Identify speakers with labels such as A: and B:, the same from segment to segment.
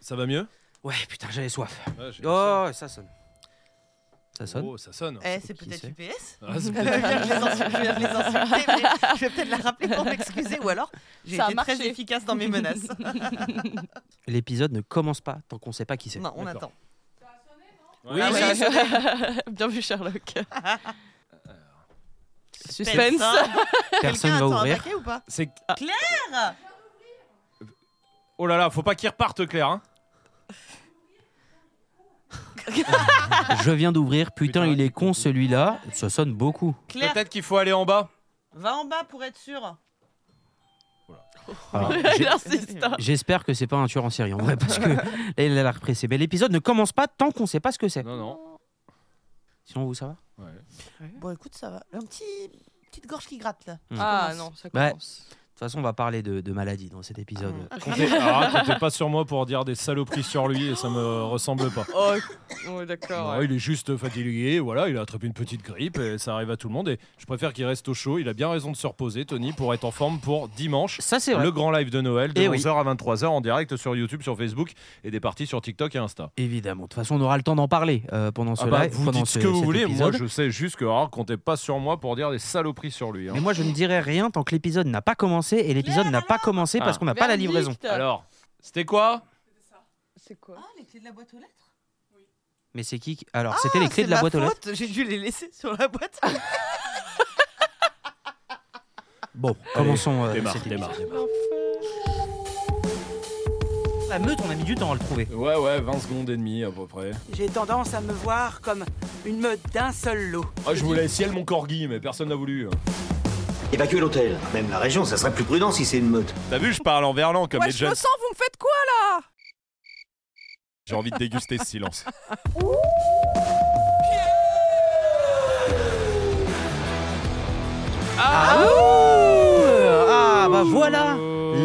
A: Ça va mieux
B: Ouais, putain, j'avais soif.
A: Ouais, j'ai-
B: Oh, ça sonne. Ça sonne
A: Oh, ça sonne.
C: Eh, c'est
B: qui
C: peut-être
B: c'est
C: UPS.
A: Ah, c'est
C: Je
A: peut-être-
C: viens de les insul- je viens de les insulter, mais je vais peut-être la rappeler pour m'excuser ou alors j'ai
D: Ça a
C: été très
D: marché.
C: efficace dans mes menaces.
B: L'épisode ne commence pas tant qu'on sait pas qui c'est.
C: non, on
A: D'accord.
C: attend.
A: Ouais,
C: Ah
A: ouais.
C: oui.
D: Bien vu, Sherlock.
C: Peine,
D: Suspense.
C: ça.
B: Personne
C: Quelqu'un
B: va
C: attend un
B: ouvrir.
C: paquet ou pas
A: C'est
C: Claire
A: Oh là là, faut pas qu'il reparte, Claire. hein.
B: Je viens d'ouvrir. Putain,
A: Putain,
B: il est
A: il
B: con celui-là. Ça sonne beaucoup.
C: Claire,
A: Peut-être qu'il faut aller en bas.
C: va en bas pour être sûr.
B: Alors, Ah, j'ai-
D: Il insiste. hein.
B: J'espère que c'est pas un tueur en série en vrai parce que là il a l'air pressé. Mais l'épisode ne commence pas tant qu'on sait pas ce que c'est.
A: Non, non.
B: Sinon vous ça va
A: Ouais.
C: Bon, écoute, ça va. Un petit petite gorge qui gratte là.
D: Ah
C: commence.
D: non, ça
B: Bah,
D: commence.
B: De toute façon on va parler de, de maladie dans cet épisode.
C: Ah.
A: Comptez, alors, comptez pas sur moi pour dire des saloperies sur lui et ça me ressemble pas.
D: Oh, ouais, d'accord.
A: Non,
D: ouais.
A: il est juste fatigué, voilà, il a attrapé une petite grippe et ça arrive à tout le monde. Et je préfère qu'il reste au chaud. Il a bien raison de se reposer, Tony, pour être en forme pour dimanche.
B: Ça c'est vrai.
A: Le grand live de Noël de
B: Eh oui.
A: 11h à 23h en direct sur YouTube, sur Facebook et des parties sur TikTok et Insta.
B: Évidemment. De toute façon on aura le temps d'en parler euh, pendant ce
A: Ah bah,
B: live-
A: vous
B: pendant
A: dites ce
B: ce,
A: que vous
B: cet
A: voulez,
B: épisode.
A: moi je sais juste que alors, comptez pas sur moi pour dire des saloperies sur lui. hein.
B: Mais moi je ne dirai rien tant que l'épisode n'a pas commencé et l'épisode n'a pas commencé parce
A: Ah.
B: qu'on n'a pas la livraison.
D: Verdict.
A: Alors, c'était quoi
D: c'est quoi
C: les clés de la boîte aux lettres
B: Mais c'est qui qui- Alors
C: Ah,
B: c'était les clés de la boîte aux lettres.
C: J'ai dû les laisser sur la boîte.
B: Bon, commençons. euh,
A: Démarre,
B: cet épisode.
A: démarre, démarre.
B: La meute on a mis du temps à le trouver.
A: Ouais, ouais, 20 secondes et demie à peu près.
E: J'ai tendance à me voir comme une meute d'un seul lot.
A: Ah, je voulais ciel mon corgi, mais personne n'a voulu. hein.
F: Évacuer l'hôtel, même la région, ça serait plus prudent si c'est une meute.
A: T'as vu, je parle en verlan comme les jeunes.
E: vous me faites quoi
A: J'ai envie de déguster ce silence.
B: Ah bah voilà.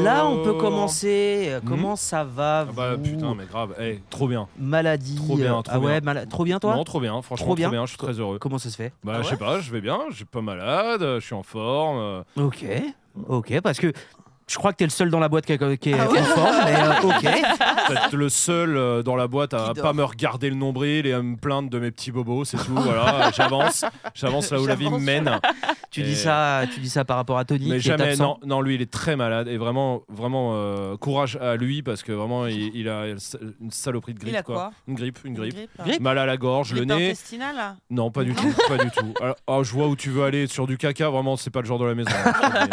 B: Là on peut commencer. Euh,
A: Mhm.
B: Comment ça va
A: Ah bah
B: vous
A: putain, mais grave, Eh, trop bien.
B: Maladie.
A: Trop bien,
B: euh,
A: trop
B: ah ouais,
A: bien.
B: mala- trop bien toi
A: non, trop bien, franchement,
B: Trop
A: trop
B: bien.
A: bien, je suis très heureux.
B: Comment ça se fait Ah
A: Bah, je sais pas, je vais bien, je suis pas malade, euh, je suis en forme. euh,
B: Ok, ok, parce que je crois que t'es le seul dans la boîte qui, est- qui est en forme, mais euh, ok.
A: Peut-être le seul euh, dans la boîte à
C: Qui dort.
A: pas me regarder le nombril et à me plaindre de mes petits bobos, c'est tout. voilà, euh, j'avance, j'avance là où la vie me
C: J'avance.
A: mène.
B: Tu
A: Et-
B: dis ça, tu dis ça par rapport à Tony
A: Mais
B: qui est
A: jamais,
B: absent.
A: non, non, lui il est très malade et vraiment, vraiment euh, courage à lui parce que vraiment il, il a une saloperie de grippe.
C: Il a quoi
A: Une grippe, une grippe.
C: hein.
B: Grippe
A: Mal à la gorge,
C: Grippe
A: le nez.
C: intestinale là.
A: Non, pas du tout, pas du tout. Alors, ah, je vois où tu veux aller sur du caca. Vraiment, c'est pas le genre de la maison. hein.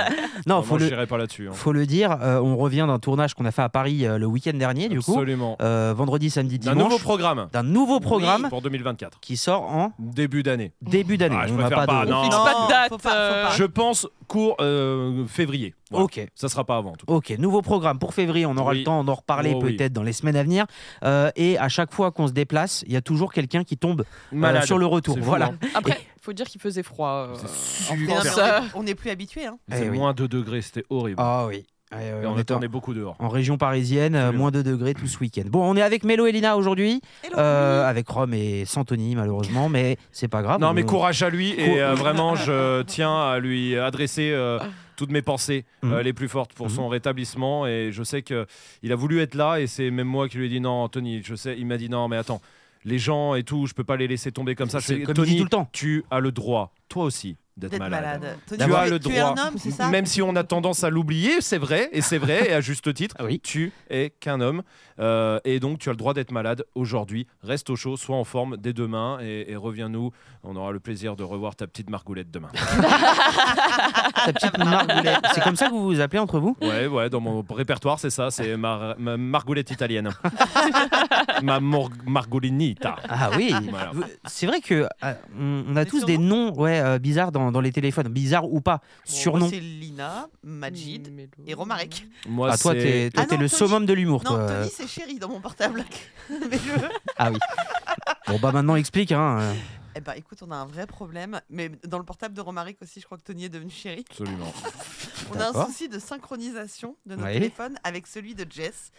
B: non,
A: Vraiment,
B: faut le,
A: j'irai pas là-dessus. hein.
B: faut le dire. euh, on revient d'un tournage qu'on a fait à Paris euh, le week-end dernier, du coup,
A: Absolument.
B: euh, vendredi, samedi,
A: Un nouveau
B: dimanche,
A: programme
B: d'un nouveau programme
A: pour 2024,
B: qui sort en
A: début d'année.
B: début d'année.
A: Ah, je
B: on n'a
A: préfère
B: pas,
A: pas,
B: de.
A: non.
D: Fixe pas de date.
C: faut pas, faut
D: euh,
C: pas.
A: Je pense court euh, février. Voilà.
B: Ok.
A: Ça sera pas avant. En tout cas.
B: Ok, nouveau programme pour février, on aura
A: Oui.
B: le temps d'en reparler
A: Oh, oui.
B: peut-être dans les semaines à venir. Euh, et à chaque fois qu'on se déplace, il y a toujours quelqu'un qui tombe euh,
A: Malade.
B: sur le retour.
A: C'est fou,
B: Voilà.
A: hein.
D: Après, faut dire qu'il faisait froid. euh,
A: C'est
C: Mais
A: super.
C: non, mais
D: pense, euh,
C: on est- on n'est plus habitué. Hein.
B: Eh
A: C'est
B: oui.
A: moins 2 degrés, c'était horrible.
B: Ah oui. Ouais, ouais,
A: Et
B: on
A: on
B: est en-
A: attendait beaucoup dehors.
B: en région parisienne, euh,
A: Absolument.
B: moins 2 degrés tout ce week-end. Bon, on est avec Mélo et Lina aujourd'hui,
C: Hello.
B: euh, avec Rome et Santoni malheureusement, Ah, mais c'est pas grave.
A: Non, mais
B: On-
A: courage à lui
B: Cour- Ah.
A: et euh, vraiment, je tiens à lui adresser euh, toutes mes pensées
B: Mhm.
A: euh, les plus fortes pour
B: Mhm.
A: son rétablissement. Et je sais que il a voulu être là et c'est même moi qui lui ai dit non, Tony. Je sais, il m'a dit non, mais attends, les gens et tout, je peux pas les laisser tomber comme ça. Je
B: C'est
A: fais,
B: comme il dit
A: Tony,
B: tout le temps.
A: tu as le droit, toi aussi, d'être malade.
C: Tony,
A: Tu as
C: es-
A: le
C: Tu es
A: droit,
C: un homme, c'est ça
A: même si on a tendance à l'oublier, c'est vrai, et c'est vrai, et à juste titre,
B: Ah oui.
A: tu es qu'un homme, euh, et donc tu as le droit d'être malade aujourd'hui. Reste au chaud, sois en forme dès demain, et, et reviens-nous. On aura le plaisir de revoir ta petite margoulette demain.
B: Ta petite margoulette. C'est comme ça que vous vous appelez entre vous
A: Ouais, ouais, dans mon répertoire, c'est ça, c'est ma, ma margoulette italienne. ma mor- margolinita.
B: Ah oui
A: Voilà.
B: Vous- C'est vrai que euh, on, on a
C: Des
B: tous des noms ouais, euh, bizarres dans, dans les téléphones, bizarres ou pas,
C: Bon, bah,
B: surnoms.
C: C'est Lina,
A: Mm,
C: Majid
D: Mélo.
C: et Romaric.
A: Moi,
B: Ah, toi,
A: c'est.
B: t'es toi,
C: Ah
B: t'es
C: non,
B: le
C: Tony.
B: summum de l'humour,
C: Non,
B: toi.
C: Tony,
A: euh,
C: c'est chéri dans mon portable. Mais je-
B: Ah oui. Bon, bah maintenant, explique. Hein. euh.
C: Eh ben, écoute, on a un vrai problème. Mais dans le portable de Romaric aussi, je crois que Tony est devenu chéri.
A: Absolument.
C: On a un
B: D'accord.
C: souci de synchronisation de notre
B: Ouais.
C: téléphone avec celui de Jess,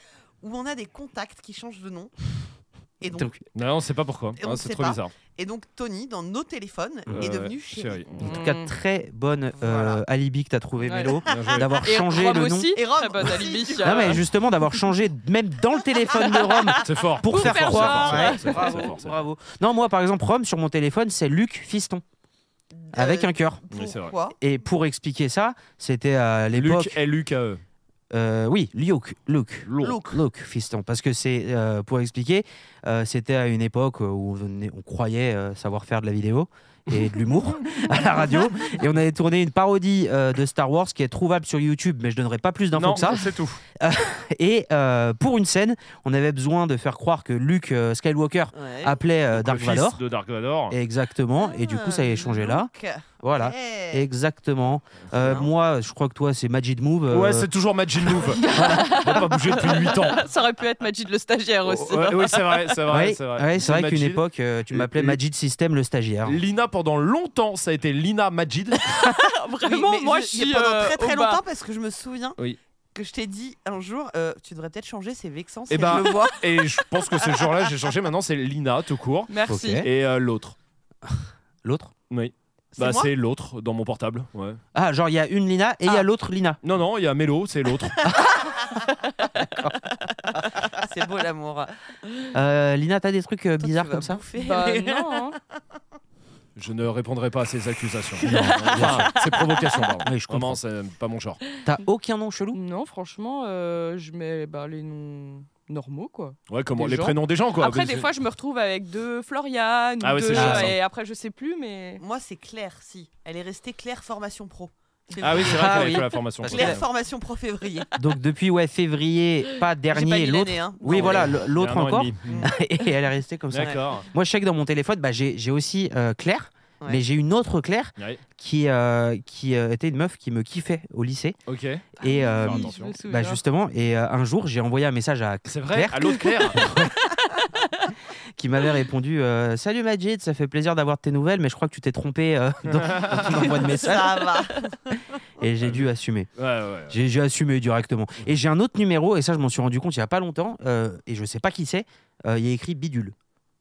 C: où on a des contacts qui changent de nom. Et donc,
B: Donc,
A: Non, on sait pas pourquoi.
C: Et on
A: Ah,
C: ne
A: c'est
C: sait
A: trop
C: pas.
A: bizarre.
C: et donc Tony, dans nos téléphones,
A: Euh,
C: est devenu
A: ouais,
C: chéri.
A: chéri.
B: en tout cas,
D: Mm.
B: très bonne euh,
C: hmm. Voilà.
B: alibi que t'as trouvé,
D: Ouais.
B: Mélo,
A: Bien joué.
B: d'avoir
D: Et
B: changé
D: Rome
B: le nom.
D: aussi
C: Et Rome
D: Très bonne
C: aussi.
D: alibi.
B: Non, mais
D: euh,
B: justement, d'avoir changé, même dans le téléphone de Rome,
A: C'est fort.
B: pour
D: Pour
B: faire
D: faire
B: croire.
D: genre.
B: Ouais.
A: C'est fort, c'est fort, c'est
B: Bravo,
A: fort, c'est fort.
B: bravo. Non, moi, par exemple, Rome, sur mon téléphone, c'est Luc Fiston, avec
C: Euh,
B: un cœur.
A: Oui, c'est vrai.
C: Pourquoi
B: Et pour expliquer ça, c'était à l'époque.
A: Luc et Luc à eux.
B: Euh, oui, Luke, Luke,
C: Luke.
B: fiston. Parce que c'est, euh, pour expliquer, euh, c'était à une époque où on, on croyait euh, savoir faire de la vidéo et de l'humour à la radio. Et on avait tourné une parodie euh, de Star Wars qui est trouvable sur YouTube, mais je donnerai pas plus d'infos
A: Non,
B: que ça.
A: c'est tout.
B: Et euh, pour une scène, on avait besoin de faire croire que Luke euh, Skywalker
C: Ouais.
B: appelait euh,
A: Le
B: Dark
A: fils
B: Vador.
A: de Dark Vador.
B: Exactement. Et du coup,
C: Ah.
B: ça avait changé là.
C: Luke.
B: Voilà.
C: Eh.
B: Exactement. Euh,
C: Bien.
B: moi, je crois que toi, c'est Magic Move. euh,
A: Ouais, c'est toujours Magic Move. Il n'a pas bougé depuis 8 ans.
D: ça aurait pu être Majid le stagiaire
B: Oh,
D: aussi.
A: Ouais, oui, c'est vrai, c'est vrai,
B: Ouais,
A: c'est vrai.
B: ouais, c'est vrai qu'une
A: Majid.
B: époque, hein. euh, tu m'appelais
A: L-
B: Majid System le stagiaire.
A: Lina, pendant longtemps, ça a été Lina Majid.
C: Oui,
D: Vraiment,
C: mais
D: moi je
C: je- mais
D: suis
C: pendant
D: euh,
C: très très
D: au bas.
C: longtemps parce que je me souviens
A: Oui.
C: que je t'ai dit un jour, euh, tu devrais peut-être changer, c'est vexant.
A: Eh
C: si
A: ben,
C: je le vois.
A: Et je pense que ce jour-là, j'ai changé. Maintenant, c'est Lina, tout court.
D: Merci.
B: Ok.
A: Et euh, l'autre.
B: L'autre
A: Oui.
C: C'est
A: Bah,
C: moi
A: c'est l'autre dans mon portable. Ouais.
B: Ah, genre il y a une Lina et il y a
C: Ah.
B: l'autre Lina.
A: Non, non, il y a Mélo, c'est l'autre.
C: Ah, c'est beau l'amour.
B: Euh, Lina, t'as des trucs euh,
C: Toi,
B: bizarres
C: tu vas
B: comme ça
C: bouffer,
D: Bah
C: mais-
D: non. hein.
A: Je ne répondrai pas à ces accusations.
B: Non, bien
A: Enfin, ces provocations, pardon.
B: Oui, je comprends.
A: Vraiment, c'est pas mon genre.
B: T'as aucun nom chelou
D: Non, franchement, euh, je mets bah, les noms normaux quoi.
A: Ouais, comment
D: Des
A: les
D: gens.
A: prénoms des gens, quoi.
D: après,
A: Parce
D: des
A: que-
D: fois, je me retrouve avec deux Florian,
A: Ah
D: ou
A: ouais,
D: deux,
A: c'est
B: chiant, ça.
D: et après, je sais plus, mais.
C: Moi, c'est Claire, si. Elle est restée Claire Formation Pro.
A: Ah oui, c'est vrai
B: Ah
A: qu'elle avait
B: oui.
A: fait la formation.
B: Parce que-
C: Claire Formation Pro février.
B: Donc depuis ouais février, pas
C: J'ai pas
B: dernier,
C: mis
B: l'autre.
C: l'année, hein.
B: Oui,
C: Non,
B: voilà,
C: mais-
B: l-
A: Il
B: l'autre
A: y a un an et
B: encore.
A: demi.
C: Mm.
B: Et elle est restée comme ça.
A: D'accord.
B: Moi, je sais que dans mon téléphone, bah, j'ai j'ai aussi euh, Claire,
C: Ouais.
B: mais j'ai une autre Claire
A: Ouais.
B: qui, euh, qui euh, était une meuf qui me kiffait au lycée.
A: Ok.
C: Ah
B: Et euh,
A: Faire
D: Oui,
A: attention.
D: je me souviens.
B: bah, justement, et euh, un jour, j'ai envoyé un message à
A: C'est vrai.
B: Claire.
A: À l'autre Claire.
B: qui m'avait répondu euh, Salut Majid, ça fait plaisir d'avoir tes nouvelles, mais je crois que tu t'es trompé euh, dans, dans ton envoi de message.
C: Ça va.
B: Et j'ai dû assumer.
A: Ouais, ouais.
B: J'ai j'ai assumé directement. Et j'ai un autre numéro, et ça, je m'en suis rendu compte il n'y a pas longtemps, euh, et je sais pas qui c'est. euh, il y a écrit bidule.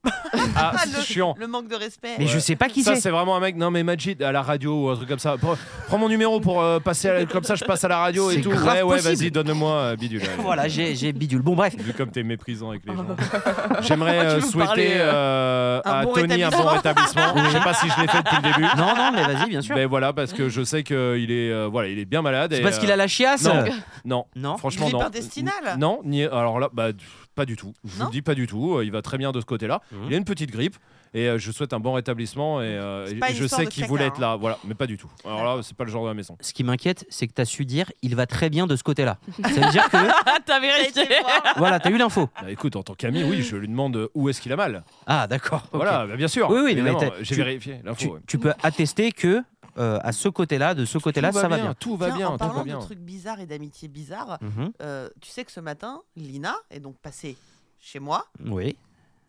A: Ah,
C: Ah,
A: c'est chiant.
C: Le manque de respect.
B: Mais je sais pas qui
A: Ça,
B: c'est.
A: c'est vraiment un mec. Non, mais Majid à la radio ou un truc comme ça. Prends, prends mon numéro pour euh, passer à la- comme ça, je passe à la radio et
B: C'est
A: tout.
B: grave
A: ouais, ouais,
B: possible.
A: vas-y, donne-moi euh, bidule. Allez.
B: Voilà, j'ai j'ai Ah, bah, bidule. Bon, bref.
A: Vu comme t'es méprisant avec les gens. J'aimerais euh,
D: veux
A: souhaiter
D: parler,
A: euh,
C: un
A: à
C: bon
A: Tony un bon rétablissement. Je sais pas si je l'ai fait depuis le début.
B: Non, non, mais vas-y, bien sûr.
A: Mais voilà, parce que je sais qu'il est, euh, voilà, il est bien malade.
B: C'est
A: et,
B: parce qu'il a la chiasse.
A: non. Non,
B: Non.
A: franchement,
C: Grippe
A: non.
C: intestinale
A: Non, ni- alors là, bah, du- pas du tout. Je vous
C: Non
A: le dis pas du tout. Euh, Il va très bien de ce côté-là.
B: Mhm.
A: Il a une petite grippe. Et euh, je souhaite un bon rétablissement. Et euh,
C: C'est pas une
A: je
C: histoire
A: sais
C: de
A: qu'il
C: caca,
A: voulait être
C: hein.
A: là. Voilà, mais pas du tout. Alors là, c'est pas le genre de la maison.
B: Ce qui m'inquiète, c'est que tu as su dire il va très bien de ce côté-là. Ça veut dire que,
D: Ah, t'as vérifié
C: J'étais voir.
B: voilà, tu as eu l'info.
C: Ah.
A: Bah, écoute, en tant qu'ami, oui, je lui demande euh, où est-ce qu'il a mal.
B: Ah, d'accord. ok.
A: Voilà, bah, bien sûr.
B: Oui, oui, mais
A: évidemment.
B: t'as-
A: j'ai
B: tu-
A: vérifié l'info.
B: Tu,
A: ouais.
B: tu peux attester que, euh, à ce côté-là, de ce côté-là,
A: Tout
B: ça va bien.
A: Tout va
C: Tiens,
A: bien,
C: en
A: tout va
C: parlant
A: bien.
C: de trucs bizarres et d'amitié bizarre,
B: Mhm.
C: euh, tu sais que ce matin, Lina est donc passée chez moi
B: Oui.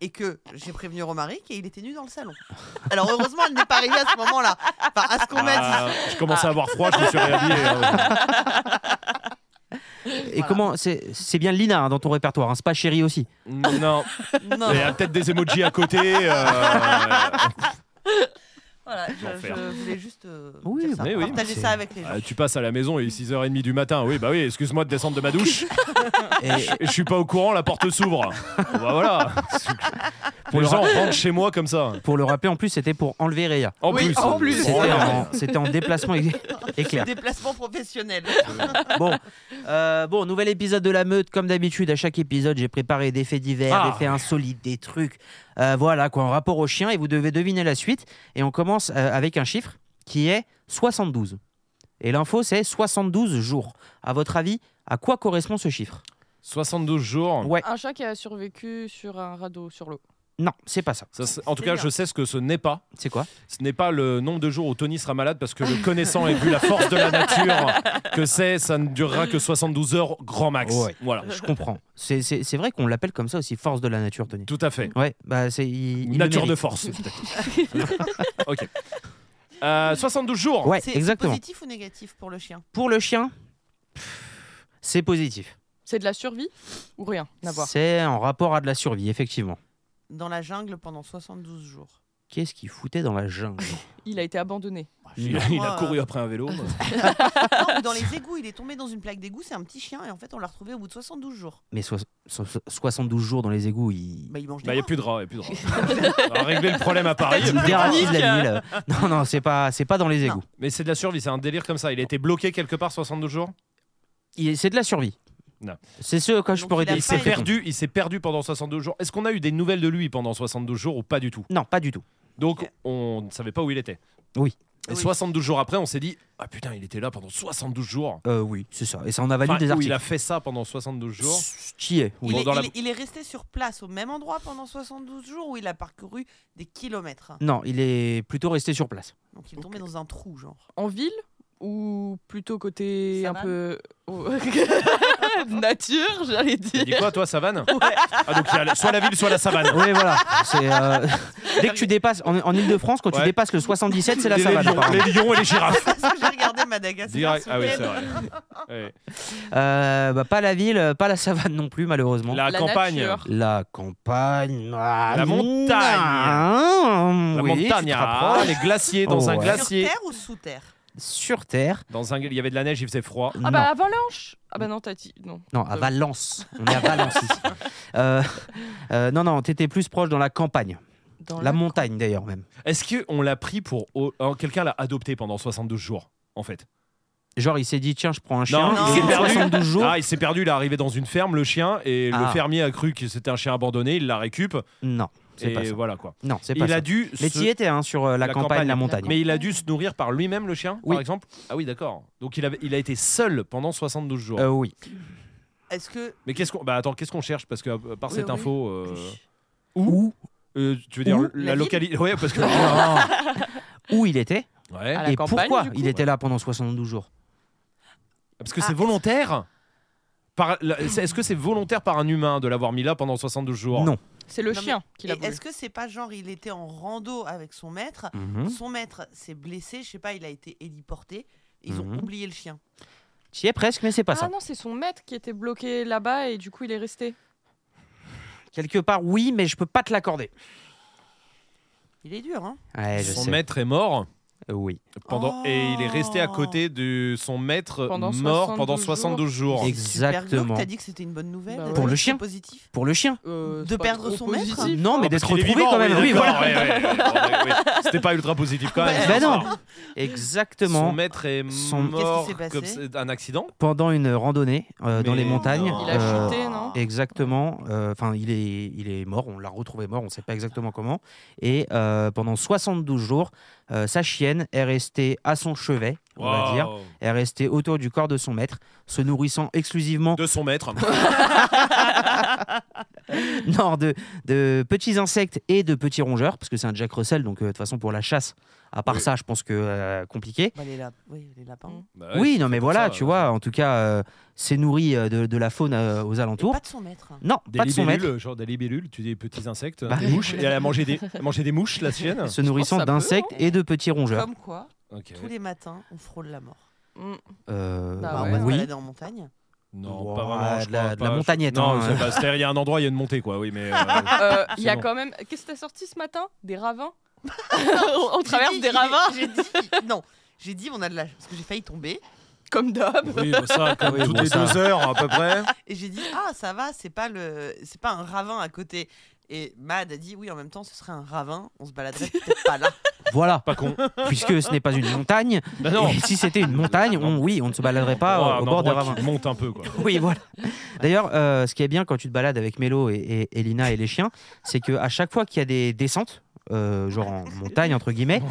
C: et que j'ai prévenu Romaric et il était nu dans le salon. Alors heureusement, elle n'est pas arrivée à ce moment-là. Enfin, à ce qu'on m'a dit.
A: Ah, je commençais à avoir froid, je me suis réhabillé. euh,
B: Et comment c'est c'est bien Lina hein, dans ton répertoire, hein, c'est pas Chéri aussi.
A: euh, Non,
C: Non,
A: il y a peut-être des emojis à côté. euh,
C: voilà, je,
A: L'enfer.
C: je voulais juste euh,
B: Oui,
C: dire ça,
A: mais oui,
B: mais
C: partager
B: c'est-
C: ça avec les gens.
A: euh, tu passes à la maison, il est 6h30 du matin. Oui, bah oui, excuse-moi de descendre de ma douche.
B: Et-
A: Je suis pas au courant, la porte s'ouvre. Bon, bah voilà. Les gens rentrent chez moi comme ça.
B: pour le rappeler, en plus, c'était pour enlever Réa.
A: En
D: Oui,
A: plus.
D: en
A: Oh
D: plus.
B: C'était
A: là
B: en,
A: là.
B: c'était en déplacement é- éclair.
C: Déplacement professionnel.
B: Bon, euh, bon, nouvel épisode de la meute. Comme d'habitude, à chaque épisode, j'ai préparé des faits divers,
A: Ah.
B: des faits insolites, des trucs. euh, voilà quoi, en rapport au chien. Et vous devez deviner la suite. Et on commence euh, avec un chiffre qui est 72. Et l'info, c'est 72 jours. À votre avis, à quoi correspond ce chiffre
A: 72 jours.
B: Ouais.
D: Un chat qui a survécu sur un radeau sur l'eau.
B: Non, c'est pas ça.
A: Ça, c'est- en tout
C: C'est
A: cas,
C: bien.
A: je sais ce que ce n'est pas.
B: C'est quoi
A: Ce n'est pas le nombre de jours où Tony sera malade parce que le connaissant et vu la force de la nature que c'est, ça ne durera que 72 heures grand max.
B: Ouais.
A: Voilà.
B: Je comprends. C'est- C'est c'est vrai qu'on l'appelle comme ça aussi, force de la nature, Tony.
A: Tout à fait.
B: Ouais, bah c'est. il- il le
A: Nature de
B: mérite.
A: force. ok. Euh, 72 jours.
B: Ouais,
C: C'est
B: exactement.
C: positif ou négatif pour le chien
B: Pour le chien, pff, c'est positif.
D: C'est de la survie ou rien à voir
B: C'est en rapport à de la survie, effectivement.
C: dans la jungle pendant 72 jours.
B: Qu'est-ce qu'il foutait dans la jungle
D: Il a été abandonné.
A: Il,
C: Moi,
A: il a
C: euh,
A: couru après un vélo. moi.
C: Non, mais dans les égouts, il est tombé dans une plaque d'égout, c'est un petit chien, et en fait, on l'a retrouvé au bout de 72 jours.
B: Mais soix- so- so- 72 jours dans les égouts, il,
C: Bah, il mange des
A: Bah, il n'y a
C: rats.
A: plus de rats. il y a plus de rats. On va régler le hein. problème à Paris.
B: il dératise la ville. Non, non, c'est pas, c'est pas dans les
C: Non.
B: égouts.
A: Mais c'est de la survie, c'est un délire comme ça. Il a été bloqué quelque part 72 jours.
B: Il- C'est de la survie.
A: Non.
B: C'est ce que je
C: Donc,
B: pourrais
C: il a
B: dire.
A: Il s'est
C: faim, il-
A: perdu, il s'est perdu pendant 72 jours. Est-ce qu'on a eu des nouvelles de lui pendant 72 jours ou pas du tout
B: Non, pas du tout.
A: Donc
C: Ok.
A: on ne savait pas où il était.
B: Oui.
A: Et
C: Oui.
A: 72 jours après, on s'est dit ah putain, il était là pendant 72 jours.
B: Euh, oui, c'est ça. Et ça en a valu
A: Enfin,
B: des
A: où
B: articles.
A: il a fait ça pendant 72 jours.
B: Qui est oui.
C: Il,
A: Bon,
C: est,
A: dans la-
C: il est- il est resté sur place au même endroit pendant 72 jours où il a parcouru des kilomètres.
B: Non, il est plutôt resté sur place.
C: Donc il est tombé dans un trou, genre.
D: En ville ou plutôt côté un
E: Savane
D: peu oh, nature, j'allais
A: Il dit
D: dire.
A: quoi toi, savane Ah donc il y a la- soit la ville, soit la savane.
B: Oui, voilà. C'est, euh, Dès que tu dépasses, en, en Ile-de-France, quand tu
A: Ouais.
B: dépasses le 77, c'est la
A: les,
B: savane.
A: lions,
B: apparemment.
A: les lions et les girafes.
C: Parce que j'ai regardé Madagascar.
A: Direct.
C: ce
A: Ah oui,
C: week-end.
A: c'est vrai. Ouais.
B: Euh, bah, pas la ville, euh, pas la savane non plus, malheureusement. La,
A: La,
D: La
A: campagne.
D: nature.
B: campagne. ah,
A: La montagne.
B: ah,
A: La
B: oui, tu te
A: montagne, ah,
B: rapproches.
A: les glaciers dans
B: Oh,
A: un
B: ouais.
C: Sur
A: glacier.
C: terre ou sous terre
B: Sur Terre.
A: Dans un, il y avait de la neige, il faisait froid.
D: Ah bah avalanche Ah bah non, t'as dit non.
B: Non, à Valence. On est à Valence ici. Euh, euh, non, non, t'étais plus proche dans la campagne.
D: Dans
B: La montagne d'ailleurs même.
A: Est-ce qu'on l'a pris pour. oh, oh, Quelqu'un l'a adopté pendant 72 jours, en fait.
B: Genre, il s'est dit, tiens, je prends un chien.
A: Non,
B: il
A: il s'est
B: est
A: perdu.
B: 72 jours.
A: Ah, il s'est perdu, il est arrivé dans une ferme, le chien, et le
B: Ah.
A: fermier a cru que c'était un chien abandonné, il la récupe,
B: Non, c'est
A: et
B: pas ça.
A: voilà quoi.
B: Non, c'est pas
A: Il
B: ça.
A: a dû.
B: Mais
A: se-
B: t'y étais hein, sur euh, la,
A: la
B: campagne,
A: campagne.
B: la montagne.
A: Mais il a dû se nourrir par lui-même, le chien,
B: Oui.
A: par exemple Ah oui, d'accord. Donc il, avait- il a été seul pendant 72 jours.
B: Euh, oui.
C: Est-ce que.
A: Mais qu'est-ce qu'on. Bah attends, qu'est-ce qu'on cherche Parce que, euh, par
C: Oui,
A: cette
C: oui.
A: info. euh,
B: Où
A: euh, tu veux dire,
B: Où
A: la,
C: La
A: localité. Ouais, parce que.
B: Non. Où il était
A: Ouais.
D: À la
B: et
D: campagne,
B: pourquoi
D: du coup.
B: il était là pendant 72 jours
A: Parce que
C: Ah,
A: c'est
C: est-ce-
A: volontaire Par la- c'est- Est-ce que c'est volontaire par un humain de l'avoir mis là pendant 72 jours
B: Non.
D: C'est le
C: Non, mais-
D: chien qui
C: Et
D: l'a voulu.
C: Est-ce que c'est pas genre il était en rando avec son maître
B: Mhm.
C: Son maître s'est blessé, je sais pas, il a été héliporté. Ils ont
B: Mhm.
C: oublié le chien.
B: T'y es presque, mais c'est pas
D: Ah
B: ça.
D: non, c'est son maître qui était bloqué là-bas et du coup il est resté.
B: Quelque part, oui, mais je peux pas te l'accorder.
C: Il est dur, hein
B: Ouais, Eh, je
A: Son
B: sais.
A: maître est mort
B: Euh, Oui,
A: pendant
C: Oh.
A: et il est resté à côté de son maître
D: Pendant
A: mort pendant
D: 72
A: 72 jours.
B: Ex-
C: Super glauque,
B: Exactement.
C: T'as dit que c'était une bonne nouvelle
D: Bah
C: t'as
D: ouais.
C: dit
B: Pour le
C: que c'était
B: chien.
C: positif.
B: pour le chien.
D: Euh,
C: De
D: c'est pas
C: perdre
D: trop
C: son maître
D: positif.
B: Non, mais
A: Ah, parce
B: d'être
A: qu'il est
B: retrouvé
A: vivant,
B: quand même.
A: oui,
B: Oui,
A: d'accord,
B: voilà.
A: ouais, ouais, ouais, ouais. C'était pas ultra positif quand même.
C: Ouais.
B: Bah
A: ce
B: non.
A: soir. Son
B: Exactement.
A: maître est
B: Son-
A: mort
C: Qu'est-ce qui s'est
A: comme
C: passé
A: c'est- un accident.
B: Pendant une randonnée euh, dans
A: Mais
B: les montagnes.
F: non.
D: Il a
B: euh,
D: chuté, non
B: Exactement. euh, Enfin, il, est, il est mort, on l'a retrouvé mort, on ne sait pas exactement comment. Et euh, pendant 72 jours, euh, sa chienne est restée à son chevet, on va
A: Wow.
B: dire. Est restée autour du corps de son maître, se nourrissant exclusivement
A: De son maître.
B: non, de, de petits insectes et de petits rongeurs, parce que c'est un Jack Russell, donc euh, de toute façon, pour la chasse, à part
A: Oui.
B: ça, je pense que euh, compliqué.
C: Bah, les, lap- oui, les lapins.
D: Mm.
A: Bah ouais,
B: Oui, non, mais
A: pour
B: voilà,
A: ça,
B: tu
A: euh,
B: vois, en tout cas, euh, c'est nourri euh, de, de la faune euh, aux
C: Et
B: alentours.
C: pas de son maître.
B: Non,
A: Des
B: pas de son maître.
A: libellules, genre des libellules, tu dis des petits insectes,
B: Bah
A: euh, des
B: oui.
A: mouches. Et elle a mangé des, elle a mangé des mouches, la chienne.
B: Se nourrissant
D: ça peut,
B: d'insectes
D: hein.
B: et de petits rongeurs.
C: Comme quoi,
A: Ok.
C: tous les matins, on frôle la mort.
D: Mm.
B: Euh,
D: Bah
C: Bah,
D: ouais.
C: on va se
B: oui.
C: balader en montagne.
A: Non,
B: Ouah,
A: pas vraiment. je
B: de la-
A: crois
B: de la
A: pas.
B: montagnette,
A: Non,
B: hein.
A: c'est pas- c'est-à-dire, il y a un endroit, il y a une montée, quoi. Oui, mais. euh,
D: Euh, Il y a
A: Sinon.
D: quand même. Qu'est-ce que t'as sorti ce matin Des ravins On on traverse des ravins
C: J'ai dit, non, j'ai dit, on a de la. Parce que j'ai failli tomber.
D: comme d'hab.
A: oui, bah, ça, comme
B: Oui,
A: toutes
B: bon,
A: les
B: ça.
A: deux heures, à peu près.
C: Et j'ai dit, ah, ça va, c'est pas, le... c'est pas un ravin à côté. Et Mad a dit, oui, en même temps, ce serait un ravin, on se baladerait peut-être pas là.
B: Voilà,
A: Pas con.
B: puisque ce n'est pas une montagne.
A: Bah non.
B: Et si c'était une montagne, on, oui, on ne se baladerait pas
A: Pour
B: euh,
A: un
B: au bord des
A: endroit
B: ravins.
A: qui monte un peu, quoi.
B: Oui, voilà. D'ailleurs, euh, ce qui est bien quand tu te balades avec Mélo et, et, et Lina et les chiens, c'est que à chaque fois qu'il y a des descentes, euh, genre en montagne entre guillemets,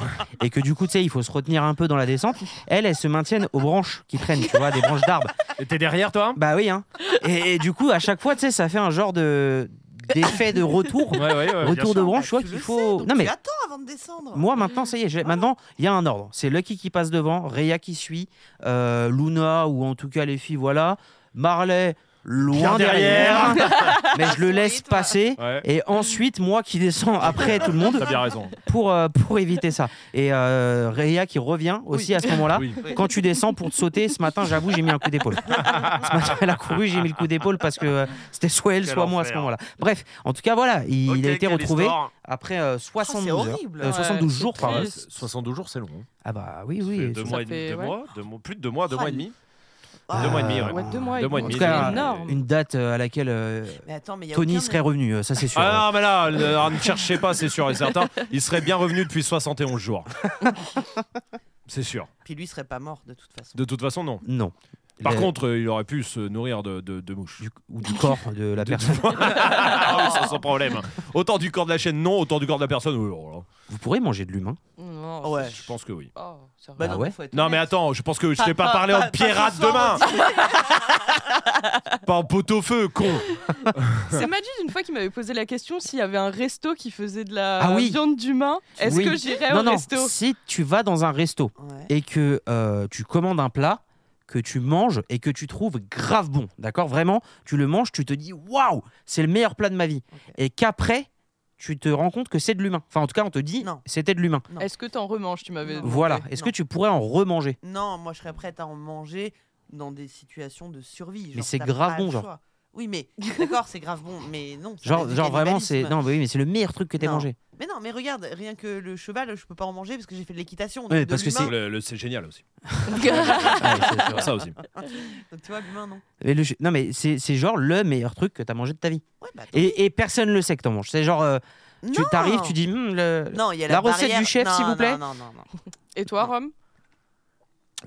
B: et que du coup tu sais il faut se retenir un peu dans la descente, elles elles se maintiennent aux branches qui traînent, tu vois, des branches d'arbres.
A: Et t'es derrière, toi
B: Bah oui hein. Et, et du coup à chaque fois tu sais ça fait un genre de d'effet de retour,
A: Ouais, ouais, ouais, bien
B: retour
A: sûr.
B: de
C: Bah,
B: branche, tu vois
C: tu
B: qu'il
C: le
B: faut.
C: sais, donc
B: non mais
C: Tu attends avant de descendre.
B: moi maintenant ça y est, j'ai- maintenant il y a un ordre. C'est Lucky qui passe devant, Rhea qui suit, euh, Luna ou en tout cas les filles, voilà. Marley loin derrière. mais je le
C: Son
B: laisse
C: rythme.
B: passer.
A: Ouais.
B: Et ensuite, moi qui descends après tout le monde
A: T'as bien raison.
B: pour, euh, pour éviter ça. Et euh, Réa qui revient aussi
C: Oui.
B: à ce moment-là.
A: Oui.
B: Quand tu descends pour te sauter, ce matin, j'avoue, j'ai mis un coup d'épaule. ce matin, elle a couru, j'ai mis le coup d'épaule parce que euh, c'était soit elle,
G: Quel
B: soit moi à ce
G: enfer.
B: moment-là. Bref, en tout cas, voilà, il, il
G: Ok,
B: a été
G: quelle
B: retrouvé
G: histoire.
B: après euh, 72 heures.
C: Oh, horrible.
B: Euh,
D: Ouais,
B: 72
D: c'est
B: jours,
D: triste.
B: pardon.
A: Ouais, c'est- 72 jours, c'est long. hein.
B: Ah bah oui,
A: Ça fait
B: oui.
A: deux
B: c'est-
A: mois, et
D: fait-
A: demi- deux
D: ouais.
A: mois, deux mois- plus de deux mois, deux
C: Ah,
A: mois et demi.
C: Ah.
A: Deux mois et demi, ouais.
D: Ouais, deux mois et
A: Deux mois et
D: demi,
A: demi.
B: En tout
A: c'est
B: cas,
D: énorme.
B: Une date euh, à laquelle euh,
C: Mais attends, mais il y a
B: Tony
C: aucun-
B: serait revenu, euh, ça c'est sûr.
A: Ah non, mais là, le- alors, ne cherchez pas, c'est sûr et certain. Il serait bien revenu depuis 71 jours. C'est sûr.
C: Puis lui serait pas mort de toute façon.
A: De toute façon, non.
B: Non.
A: Par
B: Le-
A: contre, euh, il aurait pu se nourrir de, de- de mouches.
B: du- ou du corps de la personne.
A: Ah oui, ça, sans problème. Autant du corps de la chaîne, non. Autant du corps de la personne, oui. oh
B: Vous pourrez manger de l'humain.
D: Non,
A: là.
C: Ouais.
A: Je pense que oui.
D: Oh, ça
C: Bah
B: Ah
D: va.
C: non,
B: ouais
C: mais faut être
A: Non, mais
C: honnête.
A: attends, je pense que je
C: Pas-
A: t'ai pas
C: pas-
A: parlé
C: pas-
A: en
C: pas
A: pirate
C: ce soir,
A: demain.
C: on dit-
A: Pas en pot-au-feu, con.
D: C'est Majid une fois qui m'avait posé la question s'il y avait un resto qui faisait de la
B: Ah oui.
D: viande d'humain. Est-ce
B: Oui.
D: que
C: Eh,
D: j'irais
B: non,
D: au
B: non,
D: resto
B: si tu vas dans un resto
C: Ouais.
B: et que euh, tu commandes un plat que tu manges et que tu trouves grave bon, d'accord Vraiment, tu le manges, tu te dis waouh, c'est le meilleur plat de ma vie.
C: Ok.
B: Et qu'après, tu te rends compte que c'est de l'humain. Enfin, en tout cas, on te dit
C: Non.
B: c'était de l'humain.
D: Est-ce que t'en remanges Tu m'avais.
C: Non.
D: demandé.
B: Voilà. Est-ce que
C: Non.
B: tu pourrais en remanger
C: Non, moi je serais prête à en manger dans des situations de survie.
B: Mais
C: genre,
B: c'est
C: t'as
B: grave
C: pas
B: bon,
C: le
B: genre.
C: choix. Oui, mais d'accord, c'est grave bon, mais non. ça
B: Genre,
C: reste du
B: genre vraiment, c'est
C: cannibalisme.
B: non, mais oui, mais c'est le meilleur truc que t'aies
C: Non.
B: mangé.
C: Mais non, mais regarde, rien que le cheval, je peux pas en manger parce que j'ai fait de l'équitation.
B: Ouais,
C: donc de
B: parce que
C: l'humain-
A: Le- le- c'est génial aussi.
B: Ah, ouais, c'est-
A: Ça aussi.
C: Donc, tu vois, l'humain, non.
B: Mais le- non, mais c'est c'est genre le meilleur truc que t'as mangé de ta vie.
C: Ouais, bah,
B: Et, et personne le sait que t'en manges. C'est genre, euh, tu
C: Non.
B: t'arrives, tu dis, Hum, le-
C: Non, il y a la,
B: La recette
C: barrière-
B: du chef,
C: Non,
B: s'il vous
C: non,
B: plaît.
C: Non, non, non.
A: Bah,
D: Et toi, Rome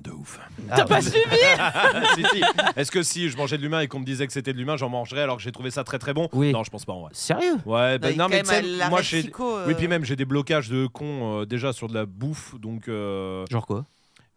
A: De ouf.
B: Ah,
D: T'as
B: ouais.
D: pas
A: bah,
D: suivi
A: Ah, Si, si. Est-ce que si je mangeais de l'humain et qu'on me disait que c'était de l'humain, j'en mangerais alors que j'ai trouvé ça très très bon
B: Oui.
A: Non, je pense pas en vrai.
B: Sérieux
A: Ouais, bah,
C: Non, il y
A: non,
C: a
A: mais
C: quand
A: tu sais,
C: même la
A: moi
C: Red
A: j'ai.
C: Psycho, euh,
A: Oui, puis même j'ai des blocages de cons euh, déjà sur de la bouffe, donc euh,
B: Genre quoi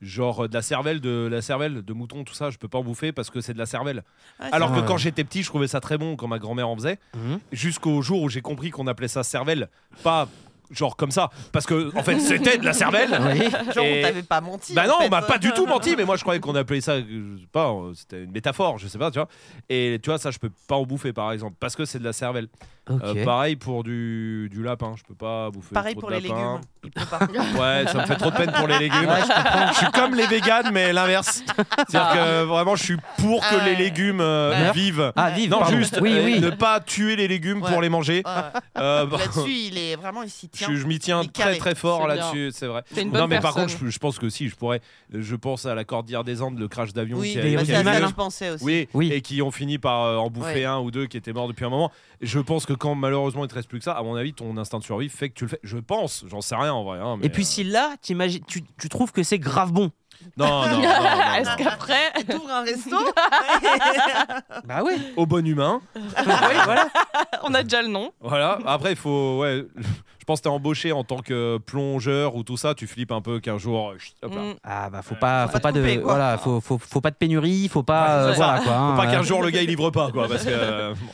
A: genre euh, de la cervelle, de la cervelle, de mouton, tout ça, je peux pas en bouffer parce que c'est de la cervelle.
C: ouais,
A: Alors que
B: Ouais.
A: quand j'étais petit, je trouvais ça très bon quand ma grand-mère en faisait,
B: Mhm.
A: jusqu'au jour où j'ai compris qu'on appelait ça cervelle, pas genre comme ça, parce que en fait c'était de la cervelle.
B: Oui.
C: c'est- Genre,
A: Et-
C: on t'avait pas menti.
A: Bah
C: en
A: non, on
C: fait.
A: m'a pas du tout menti, mais moi je croyais qu'on appelait ça, euh, je sais pas, euh, c'était une métaphore, je sais pas, tu vois. Et tu vois, ça je peux pas en bouffer par exemple, parce que c'est de la cervelle.
B: Ok.
A: Euh, pareil pour du, du lapin, je peux pas bouffer.
C: Pareil
A: trop
C: pour
A: de
C: les
A: lapin.
C: légumes. Il peut pas.
A: Ouais, ça me fait trop de peine pour les légumes.
B: Ouais,
A: je, suis comme les véganes, mais l'inverse. C'est-à-dire que vraiment, je suis pour que
C: Ah
A: les
C: ouais.
A: légumes euh,
B: Ouais.
A: vivent.
B: Ah, vive,
A: non,
B: pardon.
A: juste
B: Oui,
A: euh,
B: oui.
A: ne pas tuer les légumes
C: Ouais.
A: pour les manger.
C: Ouais.
A: Euh, bah,
C: Là-dessus, il est vraiment, il s'y
A: je,
C: tient.
A: je m'y tiens
C: Il est
A: très
C: carré.
A: très fort
D: C'est bien.
A: là-dessus, c'est vrai.
D: T'es une bonne
A: Non, mais par
D: personne.
A: contre, je, je pense que si, je pourrais. Je pense à la Cordillère des Andes, le crash d'avion
C: Oui,
A: qui a,
B: mais
A: qui a
C: bah,
B: il y
A: eu
C: c'est à
A: lieu.
B: mal,
C: ça que
B: hein.
C: je pensais aussi.
A: Oui,
B: Oui.
A: et qui ont fini par euh, en bouffer
C: Ouais.
A: un ou deux qui étaient morts depuis un moment. Je pense que quand malheureusement il te reste plus que ça, à mon avis, ton instinct de survie fait que tu le fais. Je pense, j'en sais rien en vrai. hein, mais,
B: Et puis
A: euh,
B: si là, t'imagines- tu, tu trouves que c'est grave bon.
A: Non, non, non, non, non,
D: Est-ce qu'après.
C: T'ouvres un resto
B: Bah oui.
A: Au bon humain.
B: voilà.
D: On a déjà le nom.
A: Voilà. Après, il faut. Ouais, je pense que t'es embauché en tant que plongeur ou tout ça. Tu flippes un peu qu'un jour. euh, chut, hop là.
D: Mm.
B: Ah bah faut pas,
C: Faut
B: faut pas
C: pas te couper,
B: de,
C: quoi.
B: voilà, faut, faut, faut pas de pénurie, faut pas,
A: Ouais,
B: euh,
A: c'est ça.
B: voilà quoi. hein.
A: Faut pas qu'un jour le gars il livre pas, quoi. Parce que. euh, bon.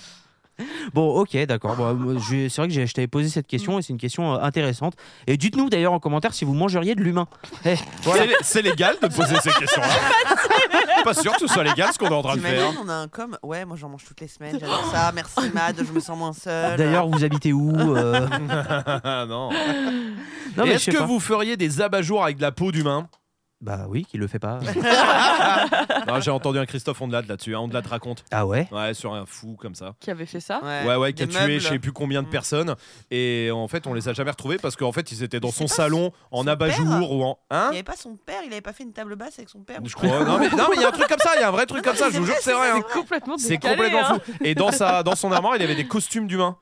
B: Bon, ok, d'accord. Bon, moi, j'ai- c'est vrai que j'ai- je t'avais posé cette question et c'est une question euh, intéressante. Et dites-nous d'ailleurs en commentaire si vous mangeriez de l'humain. Eh, voilà.
A: C'est- C'est légal de poser ces questions-là. pas sûr que ce soit légal ce qu'on est en train de faire.
C: T'imagines, on a un com. Ouais, moi j'en mange toutes les semaines, j'adore ça. Merci Mad, je me sens moins seule.
B: D'ailleurs, vous habitez où euh
A: Ah, non.
B: Non
A: Et
B: mais je
A: Est-ce
B: sais
A: que
B: pas.
A: vous feriez des abat-jours avec de la peau d'humain
B: Bah oui, qui le fait pas.
A: Non, Ah, J'ai entendu un Christophe Ondelat là-dessus. Hein. Ondelat raconte.
B: Ah ouais.
A: Ouais, sur un fou comme ça.
D: Qui avait fait ça
A: Ouais, ouais, qui a
C: Euh, des
A: tué
C: meubles.
A: je sais plus combien de
C: Mm.
A: personnes. Et en fait, on les a jamais retrouvés parce qu'en fait, ils étaient dans
C: Mais
A: son
C: c'est pas
A: salon en
C: son
A: abat-jour
C: père
A: ou en.
C: Il
A: Hein
C: n'y avait pas son père, il avait pas fait une table basse avec son père.
A: Je crois. Non, mais non, mais il y a un truc comme ça, il y a un vrai truc comme
C: Non, mais
A: ça,
C: c'est
A: je vous jure
C: vrai,
A: que c'est
C: c'est
A: vrai.
C: ça,
A: hein.
D: Complètement
A: C'est
D: décalé,
A: complètement
D: hein.
A: fou. Et dans, sa, dans son armoire, il avait des costumes d'humains.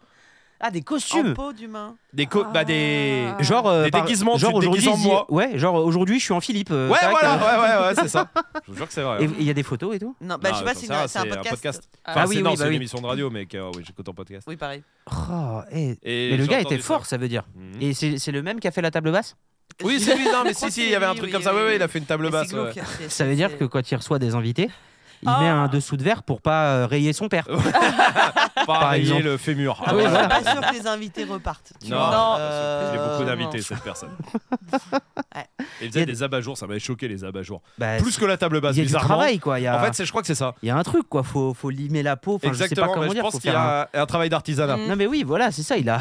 B: Ah des
C: En
B: costumes.
C: peau d'humain.
A: Des, co- bah, des...
D: Ah.
B: Genre euh,
A: Des
B: par-
A: déguisements, tu
B: genre
A: te
B: aujourd'hui,
A: déguises en
B: je dis-
A: moi.
B: Ouais, genre aujourd'hui, je suis en Philippe. euh,
A: Ouais,
B: c'est vrai que-
A: voilà, ouais, ouais, ouais, c'est ça. Je vous jure que c'est vrai.
B: Et
A: hein.
B: il y a des photos et tout
C: Non, bah,
A: Non,
C: je sais pas,
A: comme
C: c'est
A: ça,
C: une- c'est un
A: c'est un
C: podcast.
A: podcast.
D: Ah.
A: Enfin,
B: Ah
A: c'est-
B: oui,
A: non,
B: oui,
A: c'est
B: bah
A: une
B: oui.
A: émission de radio, mais que- euh, oui, j'écoute en podcast.
C: Oui, pareil.
B: Oh, eh.
A: Et
B: Mais le
A: j'ai
B: gars
A: entendu
B: était
A: ça.
B: fort, ça veut dire.
A: Mhm.
B: Et c'est c'est le même qui a fait la table basse
A: Oui, c'est lui, non, mais
C: Je crois
A: si,
C: que
A: si,
C: c'est
A: il y avait un
C: lui,
A: truc
C: oui,
A: comme ça.
C: oui,
A: Ouais, ouais,
C: oui.
A: il a fait une table
C: Mais
A: basse.
C: c'est
A: ouais.
C: glauque, c'est-
B: Ça
C: c'est-
B: veut dire
C: c'est-
B: que quand il reçoit des invités, il
D: Ah.
B: met un dessous de verre pour pas euh, rayer son père.
A: Par
B: exemple.
A: le fémur.
C: Ah,
B: oui,
C: moi,
A: voilà.
C: Je suis pas sûr que les invités repartent. tu
A: Non,
C: vois.
D: Non.
A: Il y a beaucoup
C: Euh,
A: d'invités, cette personne.
C: Ouais.
A: Et il
B: Il y
A: faisait
B: a-
A: des abat-jours, ça m'avait choqué les abat-jours.
B: Bah,
A: Plus que la table
B: il
A: basse,
B: y a du
A: bizarrement.
B: travail quoi. Il y a,
A: En fait, c'est- je crois que c'est ça.
B: il y a un truc quoi. Faut, faut limer la peau. Enfin,
A: Exactement,
B: Je sais pas
A: mais
B: comment
A: je
B: dire.
A: pense
B: faut
A: qu'il y
B: faire un-
A: a un travail d'artisanat.
D: Mm.
B: Non mais oui, voilà, c'est ça. Il a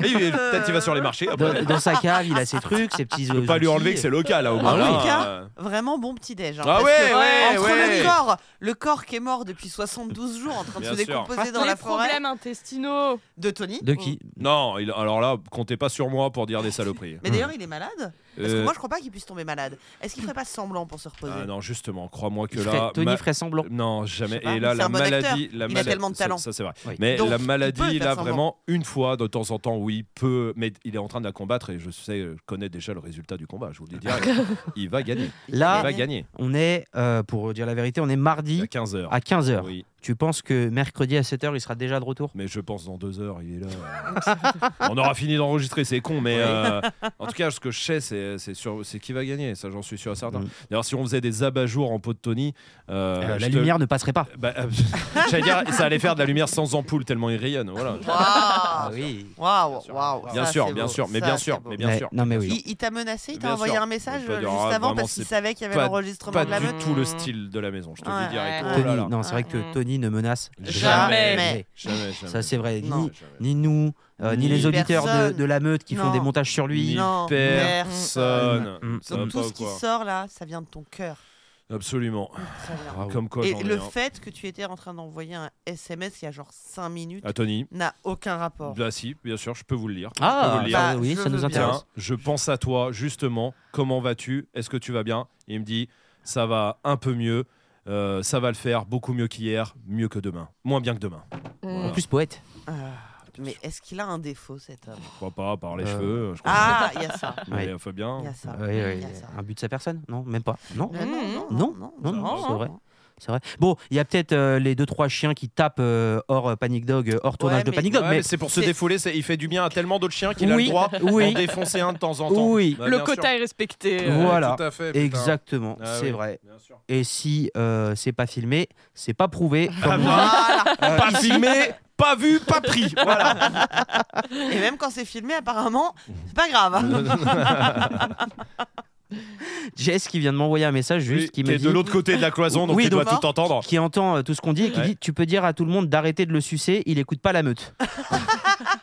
A: Et il- peut-être il va sur les marchés. Après.
B: dans, dans sa cave, il a ses trucs, ses petits.
A: Je peux bah. pas lui enlever que c'est local, là, au moins.
C: En
A: là,
C: tout Ah cas,
A: euh,
C: Vraiment bon petit déj. hein,
A: Ah
C: parce
A: ouais,
C: que
A: ouais,
C: entre
A: ouais.
C: le corps, le corps qui est mort depuis 72 jours en train de
A: Bien
C: se
A: sûr.
C: décomposer dans
D: les
C: la forêt
D: problèmes intestinaux.
C: de Tony.
B: De qui
A: Non, il- alors là, comptez pas sur moi pour dire des saloperies.
C: Mais d'ailleurs, il est malade. Parce que
A: Hmm. Euh,
C: moi, je crois pas qu'il puisse tomber malade. Est-ce qu'il ferait pas semblant pour se reposer
A: ah non, justement, crois-moi que
B: Il ferait-
A: là.
B: Tony
A: ma-
B: ferait semblant.
A: Non, jamais.
C: Je sais
A: Et
C: pas,
A: là,
C: c'est
A: la
C: un bon
A: maladie, la
C: Il a
A: maladie-
C: tellement de
A: ça-
C: talent.
A: Ça, c'est vrai.
B: Oui.
A: Mais
C: Donc,
A: la
C: il peut
A: maladie,
C: faire
A: là,
C: semblant.
A: vraiment, une fois, de temps en temps, oui, peut. Mais il est en train de la combattre et je sais, je connais déjà le résultat du combat. Je vous le dis direct. il va gagner.
C: Ah.
B: Là,
A: il va gagner.
B: On est, euh, pour dire la vérité, on est
A: À
B: mardi
A: 15h.
B: à 15h.
A: Oui.
B: Tu penses que mercredi à 7h, il sera déjà de retour
A: Mais je pense dans deux heures, il est là. Euh, On aura fini d'enregistrer, c'est con, mais euh, en tout cas, ce que je sais, c'est c'est sûr- c'est qui va gagner. Ça, j'en suis sûr et certain.
B: Mm.
A: D'ailleurs, si on faisait des abat-jours en pot de Tony, euh,
B: Euh,
A: je
B: La
A: te-
B: lumière ne passerait pas.
A: Bah, euh, J'allais dire, ça allait faire de la lumière sans ampoule tellement il rayonne. Voilà.
C: Waouh
B: Ah oui.
C: Waouh Waouh
A: Bien
C: Ça,
A: sûr,
C: c'est
A: bien
C: beau.
A: sûr, mais
C: Ça,
A: bien
C: c'est
A: sûr,
C: beau.
A: mais bien sûr.
B: Non mais oui.
C: Il, il t'a menacé, il t'a
A: Bien
C: envoyé
A: sûr.
C: un message
A: Je veux
C: euh,
A: dire,
C: juste
A: ah,
C: avant
A: vraiment,
C: parce qu'il
A: c'est
C: savait qu'il y avait
A: pas
C: l'enregistrement
A: Pas
C: de la
A: du
C: meute.
A: tout le style de la maison, je te le
C: Ouais,
A: dis direct.
C: ouais,
A: Oh là
B: Tony,
A: là.
B: non, c'est vrai que
D: Mm.
B: Tony ne menace
D: Jamais.
B: jamais.
A: Jamais, jamais.
B: Ça c'est vrai.
C: Non.
B: Ni, ni nous, euh, ni,
A: Ni
B: les auditeurs de,
C: personne.
B: de la meute qui font
C: Non.
B: des montages sur lui.
A: Ni
C: Non,
A: personne.
B: Mm.
A: Ça va
C: Donc tout
A: pas,
C: ce qui
A: quoi.
C: sort là, ça vient de ton cœur.
A: Absolument.
B: Ah
C: Ça vient.
A: Comme quoi,
C: Et
A: j'en ai
C: le
A: un.
C: fait que tu étais en train d'envoyer un SMS il y a genre 5 minutes
A: À Ah, Tony.
C: n'a aucun rapport.
A: Bah si, bien sûr, je peux vous le lire. Je peux
B: Ah,
A: vous le lire.
B: bah,
C: Bah,
B: oui,
C: je
B: ça nous
C: veux bien.
A: Tiens,
B: intéresse.
A: je pense à toi, justement. Comment vas-tu Est-ce que tu vas bien Il me dit, ça va un peu mieux. Euh, ça va le faire beaucoup mieux qu'hier, mieux que demain, moins bien que demain.
B: En
A: Voilà.
B: plus poète.
C: Ah, mais est-ce qu'il a un défaut cet homme
A: Je crois pas, par les
B: Euh.
A: cheveux, je crois.
C: Ah, il y a ça.
A: Mais
B: Ouais.
A: euh, Fabien,
C: Il y a ça.
B: Oui, oui,
C: il y a ça.
B: Un but de sa personne Non, même pas. Non,
C: Non, non,
B: Non, non,
A: non,
B: c'est vrai. c'est vrai. Bon, il y a peut-être euh, les deux trois chiens qui tapent euh, hors euh, Panic Dog, euh, hors tournage de
C: mais-
B: Panic
A: Ouais,
B: Dog,
A: mais
B: mais
A: c'est pour se
C: c'est-
A: défouler, c'est- il fait du bien à tellement d'autres chiens qu'il a
B: Oui,
A: le droit
B: oui.
A: d'en défoncer un de temps en temps.
B: Oui.
A: Bah,
D: le
A: bien
D: quota
A: sûr.
D: est respecté.
A: Ouais,
D: euh,
B: Voilà.
A: tout à fait, putain.
B: exactement,
A: Ah
B: c'est
A: oui,
B: vrai.
A: bien sûr.
B: Et si euh, c'est pas filmé, c'est pas prouvé. Comme
C: Voilà.
B: euh,
A: Ah, Pas
B: ici.
A: filmé, pas vu, pas pris. Voilà.
C: Et même quand c'est filmé, apparemment, c'est pas grave. hein.
B: Jess qui vient de m'envoyer un message juste qui
A: qui
B: me
A: est
B: dit
A: de l'autre côté de la cloison, donc
B: Oui,
A: il doit
C: donc-
A: tout entendre.
B: qui entend euh, tout ce qu'on dit et qui
A: Ouais.
B: dit tu peux dire à tout le monde d'arrêter de le sucer, il écoute pas la meute.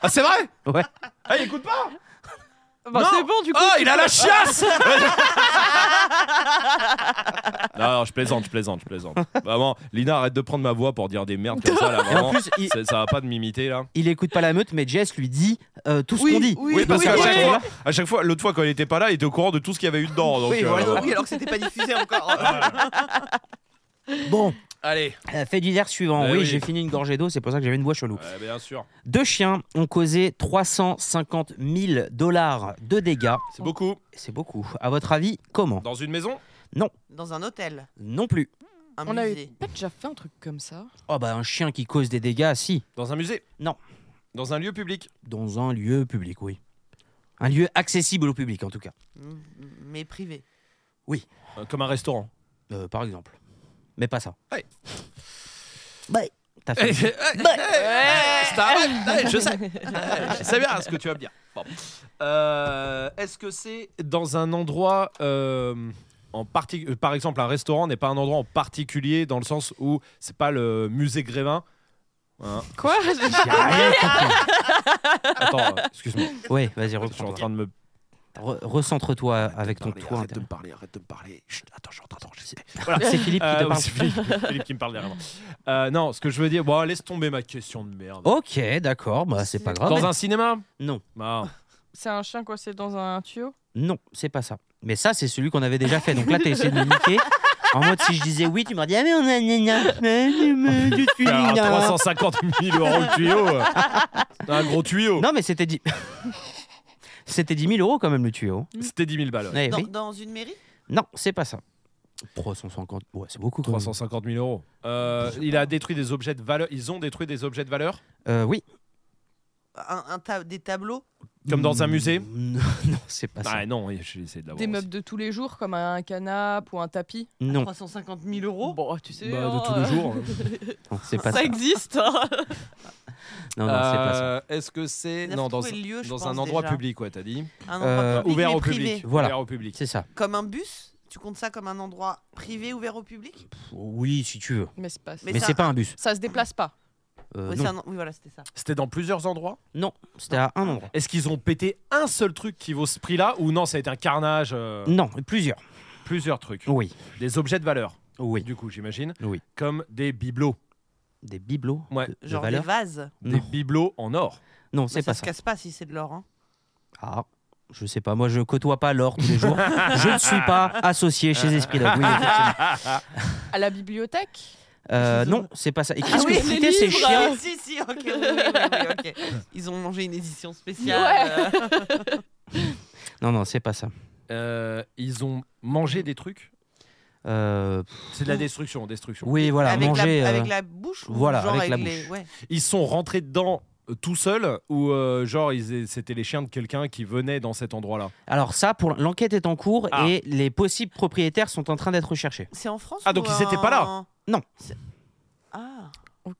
A: Ah, c'est vrai
B: Ouais.
A: Ah, il écoute pas
D: bah,
A: Non.
D: c'est bon du coup.
A: Oh,
D: tu
A: il a
D: peux-
A: la chiasse non, non, je plaisante, je plaisante, je plaisante. Vraiment, Lina, arrête de prendre ma voix pour dire des merdes comme ça, là,
B: Et en
A: vraiment.
B: plus, il,
A: C'est- Ça va pas de m'imiter, là.
B: il écoute pas la meute, mais Jess lui dit euh, tout ce
C: Oui,
B: qu'on dit.
C: oui,
A: Oui, parce
B: oui,
A: qu'à
B: oui.
A: chaque fois, à chaque fois, l'autre fois, quand il était pas là, il était au courant de tout ce qu'il y avait eu dedans. Donc,
B: Oui, voilà.
A: euh,
C: Oui, alors que c'était pas diffusé encore.
B: Bon,
A: Allez,
B: euh, fait divers suivant.
A: Eh
B: oui,
A: oui.
B: j'ai fini une gorgée d'eau, c'est pour ça que j'avais une voix chelou.
A: Ouais, bien sûr.
B: Deux chiens ont causé 350 000 dollars de dégâts.
A: C'est beaucoup.
B: C'est beaucoup. À votre avis, comment
A: Dans une maison
C: Dans un hôtel,
B: Non plus.
C: un
D: On a eu-
C: musée.
D: pas déjà fait un truc comme ça.
B: Oh bah un chien qui cause des dégâts, si.
A: Dans un musée
B: Non.
A: Dans un lieu public
B: Dans un lieu public, oui. Un lieu accessible au public, en tout cas.
C: Mm, Mais privé.
A: Euh, Comme un restaurant.
B: Euh, par exemple. Mais pas ça.
A: Ouais.
B: Bye. T'as
A: Eh, eh,
B: fait.
A: eh, eh, Starman, eh, Je sais. Eh, Je sais bien ce que tu vas me dire. Bon. Euh, Est-ce que c'est dans un endroit. euh, En parti- euh, par exemple, un restaurant n'est pas un endroit en particulier dans le sens où c'est pas le musée Grévin. Hein
D: Quoi J'ai-
B: Ah, J'ai rien compris.
A: Attends, euh, excuse-moi.
B: Ouais, vas-y,
A: Je suis en
B: reprends-toi.
A: train de me
B: Re- Recentre-toi avec ton
A: parler,
B: toit.
A: Arrête de
B: intérieur.
A: me parler, arrête de me parler. Chut, attends, j'entends, attends, je-
B: C'est Philippe qui
A: Euh,
B: te
A: oui,
B: parle.
A: c'est Philippe, Philippe qui me parle derrière moi. Euh, non, ce que je veux dire, bon, laisse tomber ma question de merde.
B: Ok, d'accord, bah c'est pas grave.
A: Dans un cinéma
B: Oh, Non,
A: Ah,
D: C'est un chien quoi C'est dans un tuyau
B: non, c'est pas ça. Mais ça, c'est celui qu'on avait déjà fait. Donc là, t'as essayé de me niquer. En mode, si je disais oui, tu m'aurais dit Ah, mais on a. euh, gna, gna, mais tu me- tu suis
A: alors,
B: gna.
A: 350 000 euros le tuyau. euh. un gros tuyau.
B: Non, mais c'était dit. C'était 10 000 euros quand même le tuyau.
A: C'était 10 000 balles. ouais.
B: Eh
C: Dans,
B: oui.
C: dans une mairie
B: Non, c'est pas ça. 350, ouais, c'est beaucoup. quand même.
A: 350 000 euros. Euh, il a détruit des objets de valeur. Ils ont détruit des objets de valeur.
B: Euh, oui,
C: un, un ta- Des tableaux
A: Comme dans un musée
B: Non, non, Mmh. c'est pas ça.
A: Ah non, j'ai essayé de l'avoir.
D: Des
A: aussi.
D: meubles de tous les jours, comme un canapé ou un tapis.
B: Non,
C: 350 000 euros
D: Bon, tu sais.
A: Bah, de
D: hein,
A: tous les
D: euh,
A: jours.
B: non, c'est pas ça.
D: ça existe. hein.
B: Non, non, c'est pas ça.
A: Euh, Est-ce que c'est
C: On a
A: non dans,
C: trouvé le lieu, je
A: dans
C: pense,
A: un endroit
C: déjà.
A: public, ouais, t'as dit
C: Un endroit
B: Euh,
C: public,
A: Ouvert
C: mais
A: au
C: privé.
A: public.
B: Voilà.
A: Ouvert au public.
B: C'est ça.
C: Comme un bus Tu comptes ça comme un endroit privé ouvert au public
B: Oui, si tu veux.
D: Mais c'est pas.
C: Mais
B: Mais
C: ça-
B: c'est pas un bus.
D: Ça se déplace pas.
B: Euh,
C: oui, c'est
B: non,
C: un Ah. en- oui, voilà, c'était ça.
A: C'était dans plusieurs endroits.
B: non, c'était à un endroit.
A: Est-ce qu'ils ont pété un seul truc qui vaut ce prix-là ou non, ça a été un carnage euh,
B: Non, plusieurs.
A: Plusieurs trucs.
B: Oui,
A: Des objets de valeur,
B: Mmh. oui.
A: du coup, j'imagine.
B: Oui.
A: Comme des bibelots.
B: Des bibelots
A: Ouais.
B: de, de
C: Genre des
B: valeur.
C: vases.
A: Des
B: Non,
A: bibelots en or.
B: non
C: Mais
B: c'est pas
C: Bah, se
B: ça.
C: casse pas si c'est de l'or. hein.
B: Ah, je sais pas. Moi, je côtoie pas l'or tous les jours. je ne suis pas associé chez Esprit Love. Oui, effectivement.
D: À la bibliothèque.
B: Euh, non, c'est pas ça. Et
D: Ah
B: qu'est-ce
D: oui,
B: que
D: les
B: c'était ces
D: livres.
B: chiens
C: Ah oui, si, si, ok. oui, oui, oui, oui, ok. Ils ont mangé une édition spéciale. euh,
B: Non, non, c'est pas ça.
A: Euh, ils ont mangé des trucs.
B: Euh,
A: C'est de la destruction, destruction.
B: oui, voilà,
C: avec,
B: manger.
C: la,
B: euh,
C: avec la bouche ou
B: voilà,
C: genre
B: avec la
C: les-
B: bouche.
C: ouais.
A: Ils sont rentrés dedans euh, tout seuls ou euh, genre ils- c'était les chiens de quelqu'un qui venait dans cet endroit-là.
B: Alors ça, pour l'enquête est en cours
A: Ah.
B: et les possibles propriétaires sont en train d'être recherchés.
C: C'est en France
A: Ah, donc
C: ou
A: ils étaient pas là.
C: en-
B: Non.
C: C'est- Ah.
D: Ok.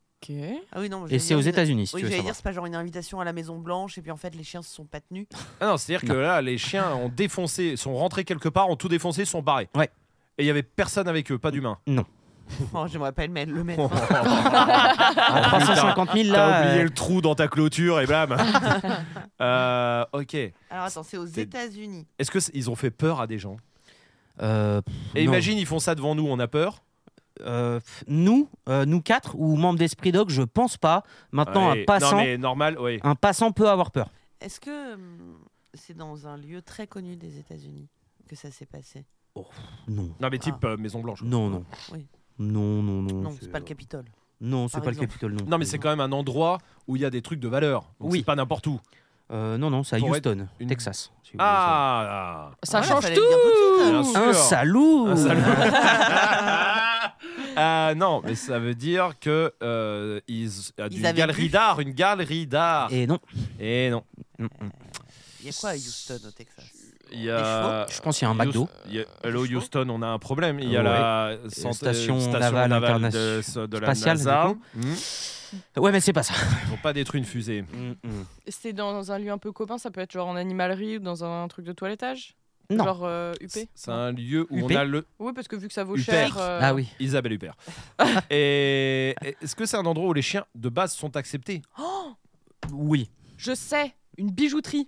C: Ah oui, non.
B: Et c'est aux États-Unis, si
C: Oui,
B: tu veux
C: j'allais
B: savoir.
C: dire, c'est pas genre une invitation à la Maison Blanche et puis en fait les chiens se sont pas tenus.
A: Ah non, c'est-à-dire que là, les chiens ont défoncé, sont rentrés quelque part, ont tout défoncé, sont barrés.
B: Ouais.
A: Et il y avait personne avec eux, pas d'humains.
C: Oh, j'aimerais pas le mettre. Le mettre.
B: À
A: Ah, T'as
B: 350 000 là.
A: oublié
B: euh,
A: le trou dans ta clôture et blâme. Euh, ok. Est-ce
C: Alors attends, c'est aux
A: C'est-
C: États-Unis.
A: que c- ils ont fait peur à des gens
B: euh,
A: Et
B: non.
A: imagine, ils font ça devant nous, on a peur.
B: Euh, pff, nous, euh, nous quatre ou membres d'Esprit Dog, je pense pas. Maintenant,
A: Ouais,
B: un passant,
A: Non, mais normal, oui.
B: un passant peut avoir peur.
C: Est-ce que hum, c'est dans un lieu très connu des États-Unis que ça s'est passé
B: Non,
A: Non, mais type
B: Ah.
A: euh, Maison Blanche.
B: non, non.
C: Oui.
B: Non, non, non.
C: Non, c'est pas le Capitole.
B: Non, c'est
C: par
B: pas le
C: exemple.
B: Capitole non.
A: Non, mais
B: plus.
A: c'est quand même un endroit où il y a des trucs de valeur. Donc
B: Oui.
A: C'est pas n'importe où.
B: Euh, non, non, c'est à
A: Pour
B: Houston,
A: une-
B: Texas. si vous voulez savoir.
A: Ah
D: Ça
C: Ah ouais,
D: change
C: fallait le dire
D: tout.
A: Bien sûr.
B: Un salaud.
A: Un salaud. Ah, Non, mais ça veut dire que euh, ils, ah,
C: Ils
A: une
C: avaient
A: galerie
C: bu.
A: d'art, une galerie d'art.
B: Et non.
A: Et, non,
C: Il y a quoi à Houston au Texas
A: il y a.
B: Je pense qu'il y a un McDo.
A: Houston- il y a- Hello
C: Des chevaux.
A: Houston, on a un problème. Il y a
B: Ouais.
A: la cent-
B: Station
A: euh,
B: navale
A: de,
B: internationale-
A: de la
B: spatiale,
A: NASA.
B: du coup.
A: Mhm.
B: Ouais, mais c'est pas ça.
A: Ils n'ont pas détruit une fusée. mm.
D: C'est dans un lieu un peu copain, ça peut être genre en animalerie ou dans un truc de toilettage
B: Non.
D: Genre euh, UP
A: C'est un lieu où
B: UP.
A: on a le
D: Oui, parce que vu que ça vaut
A: Upper.
D: cher. euh,
B: Ah oui.
A: Isabelle Huppert. Et est-ce que c'est un endroit où les chiens de base sont acceptés
B: Oui.
D: Je sais, une bijouterie.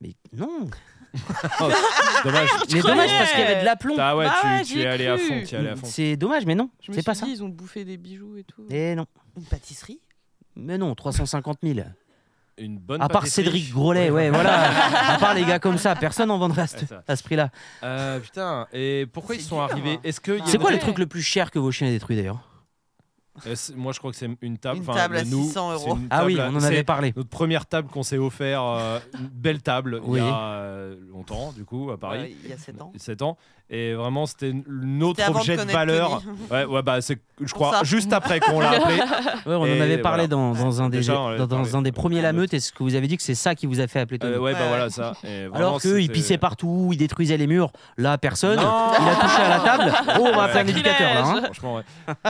B: Mais non.
A: Dommage.
B: Mais dommage parce qu'il y avait de l'aplomb.
A: Ah ouais,
D: Bah
A: tu,
D: ouais,
A: tu
D: j'y ai
A: es allé à
D: cru.
A: fond, tu es allé à fond.
B: C'est dommage, mais non.
D: Je me
B: C'est
D: suis
B: pas
D: dit,
B: ça.
D: ils ont bouffé des bijoux et tout.
B: Et non.
C: Une pâtisserie
B: Mais non, 350 000.
A: Une bonne.
B: À part
A: pâtisserie.
B: Cédric Grolet, ouais, voilà. à part les gars comme ça, personne en vendrait à
A: Ouais,
B: ce,
A: ça.
B: à ce prix-là.
A: Euh, putain. Et pourquoi ils
C: C'est
A: sont
C: dur.
A: arrivés Est-ce que il y a
B: C'est quoi
D: Ouais.
B: le truc le plus cher que vos chiens détruits d'ailleurs
A: Euh, c'est- Moi, je crois que c'est une table.
C: Une
A: enfin,
C: table à
A: nous,
C: 600
A: c'est
C: euros.
A: une
B: Ah oui,
A: table à-
B: on en
A: c'est-
B: avait parlé.
A: Notre première table qu'on s'est offert, euh, une belle table, il
B: Oui.
A: y a euh, longtemps, du coup, à Paris,
C: Ouais, Il y a 7 ans.
A: 7 ans. Et vraiment, c'était
C: C'était
A: notre
C: avant de
A: objet de,
C: connaître
A: valeur.
C: Tony.
A: Ouais, ouais, bah, c'est, je
C: Pour
A: crois,
C: ça.
A: juste après qu'on l'a appelé.
B: Ouais, on en
A: Et
B: avait parlé
A: voilà.
B: dans, dans un des,
A: Déjà, on
B: dans,
A: avait
B: dans
A: parlé.
B: un des premiers La Meute. Est-ce que vous avez dit que c'est ça qui vous a fait appeler Tony
A: Euh, ouais, bah
C: Ouais.
A: voilà, ça. Et vraiment,
B: Alors qu'eux, ils
A: c'était-
B: pissaient partout, ils détruisaient les murs. Là, personne.
A: Non.
B: Il a touché à la table. Oh, on va appeler un
A: Sacrilège.
B: éducateur là. hein.
A: Franchement, ouais.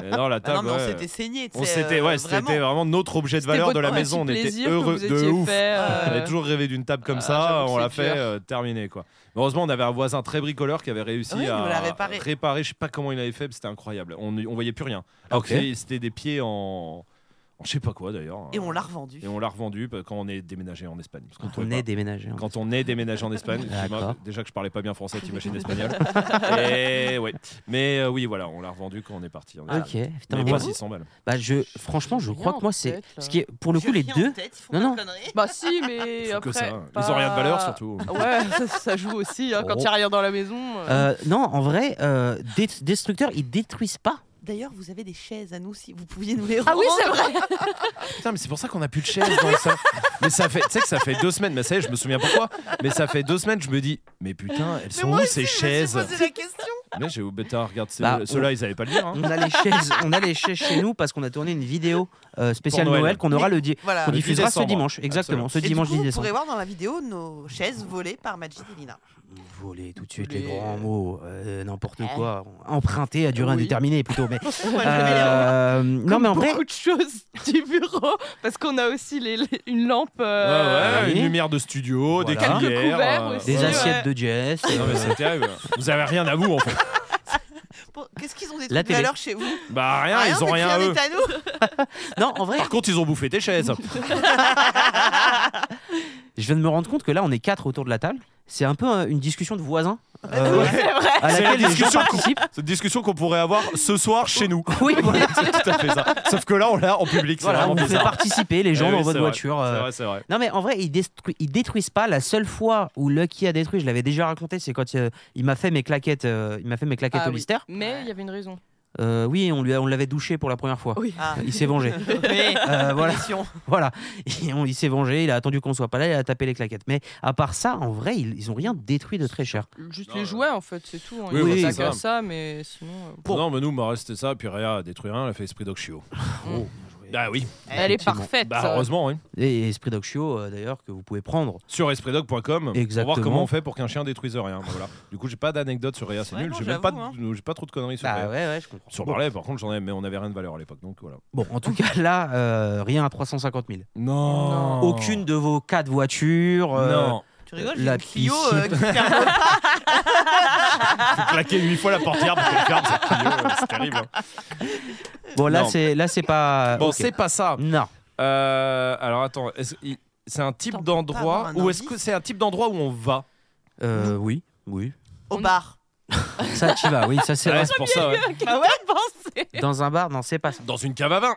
A: Et non, la
C: Ah non,
A: table.
C: mais on
A: ouais.
C: s'était saigné. tu
A: On
C: sais,
A: s'était,
C: euh,
A: ouais,
C: vraiment.
A: c'était vraiment notre objet de
D: C'était
A: valeur
D: votre
A: de la
D: petit
A: maison. On était
D: plaisir que
A: heureux
D: vous
A: de
D: étiez
A: ouf.
D: fait, euh,
B: Ah,
A: On avait toujours rêvé d'une table comme
D: Ah,
A: ça.
D: j'avoue,
A: On l'a
D: c'est
A: fait
D: dur.
A: euh, terminé quoi. Mais Heureusement, on avait un voisin très bricoleur qui avait réussi
C: Oui, il nous l'a
A: à
C: réparé.
A: réparer. Je sais pas comment il avait fait, mais c'était incroyable. On, on voyait plus rien. Alors
B: Ok.
A: que c'est- c'était des pieds en, en je sais pas quoi d'ailleurs. hein.
C: Et on l'a revendu.
A: Et on l'a revendu bah, quand on est déménagé en Espagne. parce qu'on
D: Ah,
B: Quand
A: pouvait
B: on
A: pas.
B: est déménagé. hein.
A: Quand on est déménagé en Espagne,
B: D'accord.
A: excusez-moi, déjà que je parlais pas bien français, t'imagines l'espagnol. Et ouais. Mais euh, oui, voilà, on l'a revendu quand on est parti. en Espagne.
B: Ok, putain,
A: Mais
B: moi-
A: pas 600 balles.
B: bah, je, franchement, je
D: Rien
B: crois que
D: en
B: moi, c'est.
D: tête, là.
B: Ce qui est, pour le
C: J'ai
B: coup, les
C: euh, rien en
B: deux.
C: tête, ils font
B: Non,
C: pas
B: non.
C: de conneries.
D: Bah si, mais
A: Faut
D: après.
A: que
B: hein.
A: ça. hein. Ils
D: pas-
A: ont rien de valeur surtout.
D: Ouais, ça, ça joue aussi hein, quand il
B: Oh.
D: n'y a rien dans la maison.
C: hein.
D: euh.
B: euh, non, en vrai, euh, dé- destructeurs, ils détruisent pas.
C: D'ailleurs, vous avez des chaises à nous si vous pouviez nous les
D: Ah
C: rendre.
D: oui, c'est vrai
A: Putain, mais c'est pour ça qu'on a plus de chaise dans ça. Mais ça fait, tu sais que ça fait deux semaines. Mais ça y est, je me souviens pourquoi. Mais ça fait deux semaines, je me dis, mais putain, elles sont où ces
C: Je me suis
A: chaises
C: posé la question.
A: Mais j'ai oublié, regarde, c'est-
B: Bah,
A: ceux-là, ils avaient pas le dire. hein.
B: On a les chaises, on a les chaises chez nous parce qu'on a tourné une vidéo euh, spéciale
A: Pour Noël.
B: Noël, qu'on aura le di-
C: Voilà.
B: qu'on
A: Le dix
B: diffusera ce
A: décembre.
B: dimanche. Exactement,
A: Absolument.
B: ce
C: Et
B: dimanche
C: du coup,
B: 10
C: vous
B: décembre.
C: pourrez voir dans la vidéo nos chaises volées par Majid et Lina.
B: Voler tout de suite les
C: Les-
B: grands mots, euh, n'importe
D: Eh.
B: quoi. Emprunter à durée
C: Oui.
B: indéterminée plutôt. Mais,
C: Moi, je vais les revoir.
B: euh, non,
D: Comme
B: mais en vrai,
D: beaucoup de choses du bureau parce qu'on a aussi les- les- une lampe euh,
A: Ah ouais,
B: oui.
A: une lumière de studio, des
B: Voilà.
A: cuillères. euh,
D: Quelques couverts aussi,
B: des
D: Si, ouais.
B: assiettes de euh, jazz.
A: Non, mais c'est terrible. Vous avez rien à vous, en fait.
C: Pour- Qu'est-ce qu'ils ont des
B: La Ah,
C: trucs de valeur chez vous
A: Bah, rien, ils ont
C: mais
A: rien à
C: puis un
A: eux.
C: est à nous.
B: non, en vrai,
A: Par contre, ils ont bouffé tes chaises. Euh,
B: je viens de me rendre compte que là, on est quatre autour de la table. C'est un peu euh, une discussion de voisins.
A: Ah
B: euh,
D: c'est vrai.
B: à
A: C'est la
B: laquelle les gens
A: discussion qu'on-
B: participent.
A: Cette discussion qu'on pourrait avoir ce soir chez nous.
B: Oui, voilà.
A: C'est tout à fait ça. Sauf que là, on l'a en public. C'est
B: Voilà,
A: vraiment
B: on fait
A: bizarre.
B: participer les gens
A: Eh oui,
B: dans votre
A: c'est vrai.
B: voiture.
A: C'est
B: euh,
A: vrai, c'est vrai.
B: Non mais en vrai ils, détruisent- ils détruisent pas. La seule fois où Lucky a détruit, je l'avais déjà raconté, c'est quand euh, il m'a fait mes claquettes, euh, il m'a fait mes claquettes
D: Ah
B: au
D: oui.
B: Lister.
D: Mais il y avait une raison.
B: Euh, oui, on lui a- on l'avait douché pour la première fois.
D: Oui.
C: Ah.
B: Il s'est vengé.
C: Mais,
B: Euh, voilà,
C: Mission.
B: voilà. Et on- il s'est vengé. Il a attendu qu'on soit pas là. Il a tapé les claquettes. Mais à part ça, en vrai, ils, ils ont rien détruit de très cher.
D: Juste
A: Non,
D: les
A: ouais.
D: jouets en fait, c'est tout. hein.
A: Oui,
D: Il y a
B: oui,
D: pas
A: c'est
D: qu'à
A: ça.
D: ça, mais sinon. euh,
A: Non, mais nous, m'a resté ça. Puis Réa a détruit un, elle a fait esprit d'Oxio. Bah oui,
D: Elle est
B: Eh, Effectivement.
D: parfaite.
A: bah
D: ça.
A: heureusement, oui.
B: Et Esprit Dog Show, euh, d'ailleurs, que vous pouvez prendre.
A: Sur espritdog.com, pour
B: Exactement.
A: voir comment on fait pour qu'un chien détruise rien. Bah voilà. Du coup, j'ai pas d'anecdote sur Réa, c'est
C: Ouais,
A: nul.
C: non,
A: J'ai même pas,
C: j'avoue,
A: de- j'ai pas trop de conneries sur
B: Bah
A: Réa.
B: ouais, ouais, je comprends.
A: Sur
B: bon,
A: Barley, par contre, j'en ai, mais on avait rien de valeur à l'époque, donc voilà.
B: bon, en tout cas, là, euh, rien à 350 000.
A: Non.
B: Aucune de vos quatre voitures. euh,
A: Non.
C: Tu rigoles, j'ai
B: La
C: une Clio
B: piscine.
C: euh, qui ferme.
A: Faut claquer huit fois la portière pour qu'elle ferme cette Clio, euh, C'est terrible. hein.
B: Bon, là,
A: Non.
B: c'est là, c'est pas.
A: Bon,
B: ok.
A: c'est pas ça.
B: Non.
A: Euh, alors attends, est-ce- il- c'est un type
C: Attends, on peut pas avoir
A: d'endroit
C: un
A: ou est-ce
C: indice
A: que c'est un type d'endroit où on va
B: Euh, oui, oui.
C: Au bar.
B: Ça, tu vas, oui, ça c'est
A: Ouais,
B: vrai.
A: c'est pour ça. ouais.
D: Ah ouais, pensez.
B: Dans un bar, non, c'est pas ça.
A: Dans une cave à vin.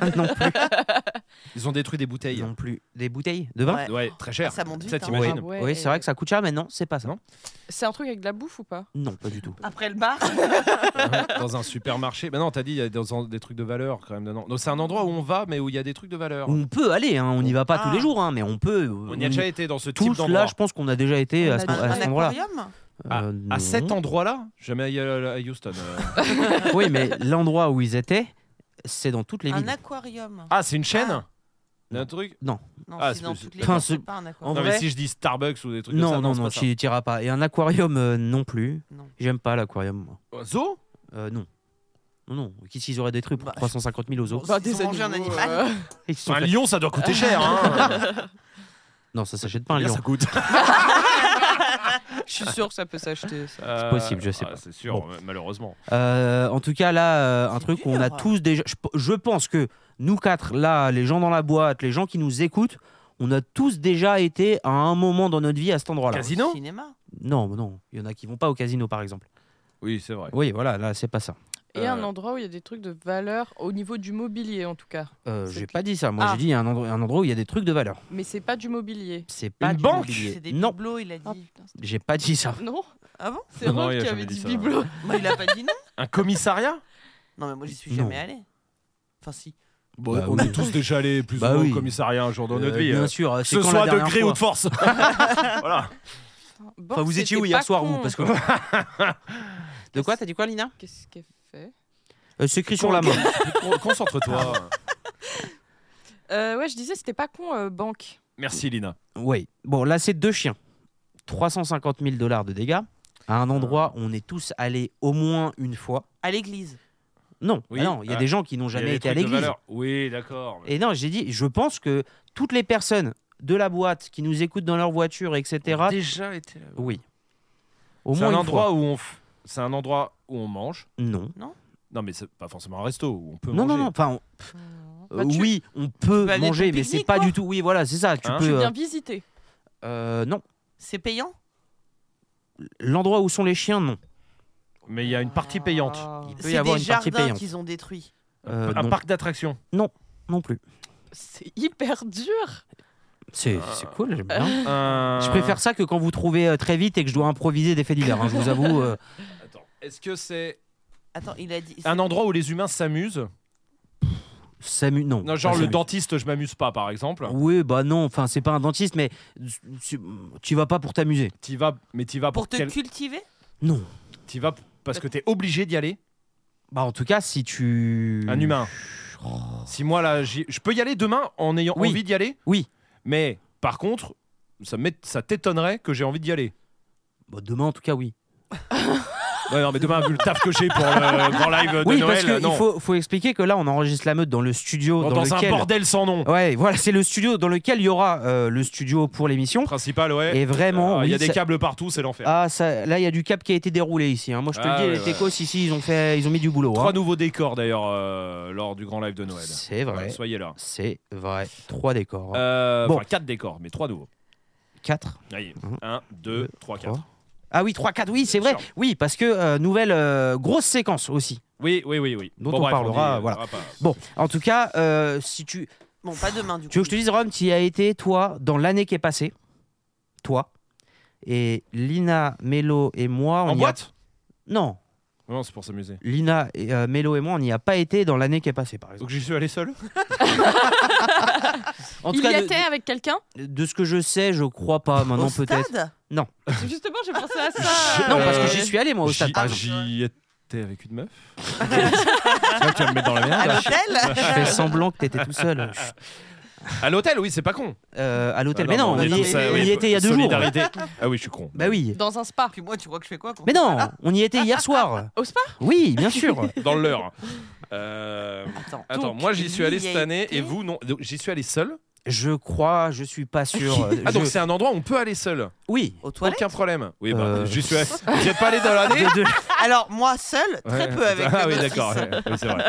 B: Ah, Non plus.
A: Ils ont détruit des bouteilles.
B: Non plus. Des bouteilles de vin
C: Ouais.
A: Ouais, très cher.
C: Ça monte vite, hein.
A: t'imagines
D: Ah ouais,
B: Oui, c'est vrai
D: et-
B: que ça coûte cher, mais non, c'est pas ça.
A: Non.
B: Non,
D: C'est un truc avec de la bouffe ou pas
B: pas du tout.
C: Après le bar,
A: dans un supermarché. Mais non, t'as dit il y a dans un- des trucs de valeur quand même dedans. Non, c'est un endroit où on va, mais où il y a des trucs de valeur.
B: On peut aller, hein, on n'y va pas tous
C: Ah.
B: les jours, hein, mais on peut. euh,
A: On y a déjà été dans ce type
B: Tous là,
A: d'endroit.
B: je pense qu'on a déjà été
D: On
B: à
D: a
B: ce,
C: un,
D: déjà-
B: à
C: un
B: cet endroit-là.
C: aquarium.
A: Ah,
B: Euh,
A: À cet
B: non.
A: endroit-là, jamais à à Houston. euh.
B: Oui, mais l'endroit où ils étaient, c'est dans toutes les
C: Un
B: villes.
C: aquarium.
A: Ah, c'est une chaîne.
C: Ah.
A: Un truc.
C: Non,
A: Ah,
C: c'est
A: c'est-
C: dans toutes les
B: Enfin,
C: villes,
B: c'est-
C: c'est pas un aquarium.
B: En
A: non mais
B: vrai-
A: si je dis Starbucks ou des trucs
B: non,
A: comme ça,
B: non, non,
A: c'est
B: tu n'y iras pas. Et un aquarium euh, non plus.
C: Non.
B: J'aime pas l'aquarium. moi.
A: pas ça. Zoo
B: Euh, non. Non, non. Qu'est-ce qu'ils auraient détruit pour
C: Bah,
B: 350 000 aux
C: Bon,
B: autres
C: ils ont mangé un animal.
B: Ils se sont
A: Un
B: fait-
A: lion, ça doit coûter cher. Hein.
B: Non, ça s'achète pas un
A: Combien
B: lion.
A: Ça coûte.
D: Je suis sûr que ça peut s'acheter. ça.
A: Euh,
B: possible, je sais pas.
A: C'est sûr,
B: Bon.
A: ma- malheureusement.
B: Euh, en tout cas, là, euh, un
C: C'est
B: truc
C: dur.
B: qu'on a tous déjà. Je, p- je pense que nous quatre, là, les gens dans la boîte, les gens qui nous écoutent, on a tous déjà été à un moment dans notre vie à cet endroit-là.
A: Casino Sinon
C: Cinéma.
B: Non, non. Il y en a qui vont pas au casino, par exemple.
A: Oui, c'est vrai.
B: Oui, voilà, là, c'est pas ça.
D: Et un
A: Euh.
D: endroit où il y a des trucs de valeur au niveau du mobilier en tout cas.
B: Euh,
D: C'est
B: j'ai
D: que-
B: pas dit ça. Moi,
D: Ah.
B: j'ai dit il y a un endroit, un endroit où il y a des trucs de valeur.
D: Mais c'est pas du mobilier.
B: C'est pas
A: Une
B: du
A: banque
B: mobilier.
C: C'est des
B: Oh, Non,
C: bibelots, il a dit.
D: Ah putain, c'est-
B: j'ai pas dit ça.
D: Non
C: Ah bon
D: C'est
A: Non, non,
D: Rolf
A: il a
D: qui
A: jamais
D: avait
A: dit
D: dit
A: ça.
D: bibelot.
C: Moi, il a pas dit non.
A: Un commissariat
C: Non, mais moi, j'y suis
B: Non.
C: jamais allé. Enfin, si.
A: Bon,
B: Bah
A: on
B: oui.
A: est tous déjà allés plus
B: Bah
A: ou moins
B: oui.
A: au commissariat un jour dans
B: Euh,
A: notre vie.
B: bien
A: euh.
B: sûr. euh,
A: Que
B: c'est
A: ce
B: quand
A: soit
B: la
A: de
B: dernière
A: gré ou
B: fois
A: de force. voilà.
B: Enfin, vous étiez où hier soir, vous Parce que. de quoi T'as dit quoi, Lina
D: hein. Qu'est-ce qu'elle fait
B: euh, C'est écrit sur la main.
A: Con- Concentre-toi.
D: Euh, Ouais, je disais, c'était pas con, euh, banque.
A: Merci, Lina.
B: Oui. Bon, là, c'est deux chiens. 350 000 dollars de dégâts. À un endroit
A: Ah.
B: où on est tous allés au moins une fois.
C: À l'église.
B: Non,
A: Oui.
B: bah non, il y a
A: Ah.
B: des gens qui n'ont
A: Il y a
B: jamais
A: des
B: été à
A: trucs de
B: l'église.
A: valeur. Oui, d'accord.
B: Et non, j'ai dit, je pense que toutes les personnes de la boîte qui nous écoutent dans leur voiture, etc.
A: déjà été là
B: Oui. Au
A: C'est
B: moins
A: un
B: une
A: endroit
B: fois.
A: où on f- c'est un endroit où on mange.
B: Non.
A: Non, mais c'est pas forcément un resto où on peut
B: Non, non,
A: manger.
B: non. Enfin, on-
C: Bah,
B: euh,
C: tu-
B: oui, on peut
C: peux amener
B: manger,
C: ton
B: mais c'est
C: pique-nique,
B: pas
C: quoi.
B: du tout. Oui, voilà, c'est ça. Tu
A: Hein
B: peux.
D: Tu
B: euh,
D: viens visiter.
B: euh, non.
C: C'est payant
B: L'endroit où sont les chiens, non.
A: Mais il y a une partie payante.
D: Ah.
B: Il peut y
C: C'est
B: avoir
C: des
B: une partie
C: jardins
B: payante.
C: qu'ils ont détruits.
B: Euh,
A: un
B: non.
A: parc d'attractions.
B: Non plus.
D: C'est hyper dur.
B: C'est c'est
A: Ah.
B: cool, j'aime bien.
A: Un-
B: Je préfère ça que quand vous trouvez euh, très vite et que je dois improviser des faits divers. hein, je vous avoue. euh,
A: Attends, est-ce que c'est
C: Attends, il a dit.
B: Ah
A: un endroit où les humains s'amusent
B: s'amu- Non.
A: Non,
B: pas
A: genre le
B: s'amuser.
A: dentiste, je m'amuse pas, par exemple.
B: Oui, bah non. Enfin, c'est pas un dentiste, mais tu- tu vas pas pour t'amuser.
A: T'y vas, mais t'y vas pour,
C: Pour te
A: quel-
C: cultiver
B: Non.
A: T'y vas p- parce que t'es obligé d'y aller.
B: Bah, en tout cas, si tu. Oh,
A: Un humain. Si moi, là, j'y- je peux y aller demain en ayant
B: Oui.
A: envie d'y aller
B: Oui.
A: Mais par contre, ça m'ét- ça t'étonnerait que j'ai envie d'y aller.
B: Bah, demain, en tout cas, oui.
A: Ouais, Bah non, mais demain, vu le taf que j'ai pour le grand live de
B: oui,
A: Noël,
B: parce qu'il
A: non.
B: faut, faut expliquer que là, on enregistre la meute dans le studio.
A: dans,
B: Dans,
A: dans
B: lequel...
A: un bordel sans nom.
B: Ouais, voilà, c'est le studio dans lequel il y aura euh, le studio pour l'émission.
A: Principal, ouais.
B: Et vraiment,
A: Ah, Il y a
B: oui,
A: des
B: ça-
A: câbles partout, c'est l'enfer.
B: Ah, ça, là, il y a du cap qui a été déroulé ici. hein. Moi, je te
A: Ah,
B: le dis,
A: ouais,
B: les
A: ouais.
B: techos, ici, ils ont, fait, ils ont mis du boulot.
A: Trois
B: hein.
A: nouveaux décors d'ailleurs euh, lors du grand live de Noël.
B: C'est vrai.
A: Ouais, soyez là.
B: C'est vrai. Trois décors. hein.
A: Euh,
B: Bon.
A: Enfin, quatre décors, mais trois nouveaux.
B: Quatre.
A: Allez,
B: Mhm.
A: un, deux, trois, quatre.
B: trois. Ah oui, trois, quatre. Oui, c'est vrai.
A: Sûr.
B: Oui, parce que euh, nouvelle euh, grosse séquence aussi.
A: Oui, oui, oui, oui.
B: Dont
A: Bon,
B: on
A: bref,
B: parlera,
A: dit, euh,
B: voilà.
A: on va pas-
B: Bon, en tout cas, euh, si tu,
C: Bon, pas demain du coup.
B: tu veux que je te dise, Rome, tu y as été, toi, dans l'année qui est passée. Toi. Et Lina, Mélo et moi. Ah, on
A: En
B: y a-
A: boîte
B: Non.
A: Non, c'est pour s'amuser.
B: Lina, et, euh, Mélo et moi, on n'y a pas été dans l'année qui est passée, par exemple.
A: Donc j'y suis allé seul.
B: En tout
D: Il y
B: cas,
D: était
B: de,
D: avec quelqu'un
B: de ce que je sais, je crois pas.
C: Au
B: Maintenant, peut-être.
C: stade
D: Justement, j'ai pensé à
A: Je-
D: ça.
B: Non, parce
A: Euh,
B: que j'y suis allé, moi, au stade,
A: J'y
B: par exemple.
A: j'y étais avec une meuf. tu vois, tu vas me mettre dans la
C: à
A: merde.
C: l'hôtel.
B: Ah, bah, Je fais semblant que t'étais tout seul.
A: À l'hôtel, oui, c'est pas con.
B: Euh, à l'hôtel.
A: Ah
B: mais non,
A: on
B: on
A: est
B: y,
A: tous,
B: est-
A: euh,
B: on y
A: oui,
B: était il y a deux
A: solidarité. Ah oui, je suis con.
B: jours. Bah oui.
D: Dans un spa.
C: Puis moi, tu crois que je fais quoi quand
B: Mais
C: on fait
B: non,
A: Ah,
C: ça
B: on y était hier soir.
D: Au spa
B: Oui, bien sûr.
A: Dans l'heure. Euh,
C: Attends.
A: Attends,
C: Donc,
A: moi j'y suis allé
C: lui y
A: cette
C: a
A: année
C: été.
A: et vous non. Donc, J'y suis allé seul.
B: Je crois, je suis pas sûr.
A: Ah donc
B: Je-
A: c'est un endroit où on peut aller seul.
B: Oui.
C: Aux toilettes
A: Aucun problème. Oui, bah,
B: Euh.
A: j'y suis allé. J'y ai pas allé dans l'année.
B: De- de-
C: Alors, moi seul, très
A: Ouais.
C: peu avec
A: Ah
C: le
A: oui,
C: notice.
A: d'accord. ouais. Oui, c'est vrai.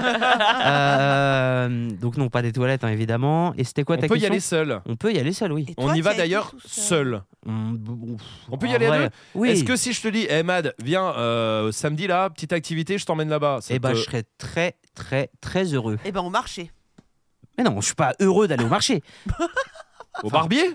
B: euh, donc non, pas des toilettes hein, évidemment. Et c'était quoi
A: ah. On
B: ta
A: peut y
B: question
A: aller seul.
B: On peut y aller seul, oui.
C: Et
A: On
C: toi,
A: y va
C: t'y as été
A: d'ailleurs
C: tout
A: seul.
B: On, ouf,
A: On peut y
B: en
A: aller à
B: vrai,
A: deux
B: Oui.
A: Est-ce que si je te dis, eh Mad, viens euh, samedi là, petite activité, je t'emmène là-bas. ça
B: Eh ben,
A: te-
B: je serais très, très, très heureux.
C: Eh ben, au marché.
B: Mais non, je suis pas heureux d'aller au marché.
A: Au barbier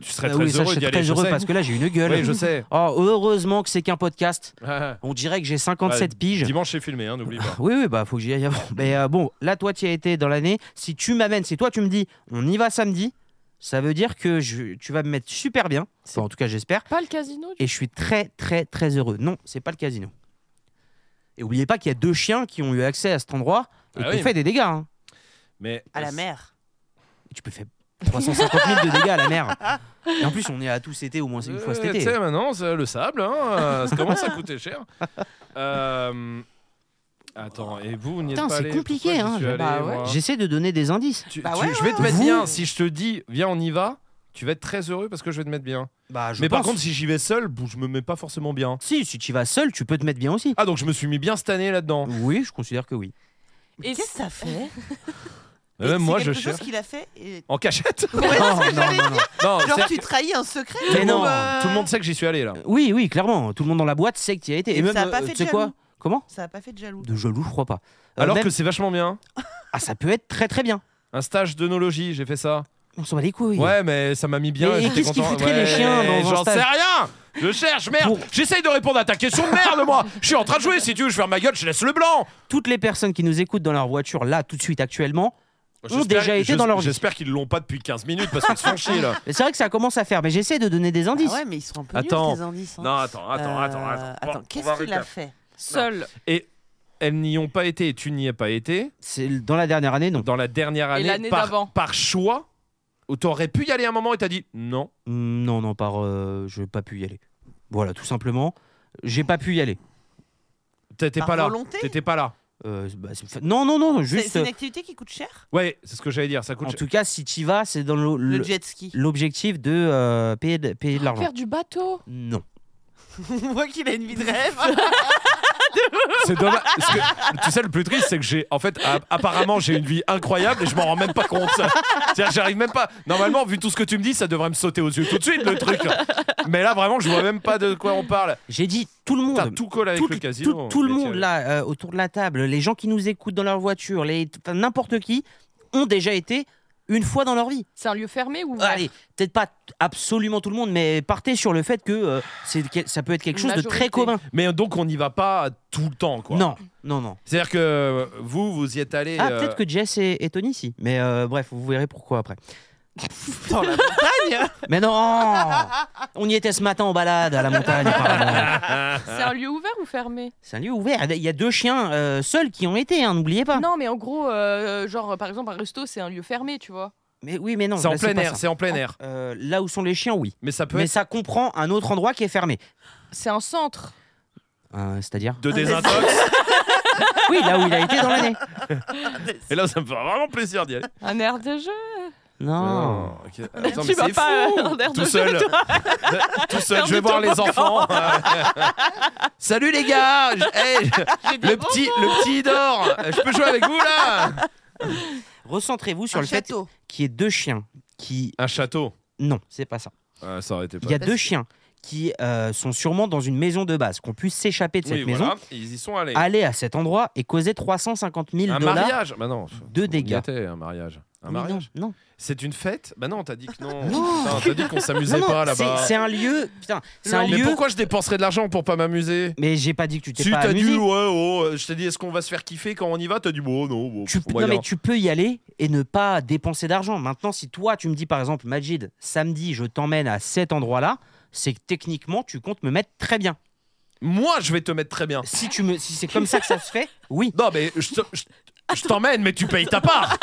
A: Tu serais
B: Bah
A: très
B: oui, ça, je
A: heureux
B: suis
A: d'y
B: très
A: aller. je
B: heureux
A: sais.
B: parce que là, j'ai une gueule.
A: Oui, je sais.
B: Oh, heureusement que c'est qu'un podcast.
A: Ah, ah.
B: On dirait que j'ai 57
A: Bah,
B: piges.
A: Dimanche c'est filmé, hein, n'oublie pas.
B: Oui, oui, bah faut que j'y aille avant. Mais euh, bon, là, toi, tu y as été dans l'année. Si tu m'amènes, si toi, tu me dis, on y va samedi, ça veut dire que je- tu vas me mettre super bien. Enfin, en tout cas, j'espère.
D: Pas le casino du
B: Et je suis très, très, très heureux. Non, c'est pas le casino. Et oubliez pas qu'il y a deux chiens qui ont eu accès à cet endroit et
A: Ah
B: qui ont
A: oui.
B: fait des dégâts. hein.
A: Mais
C: À la mer.
B: Tu peux faire 350 000 de dégâts à la mer. Et en plus, on est à tous été, au moins c'est une fois cet
A: Euh,
B: été.
A: Tu sais, maintenant, c'est le sable, hein, euh, ça commence à coûter cher. Euh, Attends, et vous, vous n'y êtes
B: Putain,
A: pas
B: c'est
A: allé
B: compliqué,
A: Pourquoi j'y
B: hein,
A: suis
B: je-
A: allé,
D: bah ouais.
A: moi
B: J'essaie de donner des indices.
A: Tu-
C: Bah
A: tu-
C: ouais,
A: je vais te
C: ouais,
A: mettre
B: ouais.
A: bien.
B: Vous-
A: Si je te dis, viens, on y va, tu vas être très heureux parce que je vais te mettre bien.
B: Bah, je
A: Mais par
B: pense.
A: contre, si j'y vais seul, bou- je me mets pas forcément bien.
B: si, si tu y vas seul, tu peux te mettre bien aussi.
A: Ah, donc je me suis mis bien cette année là-dedans.
B: Oui, je considère que oui.
D: Et
C: Qu'est-ce que ça fait
A: Mais
C: Et
A: Même moi,
C: c'est
A: je
C: quelque chose
A: cherche.
C: qu'il a fait. et-
A: En cachette
B: Oh,
C: Ouais, c'est ce que
B: non,
C: j'allais
B: non,
C: dire.
A: Non,
B: non.
C: Genre,
A: c'est-
C: tu trahis un secret
A: tout, le
B: Mais
A: monde,
B: non,
C: euh,
A: tout le monde sait que j'y suis allé là.
B: Oui, oui, clairement. Tout le monde dans la boîte sait que tu y as été.
C: Et
B: Et même,
C: ça a pas
B: euh,
C: fait
B: tu
C: de
B: sais quoi
C: jaloux
B: Comment
C: Ça a pas fait de jaloux.
B: De jaloux, je crois pas. Euh,
A: Alors
B: même-
A: que c'est vachement bien.
B: Ah, ça peut être très très bien.
A: Un stage d'onologie, j'ai fait ça.
B: On s'en bat les couilles.
A: Ouais, mais ça m'a mis bien.
B: Mais
A: et
B: et
A: j'étais
B: qu'est-ce qui
A: content.
B: foutrait les chiens dans un
A: J'en
B: stade
A: sais rien Je cherche, merde
B: Pour-
A: J'essaye de répondre à ta question de merde, moi Je suis en train de jouer, si tu veux, je ferme ma gueule, je laisse le blanc
B: Toutes les personnes qui nous écoutent dans leur voiture, là, tout de suite, actuellement,
A: J'espère-
B: déjà été
A: je-
B: dans leur vie.
A: J'espère qu'ils l'ont pas depuis 15 minutes parce qu'ils se font chier là.
B: c'est vrai que ça commence à faire, mais j'essaie de donner des
C: Ah
B: indices.
C: ouais, mais ils sont un peu
A: Attends.
C: nuls, tes indices. hein.
A: Non, attends, attends,
C: Euh,
A: attends. Attends, Bon, on va
C: qu'est-ce qu'il a
A: récap.
C: fait
D: Seul.
A: Elles n'y ont pas été, tu n'y as pas été.
B: C'est dans la dernière année, non.
A: Dans la dernière année,
D: l'année d'avant.
A: par, par choix, où t'aurais pu y aller un moment et t'as dit non.
B: Mm, Non, non, par. euh, je n'ai pas pu y aller. Voilà, tout simplement. J'ai pas pu y aller.
A: T'étais
C: Par
A: pas là.
C: volonté
A: T'étais pas là.
B: Euh, bah, c'est- non, non, non,
C: C'est-
B: juste. euh,
C: C'est une activité qui coûte cher
A: Ouais, c'est ce que j'allais dire. Ça coûte
B: En tout cas, si tu vas, c'est dans le-
C: Le,
B: le-
C: jet ski.
B: l'objectif de euh, payer de,
C: Ah,
B: payer de l'argent.
D: Faire du bateau.
B: Non.
C: On voit qu'il a une vie de rêve.
A: C'est dommage. parce que, tu sais, le plus triste, c'est que j'ai. En fait, a- apparemment, j'ai une vie incroyable et je m'en rends même pas compte. C'est-à-dire, j'arrive même pas. Normalement, vu tout ce que tu me dis, ça devrait me sauter aux yeux tout de suite, le truc. Mais là, vraiment, je vois même pas de quoi on parle.
B: J'ai dit tout le monde.
A: T'as tout collé avec
B: tout,
A: le
B: tout-
A: casino. hein,
B: tout- tout le monde là euh, autour de la table, les gens qui nous écoutent dans leur voiture, les enfin, n'importe qui ont déjà été une fois dans leur vie.
D: C'est un lieu fermé ou ouvert
B: Allez, peut-être pas t- absolument tout le monde, mais partez sur le fait que euh, c'est que- ça peut être quelque chose de très
D: Majorité.
B: commun.
A: Mais donc, on n'y va pas tout le temps, quoi.
B: Non, non, non.
A: C'est-à-dire que vous, vous y êtes allé.
B: Ah,
A: euh,
B: peut-être que Jess et, et Tony si. Mais euh, bref, vous verrez pourquoi après.
C: Dans la montagne hein.
B: Mais non On y était ce matin en balade à la montagne. apparemment.
D: C'est un lieu ouvert ou fermé
B: C'est un lieu ouvert. Il y a deux chiens euh, seuls qui ont été, hein, n'oubliez pas.
D: Non, mais en gros, euh, genre par exemple, un resto, c'est un lieu fermé, tu vois.
B: Mais oui, mais non.
A: C'est en
B: là,
A: plein
B: pas
A: air,
B: ça.
A: c'est en plein air.
B: Euh, là où sont les chiens, oui.
A: Mais ça peut
B: Mais
A: être
B: ça comprend un autre endroit qui est fermé.
D: C'est un centre.
B: Euh, C'est-à-dire
A: de désintox.
B: Oui, là où il a été dans l'année.
A: Et là, ça me fait vraiment plaisir d'y aller.
D: Un air de jeu.
B: Ah. Non.
A: Oh, ok. Attends,
D: tu
A: mais
D: vas
A: c'est
D: pas,
A: fou.
D: euh, en air de
A: tout
D: jeu,
A: seul.
D: toi.
A: tout seul,
D: Faire
A: je vais
D: du
A: voir les enfants.
D: toboggan.
A: Salut les gars. Je- hey, je- le petit, le petit dort. Je peux jouer avec vous là
B: Recentrez-vous sur
C: Un
B: le
C: château.
B: fait qu'il y ait deux chiens qui.
A: Un château.
B: Non, c'est pas ça.
A: Ah, ça aurait été pas.
B: Il y a deux chiens qui euh, sont sûrement dans une maison de base, qu'on puisse s'échapper de cette
A: Oui,
B: maison,
A: voilà. Ils y sont allés.
B: aller à cet endroit et causer 350 000
A: Un
B: dollars
A: mariage. Bah non.
B: de
A: Il y
B: dégâts.
A: était un mariage. Un
B: Oui,
A: mariage.
B: non, non.
A: C'est une fête Bah non, t'as dit que non.
B: Non.
A: Putain, T'as dit qu'on s'amusait
B: Non, non,
A: pas
B: c'est-
A: là-bas.
B: C'est un lieu. Putain, c'est un
A: mais
B: lieu.
A: pourquoi je dépenserais de l'argent pour pas m'amuser
B: Mais j'ai pas dit que tu t'es
A: Si
B: pas
A: t'as dit
B: amusé.
A: ouais, oh, euh, je t'ai dit est-ce qu'on va se faire kiffer quand on y va T'as dit bon, non, bon,
B: Tu,
A: pff,
B: non,
A: moyen.
B: mais tu peux y aller et ne pas dépenser d'argent. Maintenant, si toi, tu me dis par exemple, Majid, samedi, je t'emmène à cet endroit-là, c'est que techniquement, tu comptes me mettre très bien.
A: Moi, je vais te mettre très bien.
B: Si, tu me, si c'est comme ça que ça se fait, oui.
A: Non, mais je te- je- je t'emmène, mais tu payes ta part.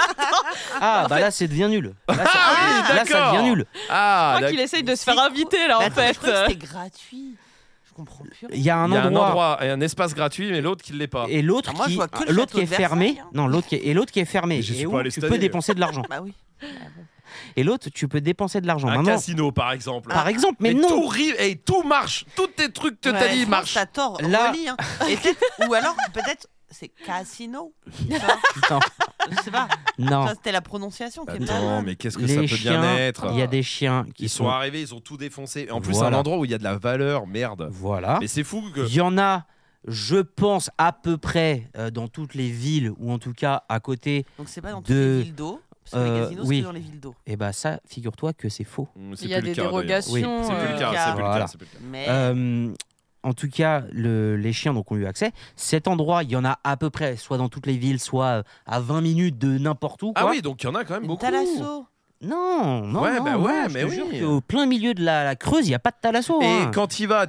B: Ah, bah là, c'est devient nul. Là, ça,
A: Ah, oui,
B: là, ça
A: d'accord.
B: devient nul.
A: Ah,
D: Je crois
A: d'accord.
D: qu'il essaye de se
C: Mais
D: faire
C: c'est-
D: inviter là
C: Mais
D: en
C: attends,
D: fait.
C: je croyais que c'était gratuit. Je comprends plus. rien.
B: Il y a un
A: euh. Il y a
B: endroit.
A: un endroit et un espace gratuit, mais l'autre qui l'est pas.
B: Et l'autre
C: Alors moi, je
B: qui,
C: vois que le
B: l'autre
C: château
B: qui est
C: de Versailles,
B: fermé.
C: hein.
B: Non, l'autre qui est- et l'autre qui est fermé.
A: Mais j'y suis
B: Et
A: pas
B: où
A: allé
B: tu
A: cette
B: peux
A: année.
B: dépenser de l'argent.
C: Bah oui.
B: Et l'autre, tu peux dépenser de l'argent.
A: un
B: Maintenant,
A: casino, par exemple.
B: par exemple, Ah, mais,
A: Et
B: non.
A: Tout ri- et tout marche. Tous tes trucs que t'as
C: Ouais,
A: dit
C: Euh, je pense
A: marchent.
C: T'as tort.
B: Là-
C: Aurélie, hein. Et peut-être- Ou alors, peut-être, c'est casino.
B: Non.
C: Je sais pas.
B: Non.
C: Ça, c'était la prononciation qui est pas
A: Attends,
C: mal.
A: Bah mais qu'est-ce que ça
B: Les
A: peut bien
B: chiens,
A: être
B: il y a des chiens qui
A: Ils sont arrivés, ils ont tout défoncé. En plus, c'est
B: Voilà.
A: un endroit où il y a de la valeur, merde.
B: Voilà.
A: Mais c'est fou que.
B: Il y en a, je pense, à peu près euh, dans toutes les villes, ou en tout cas à côté.
C: Donc c'est pas dans
B: De-
C: toutes les villes d'eau. Parce que
B: Euh,
C: les casinos,
B: oui.
C: c'est dans les villes d'eau.
B: Et bah ça, figure-toi que c'est faux.
A: Mm, c'est
D: Il y a
A: plus le
D: des
A: cas, d'ailleurs.
D: dérogations.
A: C'est plus le
D: euh,
A: cas, c'est plus le
B: Voilà.
A: cas, c'est plus le cas.
C: Mais
B: Euh, en tout cas, le- les chiens donc, ont eu accès. Cet endroit, il y en a à peu près, soit dans toutes les villes, soit euh, à 20 minutes de n'importe où.
A: Ah
B: quoi.
A: oui, donc il y en a quand même
C: une
A: beaucoup.
C: thalasso.
B: Non, non,
A: Ouais,
B: non,
A: bah
B: non,
A: ouais,
B: je
A: mais
B: te
A: oui.
B: jure qu'au plein milieu de la, la Creuse, il n'y a pas de thalasso.
A: Et
B: hein.
A: quand il va,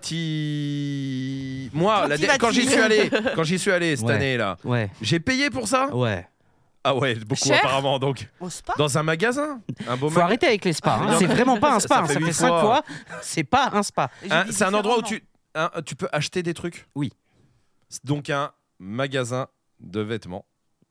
A: t'y. Moi,
C: Quand
A: la
C: t'y
A: dé-
C: vas,
A: quand
C: t'y
A: j'y suis allé, quand j'y suis allé cette
B: Ouais.
A: année là,
B: Ouais,
A: j'ai payé pour ça.
B: ouais.
A: Ah ouais, beaucoup
D: Cher
A: apparemment. Donc
C: Au spa
A: dans un magasin, un beau
B: Faut
A: magasin.
B: arrêter avec les spas. hein.
A: Ah,
B: C'est vraiment pas un
A: Ça-
B: spa.
A: ça
B: hein.
A: fait
B: Ça
A: huit
B: fait 5
A: fois.
B: fois. C'est pas un spa.
C: Et j'ai
A: Hein,
C: dit
A: c'est un endroit où
C: différemment.
A: tu, hein, tu peux acheter des trucs.
B: Oui.
A: C'est Donc un magasin de vêtements.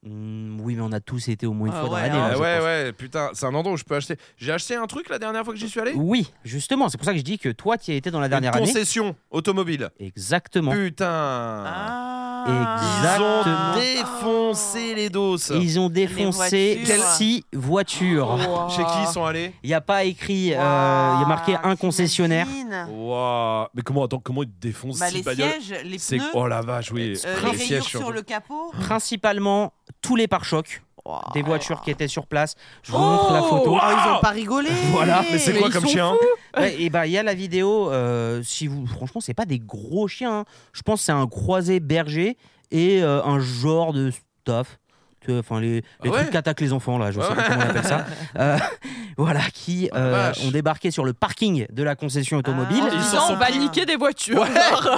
B: Hmm, oui, mais on a tous été au moins une
C: Ah
B: fois dans
C: ouais,
B: l'année.
C: hein.
B: hein,
A: Ah
B: je
A: ouais,
B: pense.
A: ouais, putain, c'est un endroit où je peux acheter. J'ai acheté un truc la dernière fois que j'y suis allé.
B: Oui, justement. C'est pour ça que je dis que toi, tu y as été dans la dernière
A: Une
B: année.
A: concession automobile.
B: Exactement. Ah.
A: Putain. Ils
C: Ah.
A: ont
B: Exactement.
A: défoncé les doses.
B: Et Ils ont défoncé
C: voitures.
B: 6 voitures.
D: Wow.
A: Chez
B: Ah.
A: qui ils sont allés
B: Il n'y a pas écrit, euh, il y a
C: Waouh,
B: marqué un concessionnaire.
C: t'imagines
A: Oh, Waouh. Mais comment attends, comment ils défoncent
C: Bah,
A: six
C: les
A: bagnoles
C: sièges, les
A: C'est
C: pneus,
A: oh la vache, oui.
C: euh, les
A: les
C: rayures
A: sièges
C: sur,
A: sur
C: le capot.
B: Principalement tous les pare-chocs
C: Waouh.
B: des voitures qui étaient sur place. Je vous
D: Oh
B: montre la photo.
A: Waouh
C: Ah, ils ont pas rigolé.
A: Voilà, mais c'est
D: Mais
A: quoi
D: ils
A: comme
D: sont
A: chien
B: Ouais, et bah il y a la vidéo. euh, si vous, franchement, c'est pas des gros chiens. hein. Je pense que c'est un croisé berger et euh, un genre de stuff. Tu vois, Enfin, les, les
A: Ah ouais
B: trucs qu'attaquent les enfants, là, je sais
A: Ouais.
B: pas comment on appelle ça. Euh, voilà, qui
A: Ah la
B: euh,
A: vache.
B: ont débarqué sur le parking de la concession automobile.
C: Ah.
A: Ils
D: Ils
A: s'en
D: sont
A: sont
D: on va
C: plus.
D: niquer des voitures.
A: Ouais,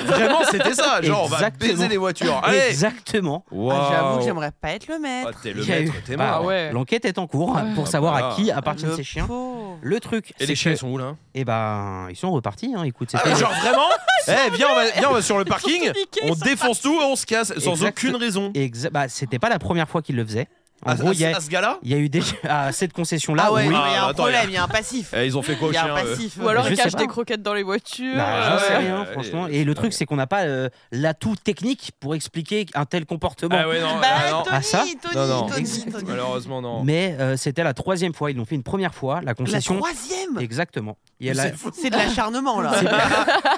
A: vraiment, c'était ça. Genre, on va
B: Exactement.
A: baiser les voitures. Allez
B: Exactement.
C: Ah, J'avoue
A: Waouh.
C: que j'aimerais pas être le maître.
A: Ah, T'es le
B: Il y a
A: maître,
B: eu-
A: t'es
B: bah,
A: mort.
D: Ah ouais.
B: L'enquête est en cours pour
A: Ah
B: savoir
A: bah.
B: à qui appartiennent ces chiens. Le truc,
A: Et
B: c'est
A: les chiens,
B: que-
A: ils sont où là
B: eh ben, ils sont repartis. hein, Écoute,
A: Ah,
B: c'était-
A: mais genre vraiment Eh, viens, on va, viens, on va sur le parking,
D: piqués,
A: on défonce tout et on se casse sans
B: Exact.
A: aucune raison.
B: exa- bah, c'était pas la première fois qu'ils le faisaient. En
A: À,
B: gros,
A: à-
B: il y a-
A: à ce gars-là
B: Il y a eu déjà à cette concession-là.
C: Ah ouais,
B: oui.
C: non, mais il y a
A: Ah,
C: un
A: attends,
C: problème,
A: il
C: il y a un passif.
A: eh, Ils ont fait quoi
C: Il
A: aux
C: y a
A: chiens
C: un
A: eux
C: passif.
D: Ou alors
B: Je
D: ils
B: sais
D: cachent
B: pas.
D: des croquettes dans les voitures.
B: Bah, j'en sais
D: Ah
A: ouais,
B: rien,
A: ouais,
B: franchement.
A: ouais,
B: Et le
A: c'est
B: truc,
A: dingue.
B: c'est qu'on n'a pas euh, l'atout technique pour expliquer un tel comportement.
A: Ah ouais, non,
C: Bah,
A: ah, non.
C: Tony,
B: Ah, ça
C: Tony,
A: Non, non.
C: Tony, Tony.
A: malheureusement non.
B: Mais euh, c'était la troisième fois. Ils l'ont fait une première fois, la
C: La
B: concession.
C: troisième
B: Exactement. Il y a
A: Mais
B: la-
A: C'est fou.
C: C'est de l'acharnement là.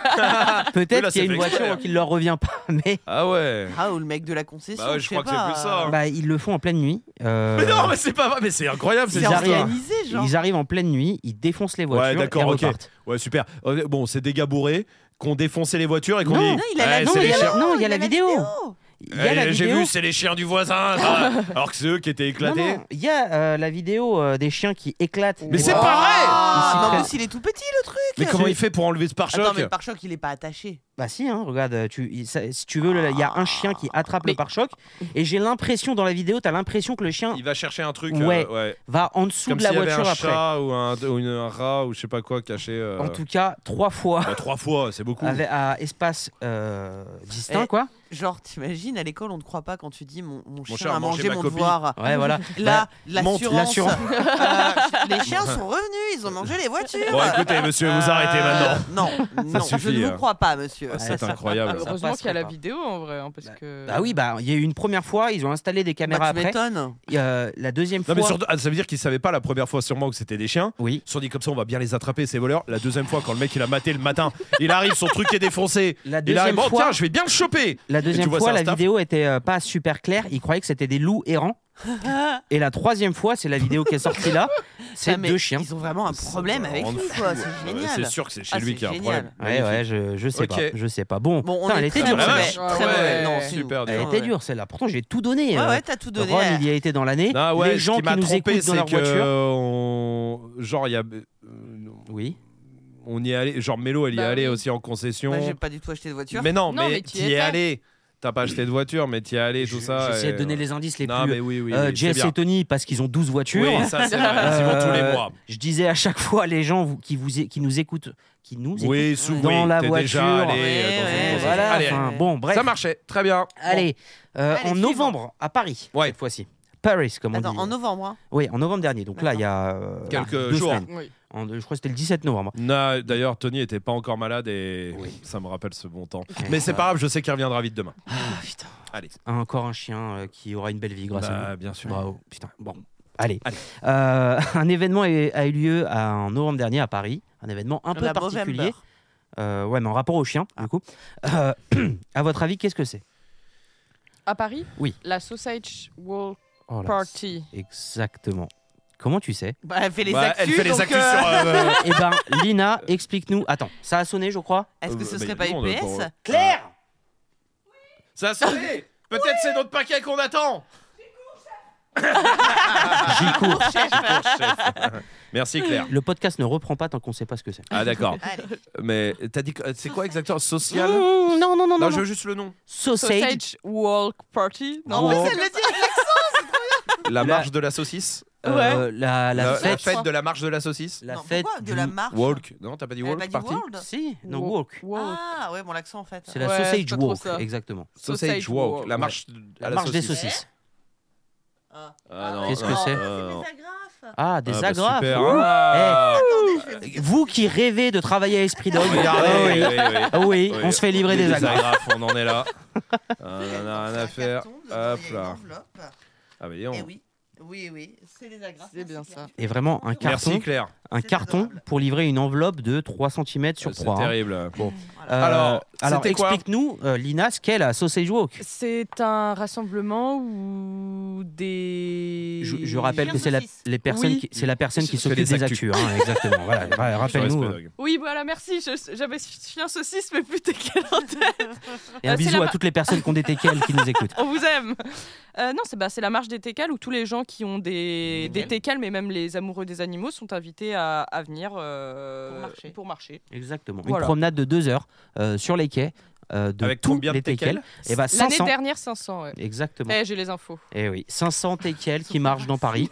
A: Mais là,
B: Peut-être qu'il y
A: c'est
B: a une
A: fait
B: voiture
A: exprès. hein.
B: qui ne leur revient pas, mais
A: Ah ouais.
C: Ah, ou le mec de la concession.
A: Bah ouais, je
C: sais
A: crois que c'est
C: pas.
A: plus ça, hein.
B: bah, ils le font en pleine nuit. Euh,
A: Mais non, mais c'est pas vrai, mais c'est incroyable ces
C: C'est
B: Ils arrivent.
A: histoires.
C: organisé, genre.
B: Ils arrivent en pleine nuit, ils défoncent les voitures
A: d'accord,
B: et
A: ok.
B: repartent.
A: Ouais, super. Euh, Bon, c'est des gars bourrés qu'on défonçait les voitures et qu'on dit.
B: Non,
C: Non, il a la
A: Ouais,
B: Non,
A: c'est
B: il y
A: des
B: a la-
A: chiens.
B: non, il y a la vidéo. Il y a la
A: Eh, J'ai
B: vidéo-
A: vu, c'est les chiens du voisin. ça. Alors que c'est eux qui étaient
B: Non,
A: éclatés.
B: non, il y a euh, la vidéo euh, des chiens qui éclatent.
A: Mais
B: Et
A: c'est
B: voilà.
A: pas vrai
C: Ah,
B: Il s'y
C: mais en
B: prend.
C: plus, il est tout petit le truc
A: Mais comment il fait pour enlever ce
C: Attends,
A: pare-choc
C: mais le pare-choc, il est pas attaché.
B: Bah si, hein, regarde, euh, tu, il- ça- si tu veux, le- il y a un chien
A: Ah,
B: qui attrape le
D: Mais-
B: pare-choc et j'ai l'impression dans la vidéo, t'as l'impression que le chien
A: Il va chercher un truc.
B: Ouais.
A: euh, ouais.
B: va en dessous
A: Comme
B: de la
A: s'il y avait
B: voiture
A: un
B: après.
A: chat ou un, ou une- un rat ou je sais pas quoi caché. euh,
B: En tout cas, trois fois
A: bah, trois fois, c'est beaucoup.
B: avec, à espace euh, distinct,
C: Eh,
B: quoi.
C: Genre, t'imagines, à l'école, on ne croit pas quand tu dis mon, mon chien,
A: chien
C: a mangé
A: ma
C: mon
A: copie.
C: devoir.
B: Ouais, voilà.
C: Là,
B: monte,
C: Bah, l'assurance.
B: l'assurance.
C: Euh, les chiens sont revenus, ils ont mangé les voitures.
A: Bon, écoutez, monsieur, vous arrêtez
B: Ah,
A: maintenant.
C: maintenant. Non, non, je
A: suffit,
C: ne
A: hein.
C: vous crois pas, monsieur.
B: Ouais,
A: C'est
B: ça-
D: Ah,
A: incroyable.
B: ça
D: Heureusement qu'il y a la
B: passerait pas.
D: vidéo en vrai, hein, parce que.
B: Bah oui, bah il y a eu une première fois, ils ont installé des
C: Bah,
B: caméras
C: tu
B: après.
C: m'étonnes.
B: Et, euh, la deuxième
A: Non,
B: fois,
A: mais surtout, ah, ça veut dire qu'ils savaient pas la première fois sûrement que c'était des chiens.
B: oui,
A: Ils se sont dit comme ça, on va bien les attraper ces voleurs. La deuxième fois, quand le mec il a maté le matin, il arrive, son truc est défoncé.
B: la
A: Il arrive,
B: deuxième
A: oh
B: fois, Ah,
A: tiens, je vais bien le choper.
B: la
A: Et tu
B: deuxième
A: vois,
B: fois,
A: c'est un
B: la
A: staff.
B: vidéo était euh, pas super claire. Ils croyaient que c'était des loups errants. Et la troisième fois, c'est la vidéo qui est sortie là. C'est
C: Ah, mais
B: deux chiens.
C: Ils ont vraiment un problème
A: Ça doit
C: avec
A: rendre
C: lui,
A: fou.
C: quoi.
A: Ouais,
C: C'est génial.
A: Oh, C'est sûr que c'est chez
C: Ah,
A: lui
C: c'est
A: qu'il y a un
C: génial.
A: problème.
B: Ouais, ouais, je, je sais
A: Ok.
B: pas, je sais pas. Bon,
C: Bon, on
B: putain,
C: est
B: elle
C: très
B: était
A: Ah,
C: mauvais.
B: dure.
A: la
B: celle-là.
A: vache.
C: Très
D: Ouais,
C: mauvais. Non,
D: ouais.
C: c'est
A: Super
B: Elle
A: dur.
B: était dure celle-là. Pourtant, j'ai tout donné.
C: Ouais,
B: euh,
C: ouais, t'as tout donné.
B: Ron, il y a été dans l'année.
A: Ah ouais,
B: les gens
A: ce
B: qui,
A: qui m'a
B: nous
A: trompé,
B: écoutent dans
A: c'est
B: leur
A: que
B: voiture.
A: euh, on- genre il y a euh,
B: Oui.
A: on y est allé, genre Mélo elle y est
D: Bah
A: allée
D: oui.
A: aussi en concession.
C: Bah, J'ai pas du tout acheté de voiture.
A: mais non,
D: Non,
A: mais,
D: mais t'y
A: t'y es
D: étais.
A: allé. T'as pas acheté de voiture, mais t'y es allé, tout
B: Je-
A: ça.
B: J'essaie
A: et-
B: de donner les indices les
A: Non,
B: plus.
A: mais oui, oui.
B: Euh,
A: oui, c'est
B: Jess
A: bien.
B: et Tony, parce qu'ils ont 12 voitures.
A: Oui, ça c'est vrai. Ils y vont tous les
B: Euh,
A: mois.
B: Je disais à chaque fois les gens vous- qui, vous, é- qui nous écoutent, qui nous écoutent.
A: Oui, sous
B: dans la
A: t'es
B: voiture.
A: Déjà allé, euh,
C: Ouais,
A: dans une
C: ouais,
A: concession.
B: Voilà,
A: Allez,
B: enfin,
C: allez.
B: bon, bref.
A: ça marchait très bien.
B: Allez, euh,
C: Allez,
B: en
C: suivant.
B: novembre, à Paris,
A: Ouais.
B: cette fois-ci. Paris, comme on
C: Attends,
B: dit.
C: en novembre, hein.
B: Oui, en novembre dernier. Donc là, il y a euh,
A: Quelques
B: deux
A: jours.
B: semaines.
D: Oui.
B: En- je crois que c'était le 17 novembre.
A: Non, D'ailleurs, Tony était pas encore malade et
B: Oui.
A: ça me rappelle ce bon temps.
B: Ok.
A: Mais c'est pas grave, je sais qu'il reviendra vite demain.
B: Ah, putain.
A: Allez.
B: Encore un chien euh, qui aura une belle vie grâce à nous.
A: Bah, bien sûr.
B: Bravo, putain. Bon, allez.
A: Allez.
B: Euh, un événement est- a eu lieu à- en novembre dernier à Paris. Un événement un peu
C: La Ah.
B: particulier.
C: Movember.
B: Euh, ouais, mais en rapport aux chiens, du coup. Euh, à votre avis, qu'est-ce que c'est
D: À Paris
B: Oui.
D: La Sausage Wall
B: Oh là,
D: Party.
B: c'est- Exactement. Comment tu sais
C: Bah, elle fait les
A: Bah,
C: actus.
A: elle fait les
C: donc,
A: actus
C: euh,
A: sur. euh, euh,
B: Eh ben, Lina, explique-nous. Attends, ça a sonné, je crois.
C: Est-ce que
A: Euh,
C: ce
A: bah,
C: serait
A: il y a
C: pas
A: du monde
C: IPS
A: pour- Claire ça c'est Peut-être c'est notre paquet qu'on attend.
B: J'y cours.
A: Merci Claire.
B: Le podcast ne reprend pas tant qu'on sait pas ce que c'est.
A: Ah d'accord.
C: Allez.
A: Mais t'as dit que- c'est quoi exactement social Non,
B: Mmh, Non, non, non, non. non.
A: je veux juste le nom.
B: Sausage.
D: Sausage Wall Party.
C: En
D: Non,
C: plus,
D: mais
C: elle le dit avec l'accent.
A: La marche de la saucisse.
B: euh,
A: La,
B: la, la
A: la
B: fête.
A: fête de la marche de la saucisse.
B: La
C: Non,
B: fête
C: pourquoi de
B: du-
C: la marche
A: Walk. Non, t'as pas dit
C: Elle a
A: walk
C: pas dit
A: party.
C: world
B: Si, non,
D: Walk.
B: walk.
D: Wall.
C: Ah, ouais, bon, l'accent en fait.
B: C'est la
D: Ouais, c'est
B: sausage
D: pas trop
B: walk,
D: ça.
B: exactement.
A: Sausage,
D: Sausage
A: walk.
D: walk.
A: La marche à
B: La marche des saucisses.
C: Ah.
A: Ah, non,
B: Qu'est-ce
A: non,
B: que c'est
A: non.
C: C'est mes agrafes.
B: Ah, des
A: Ah, bah,
B: agrafes.
A: super,
B: Ouh. Eh.
A: hein.
C: Attendez, je vais vous-
B: Euh, Vous qui rêvez de travailler à Esprit Dog. Ah
A: Regardez,
B: oui.
A: oui, oui.
B: Ah oui,
A: Oui,
B: on se fait livrer
A: il y a
B: des agrafes.
A: On en est là. Ah, on en a rien
C: C'est un
A: à faire.
C: carton, dedans,
A: Hop
C: il y a une
A: là.
C: enveloppe.
A: Ah, mais dis donc.
C: Eh oui, oui, oui, c'est des agrafes.
D: C'est bien
C: merci, Claire.
D: ça.
B: Et vraiment, un carton,
A: Merci Claire.
B: un
C: C'est
B: carton
C: adorable.
B: pour livrer une enveloppe de 3 cm sur
A: Euh, C'est
B: 3. hein.
A: terrible.
B: Euh,
A: Alors,
B: alors
A: c'était quoi
B: explique-nous, euh, Lina, ce qu'est la Sausage Walk.
D: C'est un rassemblement où des.
B: Je, je rappelle que c'est la,
C: saucisses.
B: les personnes
D: Oui.
B: qui- c'est la personne
A: Je
B: qui
A: fais
B: s'occupe
A: des
B: des
A: actus.
B: actus. hein, exactement. Voilà, ra-
A: Respect,
B: rappelle-nous. euh,
A: dog.
D: Oui, voilà, merci. je- J'avais chien saucisse, mais putain, quelle antenne.
B: Et un
D: Euh, c'est
B: bisou
D: la-
B: à toutes les personnes qui ont des TKL qui nous écoutent.
D: On vous aime. Euh, non, c'est bah, c'est la marche des técales où tous les gens qui ont des, des técales, mais même les amoureux des animaux, sont invités à, à venir euh,
C: Pour marcher.
B: Exactement. Une
D: Voilà.
B: promenade de 2 heures euh, sur les quais euh, de
A: Avec
B: tous
A: combien de
B: les TKL.
A: teckels
B: Et bah
D: L'année
B: 500.
D: dernière, 500. Ouais.
B: Exactement.
D: Eh, j'ai les infos.
B: Et oui, 500 TKL qui marchent dans Paris.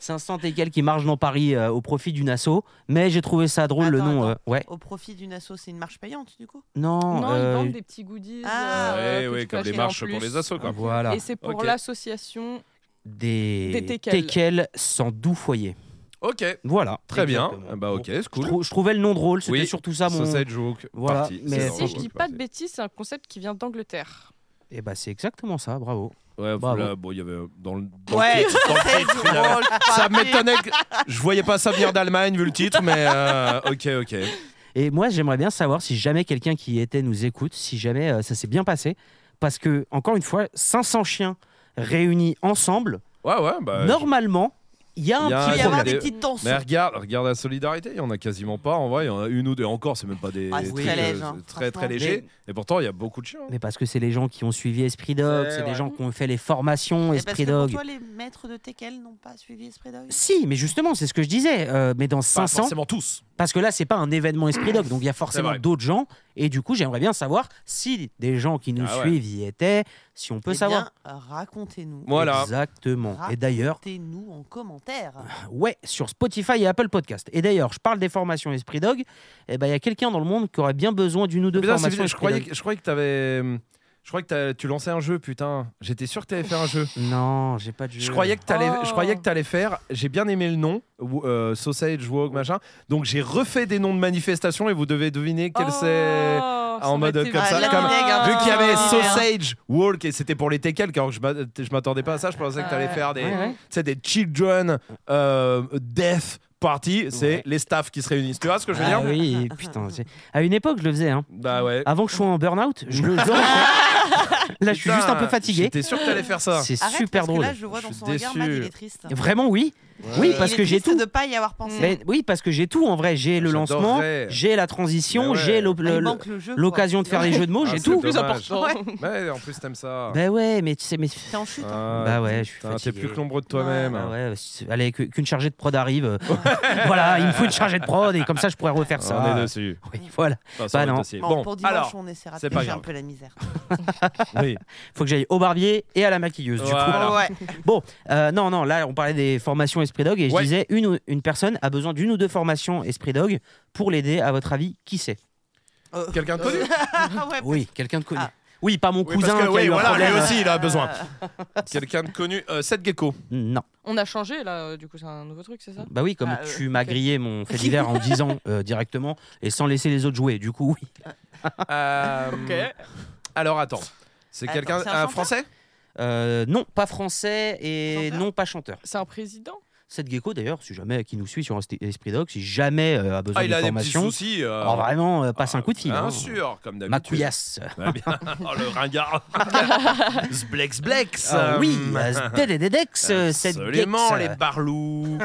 B: 500 TKL qui marchent dans Paris euh, au profit d'une asso. Mais j'ai trouvé ça drôle le
C: Attends,
B: nom.
C: attends.
B: euh, ouais.
C: Au profit d'une asso, c'est une marche payante du coup
B: Non.
D: Non,
B: euh,
D: ils vendent des petits goodies.
C: Ah,
D: euh,
A: Eh Ouais,
D: que
A: ouais,
D: tu peux
A: comme les
D: acheter en
A: marches pour
D: plus.
A: les assos, quoi.
B: Voilà.
D: Et c'est pour
A: Ok.
D: l'association.
B: Des,
D: Des teckels.
B: teckels sans doux foyer.
A: Ok,
B: Voilà.
A: très bien.
B: Exactement.
A: Ah Bah, ok, c'est
B: Je,
A: cool.
B: trou- je trouvais le nom drôle. C'était
A: Oui,
B: surtout ça mon.
A: Sausage joke.
B: Voilà, mais
A: c'est
B: si
A: drôle,
D: Si je dis
A: quoi.
D: pas de bêtises, c'est un concept qui vient d'Angleterre.
B: Et bah c'est exactement ça. Bravo.
A: Ouais,
B: Bravo.
A: là, bon, il y avait euh, dans le. dans le
C: Ouais,
A: titre, dans le
C: c'est
A: titre,
C: drôle,
A: il y avait- Ça
C: parti.
A: m'étonnait que je voyais pas ça venir d'Allemagne vu le titre, mais euh, ok, ok.
B: Et moi, j'aimerais bien savoir si jamais quelqu'un qui y était nous écoute, si jamais euh, ça s'est bien passé. Parce que, encore une fois, 500 chiens réunis ensemble,
A: Ouais, ouais, bah.
B: normalement, Il y a un
A: Il y a
C: Il va
B: petit
A: il
C: y avoir
A: y a
B: problème.
C: des
A: des-
C: petites tensions. Eh,
A: Mais regarde, regarde la solidarité, il y en a quasiment pas en vrai, il y en a une ou deux encore, c'est même pas des
C: Ah, c'est
A: trucs,
C: très
A: euh,
C: léger, hein,
A: c'est très, très
C: franchement.
A: léger. Et pourtant, il y a beaucoup de chiens. hein.
B: Mais parce que c'est les gens qui ont suivi Esprit Dog,
A: Ouais,
B: c'est
A: ouais.
B: les gens qui ont fait les formations
C: Mais parce
B: Esprit
C: que pour
B: Dog.
C: toi, les maîtres de Tekel n'ont pas suivi Esprit Dog
B: Si, mais justement, c'est ce que je disais. euh, mais dans
A: Pas
B: 500,
A: forcément tous.
B: parce que là, c'est pas un événement Esprit Dog, donc il y a forcément
A: vrai.
B: d'autres gens. Et du coup, j'aimerais bien savoir si des gens qui nous
A: Ah ouais.
B: suivent y étaient, si on peut
C: Eh
B: savoir.
C: bien, Ah. Racontez-nous.
A: Voilà.
B: Exactement. Et d'ailleurs,
C: Racontez-nous en
B: Ah,
C: commentaire.
B: ouais, sur Spotify et Apple Podcast. Et d'ailleurs, je parle des formations Esprit Dog. Eh ben, il y a quelqu'un dans le monde qui aurait bien besoin d'une ou deux
A: Putain, c'est
B: formations.
A: vrai, je
B: Esprit
A: croyais,
B: Dog.
A: que- je croyais que t'avais. Je croyais que t'as- tu lançais un jeu, putain. J'étais sûr que t'avais fait un jeu.
B: Non, j'ai pas de.
A: Je croyais que t'allais, je
D: Oh.
A: croyais que t'allais faire. J'ai bien aimé le nom, wo- euh, sausage, wog, machin. Donc j'ai refait des noms de manifestations et vous devez deviner
D: Oh,
A: quel
C: Oh.
A: c'est. en mode comme
C: ça,
D: Bah,
C: comme-
A: Vu qu'il y avait
D: hein.
C: Ah.
A: sausage, walk et c'était pour les teckels, car je m'a- je m'attendais pas à ça. Je pensais que t'allais
D: Ah.
A: faire des,
B: Ouais, ouais.
A: tu sais, des children euh, death party. C'est
B: Ouais.
A: les staffs qui se réunissent. Tu vois ce que je veux
B: Ah
A: dire
B: oui, putain. c'est- À une époque, je le faisais. Hein.
A: Bah ouais.
B: Avant que je sois en burn-out, je le je le refais. Là, je suis
A: Putain,
B: juste un peu fatigué.
A: J'étais sûr que t'allais faire ça.
B: C'est
C: Arrête,
B: super
C: parce
B: drôle.
C: Que là, je vois
A: Je
C: dans
A: suis
C: son regard, Matt,
A: déçu.
C: il est triste.
B: Vraiment, oui. Oui, parce
C: Il est
B: que j'ai
C: triste
B: tout.
C: de pas y avoir pensé. Ah,
B: Mais oui, parce que j'ai tout en vrai. J'ai le lancement,
A: J'adorerais.
B: j'ai la transition,
A: Mais ouais.
B: j'ai l'op-
C: Ah, il
B: le-
C: manque le jeu. quoi.
B: l'occasion de faire les jeux de mots,
A: Ah,
B: j'ai
A: c'est
B: tout.
A: dommage.
D: plus important.
A: Ouais, en plus t'aimes ça.
B: Ben ouais, mais tu sais, mais.
C: T'es en chute. hein.
A: Ah,
B: Bah ouais, je suis
A: putain, T'es
B: fatigué.
A: plus que l'ombre de toi-même.
B: Ah ouais, c'est- allez, que- qu'une chargée de prod arrive. euh, voilà, il me faut une chargée de prod et comme ça, je pourrais refaire ça.
A: Ah, On est dessus.
B: Oui, voilà.
A: Enfin, sur
B: Bah
A: le
B: non.
A: dossier.
C: Bon,
A: Bon,
C: pour dimanche, hein.
A: alors,
C: on essaiera de
A: c'est pas
C: pêcher un
A: grave.
C: peu la misère.
A: oui.
B: Faut que j'aille au barbier et à la maquilleuse. Du coup,
A: Voilà.
C: Ouais.
B: Euh, non, non, là, on parlait des formations Esprit Dog et je
A: Ouais.
B: disais, une, ou- une personne a besoin d'une ou deux formations Esprit Dog pour l'aider, à votre avis, qui c'est
C: Euh,
A: Quelqu'un de connu
C: Ah ouais,
B: Oui, quelqu'un de connu.
C: Ah.
B: Oui, pas mon
A: Oui,
B: cousin
A: parce que,
B: qui a
A: oui,
B: eu un
A: voilà,
B: problème.
A: lui aussi, il a
C: Ah.
A: besoin. Quelqu'un de connu. Euh, Seth Gecko.
B: Non.
D: On a changé là, euh, du coup c'est un nouveau truc, c'est ça
B: Bah oui, comme
C: Ah, euh,
B: tu m'as
D: ok.
B: grillé mon fait divers en disant euh, directement et sans laisser les autres jouer. Du coup, oui.
A: Euh, Alors attends. C'est
C: Attends,
A: quelqu'un.
C: c'est un
A: Un
C: chanteur
A: français
B: Euh, non, pas français et
C: Chanteur
B: non pas chanteur.
D: C'est un président
B: Cette gecko, d'ailleurs, si jamais qui nous suit sur Inst- Esprit Dog, si jamais euh, a besoin
A: Ah, il
B: de
A: a des petits
B: formation,
A: soucis. euh,
B: alors vraiment, euh, passe un coup de fil.
A: Bien
B: hein.
A: sûr, comme
B: Ma
A: d'habitude.
B: couillasse.
A: Ouais, bien. Oh, le ringard. Sblex Blex.
B: Ah oui,
A: euh,
B: Dex, cette
A: Absolument,
B: gex,
A: les
B: euh,
A: barlous.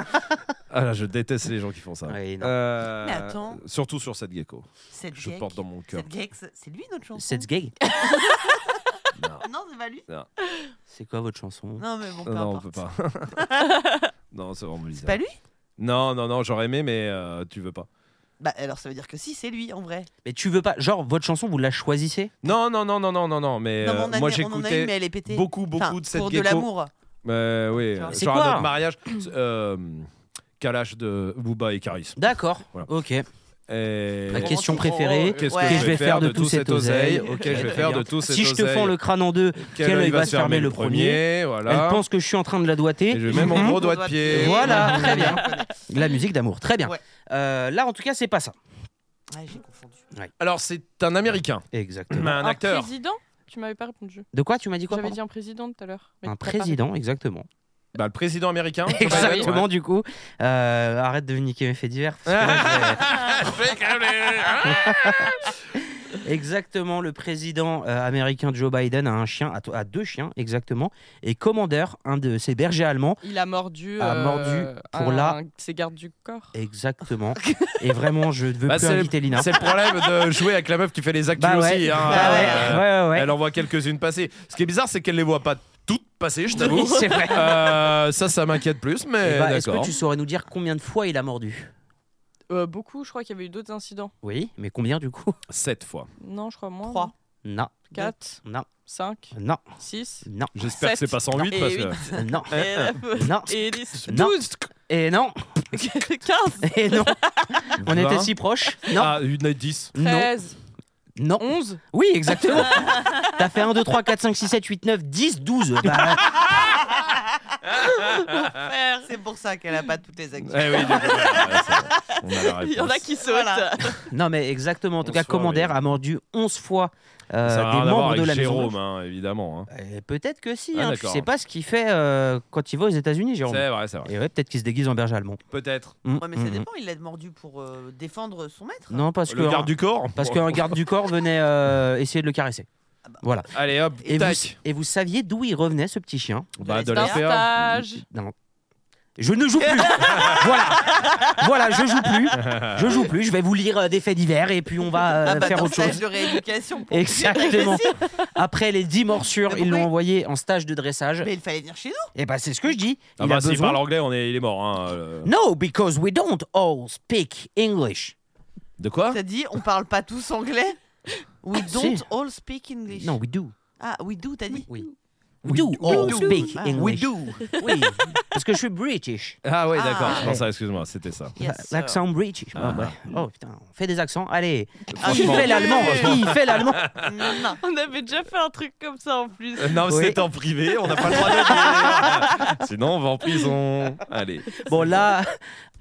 A: ah là, je déteste les gens qui font ça.
B: Oui, non.
A: Euh,
C: Mais attends.
A: Surtout sur cette gecko.
C: Cette
A: Je
C: geek,
A: porte dans mon cœur.
C: cette geek, c'est lui notre
D: Euh,
C: chanson.
B: Cette gay.
A: Non,
C: Ah Non, c'est pas lui.
B: C'est quoi votre chanson
C: Non, mais bon, peu
A: non, on
C: importe.
A: peut pas. non, c'est vraiment
C: C'est
A: bizarre.
C: pas lui
A: Non, non, non, j'aurais aimé, mais euh, tu veux pas.
C: Bah alors ça veut dire que si, c'est lui en vrai.
B: Mais tu veux pas Genre, votre chanson, vous la choisissez
A: Non, non, non, non, non, non, non, mais
C: non, mais
A: euh,
C: on, a
A: moi
C: mis- on en a une, mais
A: j'écoutais
C: elle est pétée.
A: beaucoup, beaucoup
C: Enfin,
A: de cette
C: pour
A: gecko.
C: de l'amour.
A: Euh, oui, euh,
C: C'est
A: genre
B: quoi
A: un autre mariage. euh, Kalash de Booba et Karis.
B: D'accord,
A: Voilà.
B: ok.
A: Et...
B: Ma question
C: Oh,
B: préférée,
A: Oh, Qu'est-ce
C: ouais.
A: que je vais faire de tout cet oseille Ok, je vais
B: très
A: faire
B: bien.
A: de tout cet
B: Si je te fends le crâne en deux, quel œil va se fermer le premier
A: Voilà.
B: elle pense que je suis en train de la doigter.
A: Et je mets mon
B: Mhm.
A: gros doigt de pied.
B: Voilà, très bien.
C: On connaît.
B: La musique d'amour, très bien.
C: Ouais.
B: Euh, là, en tout cas, c'est pas ça.
C: Ouais, j'ai confondu.
A: Alors, c'est un américain, Bah,
B: Exactement.
A: un acteur.
D: président Tu m'avais pas répondu.
B: De quoi tu m'as dit quoi
D: Mmh. J'avais
B: pardon
D: dit un président tout à l'heure. mais
B: Un
D: t'as pas répondu.
B: président, exactement.
A: Bah, le président américain.
B: Exactement, du coup. Euh, arrête de niquer mes faits divers. parce que là, je vais- Exactement, le président euh, américain Joe Biden a un chien, a, to- a deux chiens exactement, et Commander, un de ses bergers allemands,
D: Il a mordu.
B: A
D: euh,
B: mordu pour
D: un-
B: la-
D: Ses gardes du corps.
B: exactement. et vraiment, je ne veux
A: Bah,
B: plus
A: c'est-
B: inviter Lina.
A: C'est le problème de jouer avec la meuf qui fait les actus
B: Bah ouais.
A: aussi. hein.
B: Bah ouais,
A: Euh,
B: ouais, ouais, ouais.
A: Elle en voit quelques-unes passer. Ce qui est bizarre, c'est qu'elle les voit pas toutes passer, je
B: Oui,
A: t'avoue.
B: c'est vrai.
A: Euh, ça, ça m'inquiète plus, mais
B: Eh ben, Est-ce
A: d'accord.
B: que tu saurais nous dire combien de fois il a mordu
D: Euh, beaucoup, je crois qu'il y avait eu d'autres incidents.
B: Oui, mais combien du coup
A: Sept fois.
D: Non, je crois moins.
C: Trois.
B: Non,
D: 4,
B: non,
D: 5,
B: non,
D: 6.
B: non,
A: J'espère que c'est
D: Sept.
A: pas 108
D: Et
A: parce
D: huit.
A: que.
B: non,
A: Euh,
B: non,
D: Et 10.
B: Non.
D: 12.
B: et non,
D: 15.
B: et non. On
A: Vingt.
B: était si proches. Non,
A: Bah. Ah, une à 10.
B: non,
D: 13.
B: non.
D: 11.
B: Oui, exactement. T'as fait 1, 2, 3, 4, 5, 6, 7, 8, 9, 10, 12. Bah,
A: Ah.
C: C'est pour ça qu'elle a pas toutes les
A: Eh
C: actus.
A: oui, du coup, ouais, ça, on a la réponse.
D: Il y en a qui sautent.
C: Voilà.
B: Non, mais exactement. En tout
A: Onze
B: cas,
A: fois,
B: Commander
A: oui.
B: a mordu 11 fois euh,
A: Ça a rien
B: des
A: à voir
B: membres de
A: avec
B: la
A: Jérôme,
B: maison.
A: hein, évidemment. hein.
B: Euh, peut-être que si.
A: Ah,
B: hein, tu
A: d'accord.
B: sais pas ce qu'il fait euh, quand il va aux États-Unis, Jérôme.
A: C'est vrai, c'est vrai.
B: Et ouais, peut-être qu'il se déguise en berger allemand.
A: Peut-être.
B: Mm,
C: Ouais, mais ça
A: Mm-hmm.
B: mm,
C: dépend, il l'a mordu pour euh, défendre son maître.
B: mm. Non, parce que
A: Le garde du corps
B: parce qu'un garde du corps venait euh, essayer de le caresser. Voilà.
A: Allez hop,
B: Et vous,
A: tac.
B: et vous saviez d'où il revenait ce petit chien
C: De
A: Bah, de
B: Ah,
C: la
A: la
D: Un
A: ferme.
D: stage.
B: Non. Je ne joue plus. voilà. Voilà, je joue plus. Je joue plus. Je vais vous lire euh, des faits divers et puis on va euh,
C: Ah bah,
B: faire
C: dans
B: autre
C: stage
B: chose.
C: de rééducation. pour
B: Exactement.
C: dire régressif.
B: Après les 10 morsures,
C: Mais
B: ils l'ont
C: pourquoi-
B: envoyé en stage de dressage.
C: Mais il fallait venir chez nous.
B: Et bah c'est ce que je dis.
A: Ah
B: Il
A: bah,
B: a
A: S'il
B: besoin.
A: parle anglais, on est, il est mort. hein, euh.
B: No, because we don't all speak English.
A: De quoi
C: T'as dit, on parle pas tous anglais. We
B: Ah, Si.
C: don't all speak English.
B: Non, we do.
C: Ah, we do, t'as dit. Ah,
B: Oui. We do all speak English. Oui. Parce que je suis British.
A: Ah oui,
C: Ah.
A: d'accord. je
B: Ouais.
A: pensais, excuse-moi, c'était ça.
C: Yes, sir.
B: L'accent British. Ah, ouais. Oh putain, on fait des accents. Allez.
C: Ah,
B: Qui
A: Franchement.
B: fait l'allemand Qui fait l'allemand
C: Non, non.
D: On avait déjà fait un truc comme ça en plus.
A: Euh, Non, mais
B: Oui.
A: c'est en privé, on n'a pas le droit de le dire. Sinon, on va en prison. Allez.
B: Bon là,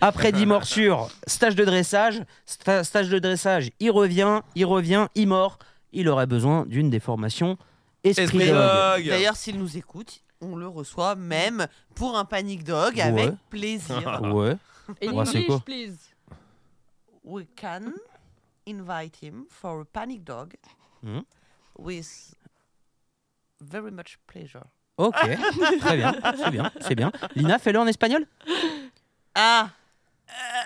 B: après 10 morsures, stage de dressage, sta- stage de dressage, il revient, il revient, il mort. Il aurait besoin d'une des formations esprit
A: Esprit
B: dog.
A: dog.
C: D'ailleurs, s'il nous écoute, on le reçoit même pour un panic dog
B: Ouais.
C: avec plaisir.
B: Ouais.
D: In
B: Ouais, c'est
D: English,
B: quoi
D: please.
C: We can invite him for a panic dog
B: Mhm.
C: with very much pleasure.
B: Ok. Très bien. C'est bien. C'est bien. Lina, fais-le en espagnol.
C: Ah,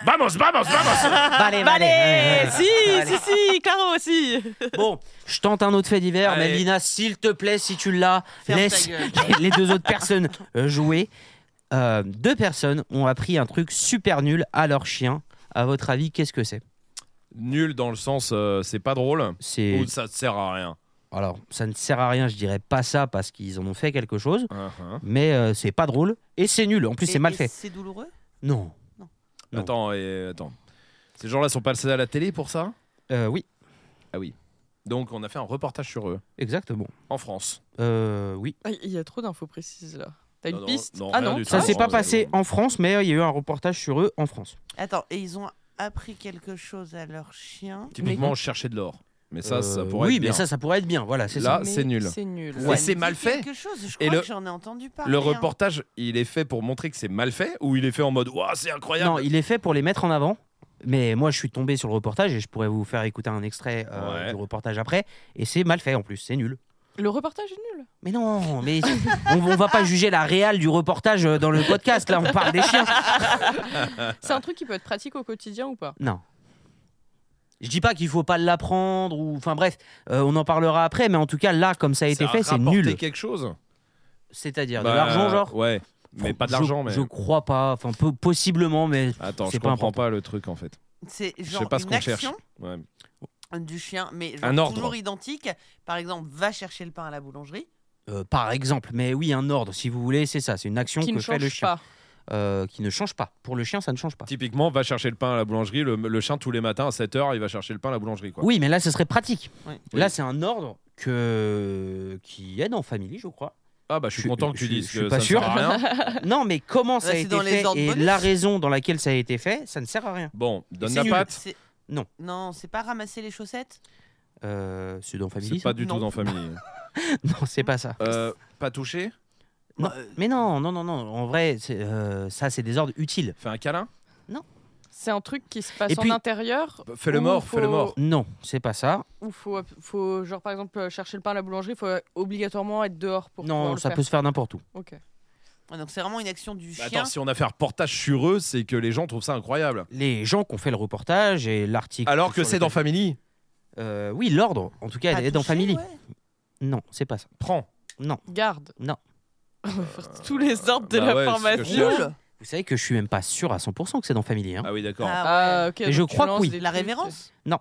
A: Vamos, vamos, vamos
B: Allez,
D: Bah
B: Euh,
D: allez, si, si, si, Caro aussi.
B: Bon, je tente un autre fait divers, mais
A: Allez.
B: Lina, s'il te plaît, si tu l'as,
C: ferme
B: laisse
C: ta gueule.
B: les deux autres personnes euh, jouer. Euh, deux personnes ont appris un truc super nul à leur chien. À votre avis, qu'est-ce que c'est
A: Nul dans le sens, euh, c'est pas drôle.
B: C'est
A: Ou ça ne sert à rien.
B: alors ça ne sert à rien, je dirais pas ça parce qu'ils en ont fait quelque chose,
A: Uh-huh.
B: mais euh, c'est pas drôle et c'est nul. En plus,
C: Et-
B: c'est mal
C: et
B: fait.
C: C'est douloureux
B: Non. Non.
A: Attends, et, attends. Ces gens-là sont passés à la télé pour ça
B: Euh, oui,
A: Donc, on a fait un reportage sur eux,
B: exactement.
A: en France.
B: Euh, oui.
D: Ah, Il y a trop d'infos précises là. T'as
A: Non,
D: une
A: non,
D: piste
A: non,
D: Ah
A: rien
D: non.
A: du tout.
B: Ça
A: Ah,
B: s'est pas
A: bon,
B: passé
A: c'est-
B: en France, mais euh, il y a eu un reportage sur eux en France.
C: Attends, et ils ont appris quelque chose à leur chien
A: Typiquement, on cherchait de l'or. Mais ça, ça
B: Euh,
A: pourrait
B: oui,
A: être bien.
B: mais ça, ça pourrait être bien. Voilà, c'est
A: Là,
B: ça.
A: Ah, c'est nul.
D: C'est nul.
A: Ouais.
C: Ça
A: Et
C: me
A: c'est
C: dit
A: mal fait
C: quelque chose, je
A: Et
C: crois
A: le-
C: que j'en ai entendu parler.
A: Le
C: hein.
A: reportage, il est fait pour montrer que c'est mal fait ou il est fait en mode Waouh, c'est incroyable
B: Non, il est fait pour les mettre en avant. Mais moi, je suis tombé sur le reportage et je pourrais vous faire écouter un extrait euh,
A: Ouais.
B: du reportage après. Et c'est mal fait en plus, c'est nul.
D: Le reportage est nul.
B: Mais non, mais on, on va pas juger la réale du reportage euh, dans le podcast. Là, on parle des chiens.
D: C'est un truc qui peut être pratique au quotidien ou pas
B: Non. Je dis pas qu'il faut pas l'apprendre ou, enfin bref, euh, on en parlera après. Mais en tout cas, là, comme ça a été
A: Ça
B: fait, c'est
A: rapporté
B: nul.
A: quelque chose
B: C'est-à-dire
A: Bah,
B: de l'argent, genre.
A: Ouais, mais pas de
B: Je-
A: l'argent, mais.
B: Je crois pas. Enfin, peu- possiblement, mais
A: Attends,
B: c'est
A: je
B: pas
A: comprends
B: important.
A: pas le truc en fait.
C: C'est
A: Je
C: genre
A: sais pas ce
C: une
A: qu'on cherche.
C: action
A: Ouais.
C: du chien, mais genre
A: Un ordre.
C: toujours identique. Par exemple, va chercher le pain à la boulangerie.
B: euh, par exemple. Mais oui, un ordre, si vous voulez, c'est ça. C'est une action
D: Qui
B: que
D: ne
B: fait le
D: change
B: chien.
D: pas.
B: euh, qui ne change pas. Pour le chien, ça ne change pas.
A: Typiquement, va chercher le pain à la boulangerie. Le, le chien, tous les matins à 7h, il va chercher le pain à la boulangerie. Quoi.
B: Oui, mais là, ce serait pratique.
C: Oui.
B: Là, c'est un ordre que... qui aide en famille, je crois.
A: Ah bah, je suis
B: Je-
A: content que tu
B: je-
A: dises
B: je suis
A: que
B: pas
A: ça ne sert
B: sûr.
A: à rien.
B: non, mais comment ça
C: Là,
B: a
C: c'est
B: été
C: dans les
B: fait
C: ordres
B: et
C: bonus.
B: la raison dans laquelle ça a été fait, ça ne sert à rien.
A: Bon, donne
B: c'est
A: la
B: nul.
A: patte.
C: C'est-
B: Non.
C: Non, c'est pas ramasser les chaussettes
B: Euh, c'est dans famille.
A: C'est
B: ça
A: pas du
C: Non.
A: tout dans famille.
B: Non, c'est pas ça.
A: Euh, pas touché
B: Non.
C: Bah, euh,
B: Mais non, non, non, non. En vrai, c'est, euh, ça, c'est des ordres utiles.
A: Fais un câlin
D: C'est un truc qui se passe
B: Et puis-
D: en intérieur.
A: Fais le
B: Oh,
D: Ou
A: mort,
D: faut-
A: fais le mort.
B: Non, c'est pas ça.
D: Ou faut, faut, genre par exemple, euh, chercher le pain à la boulangerie, faut euh, obligatoirement être dehors pour. pouvoir
B: non,
D: le
B: ça
D: faire.
B: peut se faire n'importe où.
D: Ok.
C: Ouais, Donc c'est vraiment une action du
A: Bah,
C: chien.
A: Attends, si on a fait un reportage sur eux, c'est que les gens trouvent ça incroyable.
B: Les gens qui ont fait le reportage et l'article.
A: Alors que
B: sur
A: c'est dans
B: lequel-
A: Family,
B: Euh, oui, l'ordre, en tout cas,
C: Pas
B: elle est dans
C: toucher,
B: famille.
C: ouais.
B: Non, c'est pas ça.
A: prends.
D: Garde.
B: Non.
D: On va faire tous les ordres de
A: bah
D: la
A: ouais, c'est ce que je
D: formation.
A: cherche.
C: Roule.
B: Vous savez que je suis même pas sûr à 100% que c'est dans famille. Hein.
A: Ah oui, d'accord.
C: Ah
D: Ah,
C: ouais.
D: ok.
B: Mais
D: donc
B: je
D: tu
B: crois que
D: lances
B: oui.
D: des
C: La
D: trucs. euh,
C: révérence
B: Non.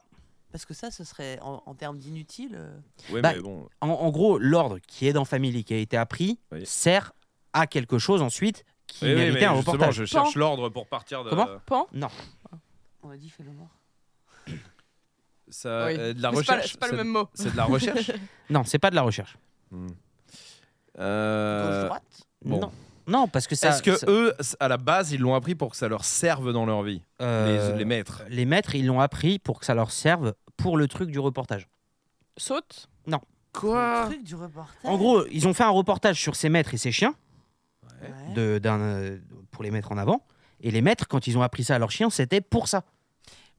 C: Parce que ça, ce serait en, en termes d'inutile. euh,
A: Ouais,
B: bah,
A: mais bon.
B: en, en gros, l'ordre qui est dans Family, qui a été appris,
A: Oui.
B: sert à quelque chose ensuite qui
A: Oui, oui,
B: méritait
A: mais
B: un
A: justement,
B: reportage.
A: je cherche l'ordre pour partir de.
B: Comment
D: Pan.
C: On a dit fais le mort.
A: ça-
D: Oui.
A: euh, de la
D: Mais c'est pas-
A: recherche.
D: C'est pas le
A: ça-
D: même mot.
A: C'est de la recherche
B: Non, c'est pas de la recherche.
A: Hmm.
C: Gauche
A: Euh,
C: droite.
A: Bon.
B: Non. Non, parce que ça.
A: Est-ce que
B: ça-
A: eux, s- à la base, ils l'ont appris pour que ça leur serve dans leur vie,
B: euh,
A: les, les maîtres
B: les maîtres, ils l'ont appris pour que ça leur serve pour le truc du reportage.
D: Saute.
C: Le truc du reportage.
B: En gros, ils ont fait un reportage sur ces maîtres et ces chiens
C: Ouais.
B: de- d'un, euh, pour les mettre en avant. Et les maîtres, quand ils ont appris ça à leurs chiens, c'était pour ça.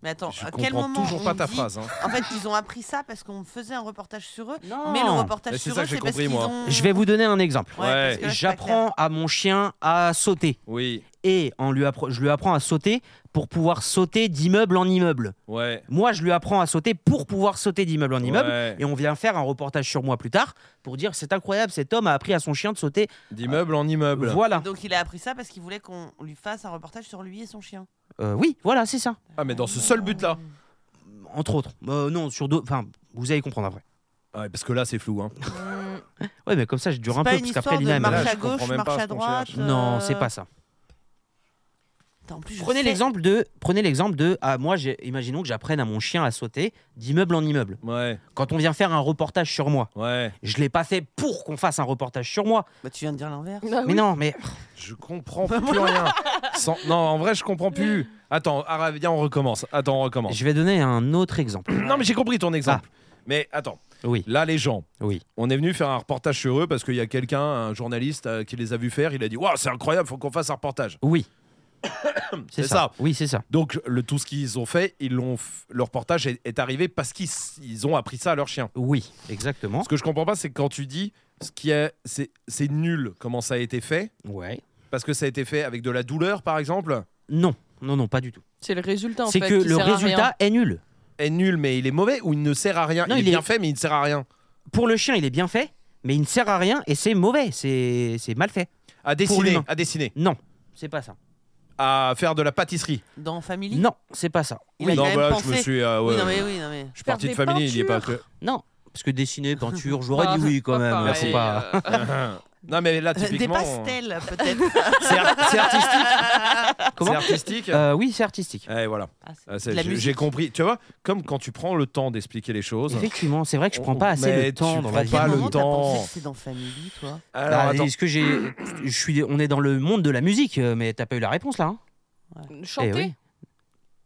C: Mais attends,
A: Je
C: à quel
A: comprends
C: moment
A: toujours
C: on
A: pas ta
C: dit-
A: phrase. hein.
C: En fait, ils ont appris ça parce qu'on faisait un reportage sur eux.
B: Non.
C: Mais le
A: Ah,
C: reportage
A: Mais c'est
C: sur
A: ça
C: eux,
A: que j'ai
C: c'est parce
A: compris,
C: qu'ils
A: moi.
C: ont.
B: Je vais vous donner un exemple.
C: Ouais, parce
A: Ouais.
C: que là, c'est pas clair.
B: J'apprends à mon chien à sauter
A: Oui,
B: et en lui appre- je lui apprends à sauter pour pouvoir sauter d'immeuble en immeuble.
A: ouais.
B: Moi, je lui apprends à sauter pour pouvoir sauter d'immeuble en immeuble.
A: ouais.
B: Et on vient faire un reportage sur moi plus tard pour dire c'est incroyable, cet homme a appris à son chien de sauter.
A: D'immeuble en immeuble.
B: Voilà.
C: Donc il a appris ça parce qu'il voulait qu'on lui fasse un reportage sur lui et son chien.
B: Euh, oui, voilà, c'est ça.
A: Ah, mais dans ce seul but-là.
B: Entre autres. Euh, non, sur d'autres. Enfin, vous allez comprendre après.
A: Ah, ouais, parce que là, c'est flou. Hein.
B: Ouais, mais comme ça, je dure
C: C'est
B: un
C: pas
B: peu
C: une
B: parce
C: histoire
B: qu'après
C: de
B: Lina elle me
C: marche
A: Là,
B: lâche.
C: à
A: je
C: gauche,
A: comprends même
C: marche
A: pas
C: à
A: ce qu'on
C: droite. euh,
A: cherche.
B: Non, c'est pas ça.
C: Attends, en plus, je
B: Prenez
C: sais-
B: l'exemple de. Prenez l'exemple de. Ah, moi, j'ai- imaginons que j'apprenne à mon chien à sauter d'immeuble en immeuble.
A: Ouais,
B: Quand on vient faire un reportage sur moi,
A: ouais.
B: je l'ai pas fait pour qu'on fasse un reportage sur moi.
C: Bah, tu viens de dire l'inverse.
D: Ah
B: Mais
D: oui.
B: non, mais
A: Je comprends plus rien. Sans- Non, en vrai, je comprends plus. Attends, Ara, viens, on recommence. Attends, on recommence.
B: je vais donner un autre exemple.
A: Non, mais j'ai compris ton exemple. Mais attends,
B: Oui,
A: là, les gens,
B: oui.
A: on est venu faire un reportage sur eux parce qu'il y a quelqu'un, un journaliste, euh, qui les a vus faire. Il a dit Waouh, c'est incroyable, faut qu'on fasse un reportage.
B: Oui.
A: C'est ça.
B: Oui, c'est ça.
A: Donc, le, tout ce qu'ils ont fait, ils l'ont f- le reportage est, est arrivé parce qu'ils s- ils ont appris ça à leur chien.
B: Oui, exactement.
A: Ce que je comprends pas, c'est quand tu dis ce qui est, c'est, c'est nul comment ça a été fait,
B: Ouais.
A: parce que ça a été fait avec de la douleur, par exemple,
B: Non, non, non, pas du tout.
D: C'est le résultat en fait.
B: C'est que
D: qui
B: le
D: sert à rien.
B: résultat est nul.
A: est nul, mais il est mauvais ou il ne sert à rien.
B: Non,
A: il, est
B: il
A: bien
B: est-
A: fait, mais il ne sert à rien.
B: Pour le chien, il est bien fait, mais il ne sert à rien et c'est mauvais, c'est c'est mal fait.
A: À dessiner,
B: l'humain.
A: à dessiner,
B: Non, c'est pas ça.
A: à faire de la pâtisserie.
C: Dans Family
B: Non, c'est pas ça.
C: Il a quand
A: non,
C: même
A: bah,
C: pensé.
A: je me suis, euh, ouais,
C: Oui, non, mais oui, non, mais.
A: je suis
D: Faire
A: parti de
D: des
A: famille, il n'y est pas que.
B: Non, parce que dessiner, peinture, j'aurais dit oui quand
D: Pas
B: même. hein,
D: Ah. pareil,
B: faut pas-
D: euh,
A: non, mais là
C: Euh, Des
A: Euh, typiquement, hein.
C: pastels, peut-être.
A: c'est, ar- c'est artistique.
B: Comment
A: c'est artistique.
B: Euh, oui, c'est artistique.
A: Eh, voilà,
C: Ah, c'est-
A: Ah, c'est-
C: de la
A: j'ai- j'ai
C: musique.
A: compris. Tu vois, comme quand tu prends le temps d'expliquer les choses.
B: Effectivement, c'est vrai que je prends
A: On-
B: pas assez
A: mais
B: le temps
A: tu
B: dans
A: prends
B: la vie.
A: pas
C: Quel
A: le
C: moment t'as
A: temps.
C: pensé que C'est dans Family, toi.
A: Alors,
B: Bah,
A: attends.
B: est-ce que j'ai, je suis, on est dans le monde de la musique, euh, mais t'as pas eu la réponse là. hein Eh
D: Chanter,
B: oui.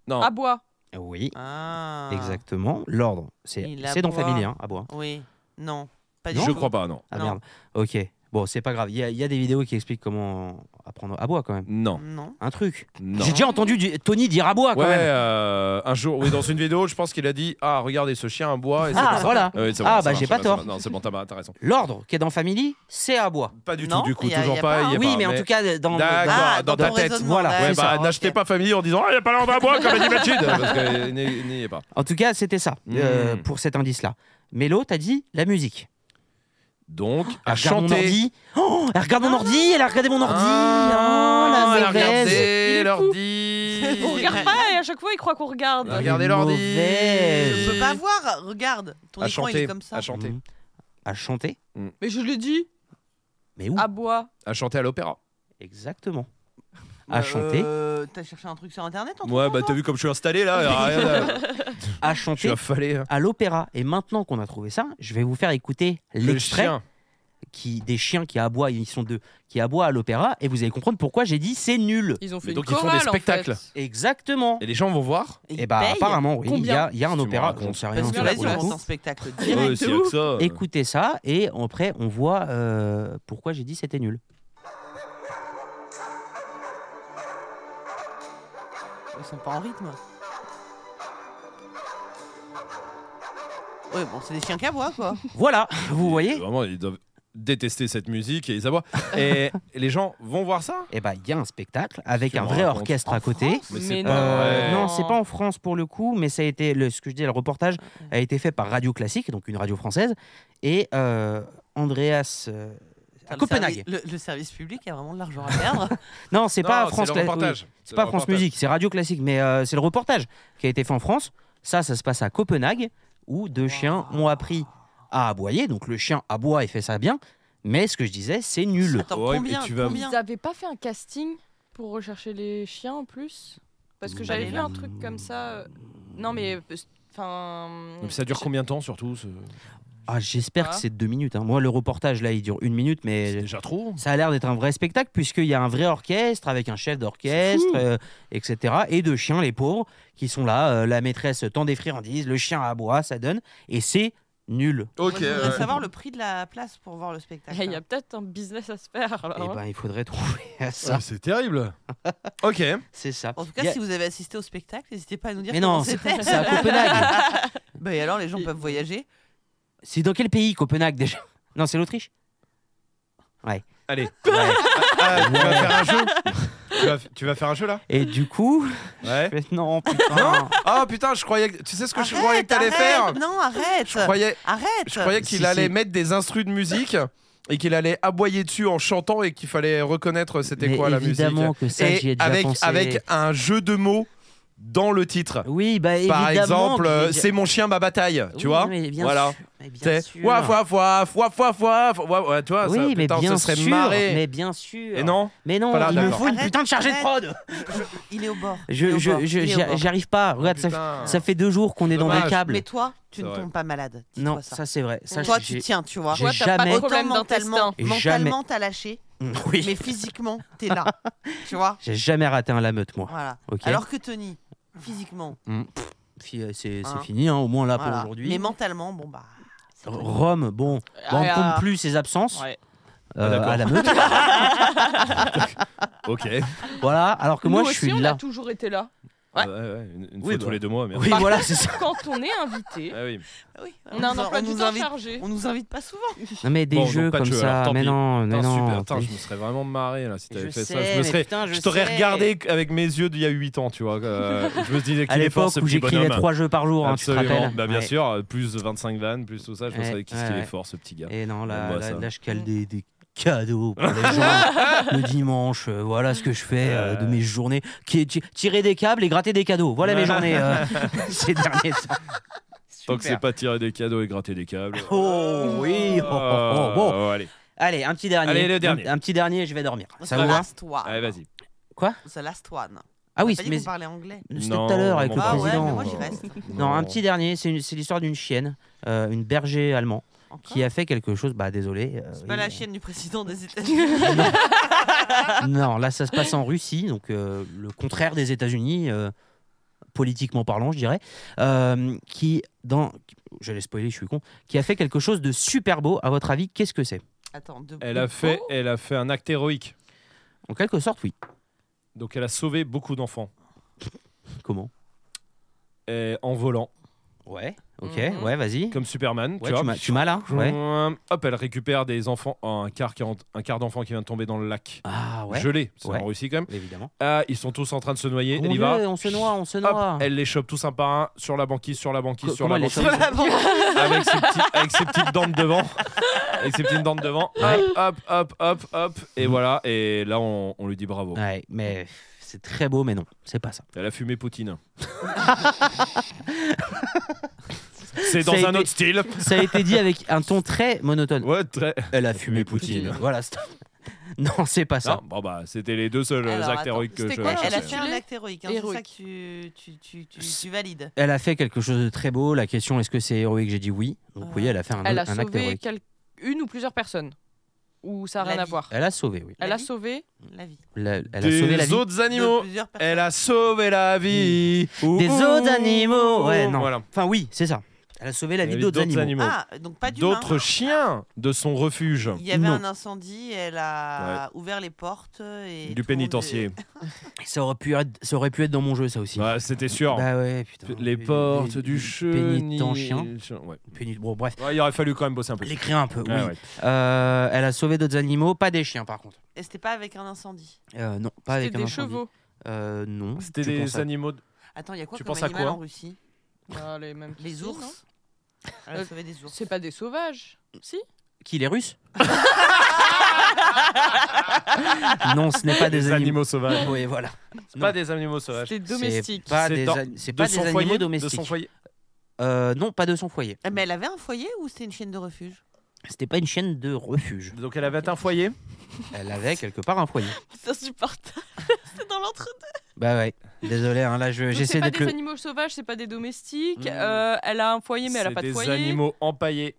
A: Non,
D: aboie.
B: Oui,
C: Ah.
B: exactement. L'ordre, c'est,
C: Il
B: c'est dans
C: aboie.
B: Family, hein, à boire.
C: Oui. bah, Non. Pas du
A: je
C: tout.
A: crois pas, non.
B: Ah
C: Non.
B: merde. Ok. Bon, c'est pas grave. Il y, a- il y a des vidéos qui expliquent comment apprendre à boire quand même.
A: Non,
C: Non.
B: Un truc.
A: non.
B: J'ai déjà entendu du- Tony dire à boire quand
A: Ouais,
B: même.
A: euh, un jour, oui, dans une vidéo, je pense qu'il a dit Ah, regardez, ce chien aboie. Et c'est
B: Ah,
A: comme ça.
B: voilà.
A: Ah oui, c'est
B: Ah,
A: ça
B: bah,
A: marche,
B: j'ai pas
A: ça marche.
B: tort.
A: Non, c'est bon, t'as, t'as raison.
B: L'ordre qui est dans Family, c'est à bois.
A: Pas du
C: Non,
A: tout, du coup,
C: y a-
A: toujours
C: y a
A: pas.
C: pas,
A: y a
C: hein.
B: oui,
A: pas,
B: mais en tout cas, dans,
A: D'accord,
C: Ah,
A: dans ta
C: ton
A: tête.
C: raisonnement,
B: Voilà,
C: ouais,
A: Ouais,
B: c'est
A: bah,
C: ça,
A: n'achetez
C: ok.
A: pas Family en disant Ah, y a pas l'ordre à bois, comme a dit Mathilde. Parce qu'il n'y il n'y est pas.
B: En tout cas, c'était ça euh,
A: Mm.
B: pour cet indice-là. Mais l'autre a dit la musique.
A: Donc,
B: Elle
A: à
B: Ah, regarde mon
A: chanter.
B: ordi. Oh, elle regarde mon ordi, elle a regardé mon ordi.
A: Ah,
B: Oh,
A: elle
B: la
A: a
B: mauvaise.
A: regardé
D: est
A: l'ordi.
D: On regarde pas et à chaque fois il croit qu'on regarde.
A: Elle a regardé l'ordi.
B: Mauvaise.
C: Je peux pas voir. Regarde. Ton
A: À
C: écran, il
A: chanter.
C: est comme ça.
A: À chanter.
B: Mm. À chanter.
D: Mais je l'ai dit,
B: Mais
C: Ah.
B: où
D: aboie.
A: À chanter à l'opéra.
B: Exactement.
C: Euh,
B: À chanter.
C: T'as cherché un truc sur internet en
A: Ouais, bah, t'as vu comme je suis installé là. y a rien à-
B: À
A: Je suis
B: chanter.
A: affalé. hein.
B: À l'opéra. Et maintenant qu'on a trouvé ça, je vais vous faire écouter
A: Le
B: l'extrait
A: chien.
B: qui, des chiens qui aboient, ils sont deux, qui aboient à l'opéra, et vous allez comprendre pourquoi j'ai dit c'est nul.
D: Ils ont fait
A: Mais
D: une
A: donc, ils font des
D: chorale, en fait.
A: spectacles.
B: Exactement.
A: Et les gens vont voir.
B: Et, bah apparemment, oui, il y a, il y a un
A: Combien
B: opéra,
A: Si tu me
B: j'en sais rien.
C: Parce que
B: sur
D: Ils
B: la
C: là,
D: racontent.
B: pour
C: ils
B: le
C: lancent
B: coup.
C: un spectacle
A: Ouais,
C: direct.
A: s'il
C: de
A: y a que
C: ouf.
A: ça, euh.
B: Écoutez ça, et après on voit euh, pourquoi j'ai dit c'était nul.
C: Ils sont pas en rythme. Ouais, bon, c'est des chiens qu'aboient, quoi.
B: Voilà, vous voyez
A: Vraiment, ils doivent détester cette musique et ils aboient. et les gens vont voir ça
B: Et bah il y a un spectacle avec
A: Tu
B: un
A: me
B: vrai
A: racontes.
B: orchestre
D: En
B: à côté.
D: France
A: Mais c'est
D: Mais
A: pas
B: Euh,
A: vrai.
B: non, c'est pas en France pour le coup, mais ça a été le, ce que je dis, le reportage a été fait par Radio Classique, donc une radio française, et euh, Andreas. euh, à
C: Le
B: Copenhague.
C: servi- Le, le service public a vraiment de l'argent à perdre.
B: Non, c'est
A: Non,
B: pas France
A: le
B: Cla- oui.
A: reportage.
B: C'est pas
A: le
B: France
A: reportage.
B: Musique, c'est Radio Classique, mais euh, c'est le reportage qui a été fait en France. Ça, ça se passe à Copenhague, où deux chiens ont appris à aboyer. Donc le chien aboie et fait ça bien, mais ce que je disais, c'est nul.
C: Attends,
A: Ouais, mais
C: combien,
A: tu vas-
C: combien
D: Ils avaient pas fait un casting pour rechercher les chiens en plus Parce que j'avais vu un truc comme ça. euh, Non, mais. euh, Enfin.
A: Mais ça dure combien de temps surtout ce-
B: Ah, j'espère que c'est deux minutes. hein. Moi, le reportage là, il dure une minute,
A: C'est
B: mais
A: déjà trop.
B: ça a l'air d'être un vrai spectacle puisqu'il y a un vrai orchestre avec un chef d'orchestre, euh, etc. Et deux chiens, les pauvres, qui sont là. euh, la maîtresse tend des friandises, le chien aboie, ça donne, et c'est Nul.
G: Ok.
C: Moi, je voudrais
G: ouais.
C: savoir le prix de la place pour voir le spectacle.
D: Eh, Il y a peut-être un business à se faire. alors,
B: Eh
D: hein.
B: ben, il faudrait trouver à ça.
A: Ah, c'est terrible. ok.
B: C'est ça.
C: En tout cas,
B: Il y a-
C: si vous avez assisté au spectacle, n'hésitez pas à nous dire
B: Mais
C: comment
B: non, c'est
C: c'était.
B: c'est à Copenhague.
C: Bah, et alors, les gens peuvent voyager.
B: C'est dans quel pays, Copenhague, déjà Non, c'est l'Autriche.
A: Allez.
B: Ouais.
A: Ah, tu vas faire un jeu tu vas, tu vas faire un jeu là
B: Et du coup,
A: Ouais.
B: je fais, non, putain.
A: Ah putain, je croyais que. Tu sais ce que je
C: Arrête,
A: croyais que t'allais faire
C: arrête, Non, arrête.
A: Je croyais,
C: Arrête.
A: je croyais qu'il
B: Si,
A: allait
B: si.
A: mettre des instrus de musique et qu'il allait aboyer dessus en chantant et qu'il fallait reconnaître c'était
B: Mais
A: quoi la musique.
B: évidemment que ça, j'y ai
A: Et
B: déjà
A: avec,
B: pensé.
A: avec un jeu de mots dans le titre.
B: Oui, bah évidemment.
A: Par exemple,
B: que j'ai
A: euh,
B: déjà-
A: c'est mon chien ma bataille, tu
B: Oui,
A: vois
B: mais bien
A: Voilà.
B: sûr, mais bien
A: C'est
B: sûr.
A: ouaf, ouaf, ouaf, ouaf, ouaf, ouaf, ouaf, ouais, tu vois,
B: oui,
A: ça,
B: mais
A: putain,
B: bien
A: ce serait
B: sûr,
A: marré.
B: Mais bien sûr.
A: Et non
B: Mais non,
A: Pas là,
B: il me
A: d'accord.
B: faut une
C: Arrête,
B: putain de chargée de
C: arrête.
B: prod.
C: Il est au bord. il est
B: Je,
C: au bord,
B: je, je-
C: il est au
B: j'y-
C: bord.
B: j'y arrive pas. Regarde, ça,
A: Putain.
B: ça fait deux jours qu'on est dans des
A: Dommage.
B: câbles.
C: Mais toi, tu
A: C'est
C: ne
A: vrai.
C: tombes pas malade. Dis-toi
B: non,
C: ça.
B: ça c'est vrai. Ça,
C: Toi,
B: j'ai-
C: tu tiens, tu vois.
B: j'ai
D: Toi, t'as pas
B: jamais-
D: de
C: Autant
D: problème
C: mentalement,
D: d'intestin.
C: mentalement t'as lâché,
B: Oui.
C: mais physiquement t'es là, tu vois.
B: J'ai jamais raté un la meute, moi.
C: Voilà.
B: Ok.
C: Alors que Tony, physiquement,
B: Puis, euh, C'est c'est
C: Hein.
B: fini, hein, au moins là pour
C: voilà. mais
B: aujourd'hui.
C: mentalement, bon bah. c'est vrai.
B: Rome, bon, bah, on ne
D: Ah,
B: compte plus ses absences
D: ouais.
B: euh,
A: Ah, d'accord.
B: à la meute. Ah,
A: Ok.
B: voilà, alors que moi
D: Nous
B: je suis
D: aussi, on
B: là.
D: a toujours été là.
A: Ah, ouais, ouais, une une
B: Oui,
A: fois
B: bah.
A: tous les deux mois, merde.
B: Oui,
D: Par
B: voilà, c'est ça.
D: Quand on est invité,
A: Ah
B: Euh,
A: oui.
C: Oui,
D: on a un
C: nous-
D: emploi du
C: nous
D: temps
C: invite-
D: chargé.
C: On nous invite pas souvent.
B: Non, mais des
A: Bon, donc
B: jeux
A: pas de
B: comme
A: jeu,
B: ça.
A: alors, tant
B: mais
A: pis.
B: non, mais
A: Putain,
B: non.
A: super. Putain,
B: mais-
A: je me serais vraiment marré là si t'avais
B: Je
A: fait ça.
B: sais,
A: Je me
B: mais
A: serais,
B: putain, je
A: t'aurais
B: sais.
A: regardé avec mes yeux d'il y a 8 ans, tu vois. euh, je me disais
B: À
A: qu'il est fort
B: l'époque
A: ce
B: où
A: petit
B: j'écrivais
A: bonhomme.
B: trois jeux par jour, hein, tu te
A: Absolument.
B: rappelles
A: bah, bien
B: Ouais.
A: sûr, euh, plus 25 vannes, plus tout ça. Je me
B: Ouais,
A: serais dit, qu'est-ce
B: ouais,
A: qu'il est
B: ouais.
A: fort ce petit gars.
B: Et non, là,
A: Moi,
B: là,
A: bah, ça.
B: là, je
C: Mm.
B: cale des, des cadeaux pour les gens le dimanche. euh, voilà ce que je fais euh, de mes journées. Qui est ti- tirer des câbles et gratter des cadeaux. Voilà mes journées euh, ces derniers temps.
A: Tant que c'est pas tirer des cadeaux et gratter des câbles.
B: Oh oui, oh, oh, oh, bon.
A: Euh, allez.
B: Allez, un petit dernier.
A: Allez, le
B: Un-
A: dernier.
B: Un, petit dernier, je vais dormir. Ça
C: the
B: vous va
C: last one.
A: Allez, vas-y.
C: The last one.
B: Ah oui,
C: T'as pas dit
B: mais
C: qu'on parlait anglais.
B: c'était
A: Non,
B: tout à l'heure avec le
A: vraiment pas.
C: Ah ouais,
B: président.
C: mais moi j'y reste.
B: Non, un petit dernier, c'est une- c'est l'histoire d'une chienne, euh, une berger allemand,
C: Encore.
B: qui a fait quelque chose. Bah désolé. euh,
C: C'est pas
B: il-
C: la chienne du président des États-Unis.
B: Non, là, ça se passe en Russie, donc euh, le contraire des États-Unis, euh, politiquement parlant, je dirais, euh, qui, dans. J'allais spoiler, je suis con. Qui a fait quelque chose de super beau, à votre avis, qu'est-ce que c'est
C: Attends, de-
A: Elle
B: oh,
A: a, fait, elle a fait un acte héroïque.
B: En quelque sorte, oui.
A: Donc elle a sauvé beaucoup d'enfants
B: Comment
A: Et en volant,
B: Ouais. Ok,
D: Mhm.
B: ouais, vas-y.
A: comme Superman.
B: Ouais,
A: tu vois.
B: tu m'as- tu m'as là Ouais.
A: Hum, Hop, elle récupère des enfants, oh, un quart, qui rentre- un quart d'enfant qui vient de tomber dans le lac.
B: Ah, ouais.
A: Gelé, c'est
B: Ouais.
A: en Russie quand même.
B: Évidemment.
A: Ah, ils sont tous en train de se noyer.
B: Mon
A: elle y va.
B: Dieu, on se noie, on se
A: Hop,
B: noie.
A: elle les chope tous un par un sur la banquise, sur la banquise,
B: Co-
A: sur
B: comment
A: la
B: elle les
A: banquise.
B: chope
A: avec, ses petits- avec ses petites dents de devant. Avec ses petites dents de devant.
B: Ouais.
A: Hop, hop, hop, hop, hop. Et voilà. Et là, on, on lui dit bravo.
B: Ouais, mais c'est très beau, mais non, c'est pas ça.
A: Elle a fumé Poutine. C'est dans
B: Ça
A: un
B: a été-
A: autre style.
B: Ça a été dit avec un ton très monotone.
A: Ouais, très.
B: Elle a
A: fumé Poutine.
B: Voilà. c'est- Non, c'est pas ça.
A: Non, bon, bah, c'était les deux seuls
C: Alors,
A: actes
C: attends,
A: héroïques que
D: c'était
A: je.
D: quoi
A: je
C: Elle a
A: sais.
C: fait un acte héroïque. hein, C'est ça
D: Héroïque.
C: que tu, tu, tu, tu, tu valides.
B: Elle a fait quelque chose de très beau. La question est-ce que c'est héroïque J'ai dit oui. Donc oui, elle a fait un,
D: Elle a
B: un acte
D: sauvé
B: héroïque.
D: quel- une ou plusieurs personnes. Ou ça n'a
C: La
D: rien à
C: vie.
D: voir.
B: Elle a sauvé, oui.
D: Elle
C: La
D: a
C: vie.
D: sauvé.
C: La vie.
B: La- elle a
A: Des
B: sauvé la vie.
A: autres
C: De
A: animaux.
C: plusieurs personnes.
A: Elle a sauvé la vie. Ouh,
B: Des
A: ouh,
B: autres animaux. Ouais,
A: ouh.
B: non.
A: Voilà.
B: Enfin oui, c'est ça. Elle a sauvé la
A: Elle a
B: vie
A: eu
B: d'autres animaux.
C: Ah, donc pas d'humain.
A: D'autres chiens de son refuge.
C: Il y avait
B: Non.
C: un incendie, elle a ouvert les portes et tout
A: Du
C: le
A: pénitencier.
B: Ça aurait pu être, ça aurait pu être dans mon jeu, ça aussi.
A: Ouais, C'était sûr.
B: Bah ouais, putain.
A: Les
B: Pé-
A: portes
B: pé-
A: du chenil.
B: Pénitentien.
A: Ouais.
B: Pénit- Bon, bref.
A: Ouais, il aurait fallu quand même bosser un peu.
B: L'écrire un peu, oui.
A: Ah Ouais, ouais.
B: Euh, elle a sauvé d'autres animaux, pas des chiens par contre.
C: monde. Et c'était pas avec un incendie.
B: Euh, non, pas
D: C'était
B: avec un
D: des
B: incendie.
D: chevaux.
B: Euh, non.
A: C'était
B: tu
A: des
B: penses à-
A: animaux. de-
C: Attends, il y a quoi
A: Tu
C: comme
A: penses à
C: animal
A: quoi
C: en Russie
D: Bah, les mêmes
C: Les
D: petits, non
C: ours. Elle a
D: Euh,
C: sauvé des ours.
D: C'est pas des sauvages. Si
B: Qui les Russes Non, ce n'est pas des, animaux.
A: sauvages.
B: Oui, voilà.
A: C'est
B: Non.
A: pas des animaux sauvages.
D: C'était domestique.
B: C'est pas
A: C'est
B: des,
A: dans-
B: an- c'est
A: De
B: pas
A: son
B: des
A: foyer,
B: animaux domestiques.
A: De son foyer.
B: Euh, non, pas de son foyer.
C: Ah, Mais elle avait un foyer ou c'était une chienne de refuge
B: C'était pas une chaîne de refuge.
A: Donc elle avait un foyer.
B: Elle avait quelque part un foyer.
D: C'est insupportable. c'est dans l'entre
B: Bah ouais. Désolé, hein, là je-
D: Donc,
B: j'essaie
D: C'est pas
B: d'être
D: des
B: le.
D: animaux sauvages, c'est pas des domestiques.
B: Mm.
D: euh, elle a un foyer, mais elle a
A: C'est
D: pas de
A: des
D: foyer.
A: animaux empaillés.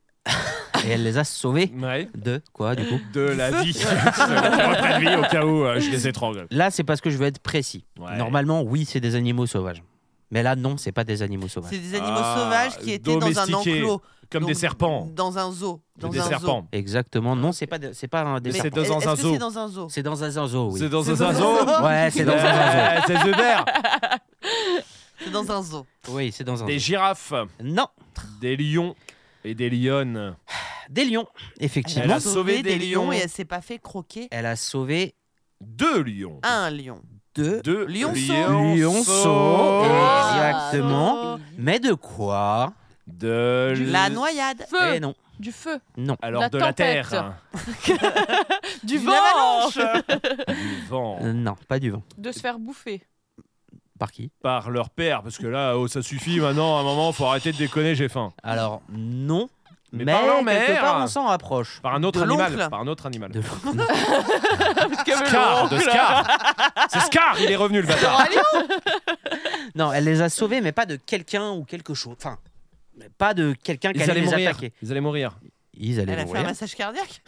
B: Et elle les a sauvés
A: Ouais.
B: de quoi du coup
A: De la vie. de vie au cas où euh, je les étrangle.
B: Là, c'est parce que je veux être précis.
A: Ouais.
B: Normalement, oui, c'est des animaux sauvages. Mais là, non, c'est pas des animaux sauvages.
C: C'est des animaux
A: Ah,
C: sauvages qui étaient dans un
A: domestiqués,
C: enclos.
A: Comme
C: donc
A: des serpents.
C: Dans un zoo. Dans
A: Des
C: un zoo.
A: serpents.
B: Exactement, non, c'est pas, de- c'est pas un des
A: Mais
C: Mais
A: c'est
B: serpents.
A: dans un
C: est-ce que
A: zoo.
C: C'est dans un zoo.
B: C'est dans un zoo, oui.
A: C'est dans
C: C'est
A: un
C: dans
A: zoo.
C: un zoo.
B: Ouais, Ah, c'est dans un
A: Euh, C'est Zuber.
C: C'est dans un zoo.
B: zoo. Oui, c'est dans un
A: Des
B: zoo.
A: girafes,
B: Non,
A: des lions et des lionnes.
B: des lions,
C: Elle,
A: Elle
B: effectivement.
A: a
C: a sauvé
A: sauvé
C: des
A: des
C: lions et
A: lions.
C: elle s'est pas fait croquer
B: Elle a sauvé
A: Deux lions.
C: un lion.
B: deux
A: Deux
C: Lionceaux.
B: lionceaux.
C: Ah.
B: Exactement.
D: Oh.
B: Mais de quoi
A: De l-
C: La noyade.
D: Feu,
B: Eh non,
D: du feu,
B: non.
A: Alors
D: La
A: de
D: tempête. Oh.
A: la terre.
D: du
C: Une
D: vent,
C: avalanche.
A: du vent.
B: Euh, non, pas du vent.
D: de se faire bouffer.
B: Par qui
A: Par leur père, parce que là, oh, ça suffit maintenant, à un moment, faut arrêter de déconner, j'ai faim.
B: Alors, non.
A: Mais par leur
B: quelque
A: mère.
B: part, on s'en rapproche.
A: Par un autre
C: De
A: animal.
C: l'oncle.
A: Par un autre animal.
B: De
D: Parce que le
A: Scar, de
D: oncle-
A: Scar. C'est Scar, il est revenu le bâtard.
B: Non, elle les a sauvés, mais pas de quelqu'un ou quelque chose. Enfin, mais pas de quelqu'un qui
A: Ils
B: allait
A: allaient
B: les
A: mourir.
B: attaquer.
A: Ils allaient mourir.
B: Ils allaient
C: Elle a fait un
B: mourir.
C: massage cardiaque.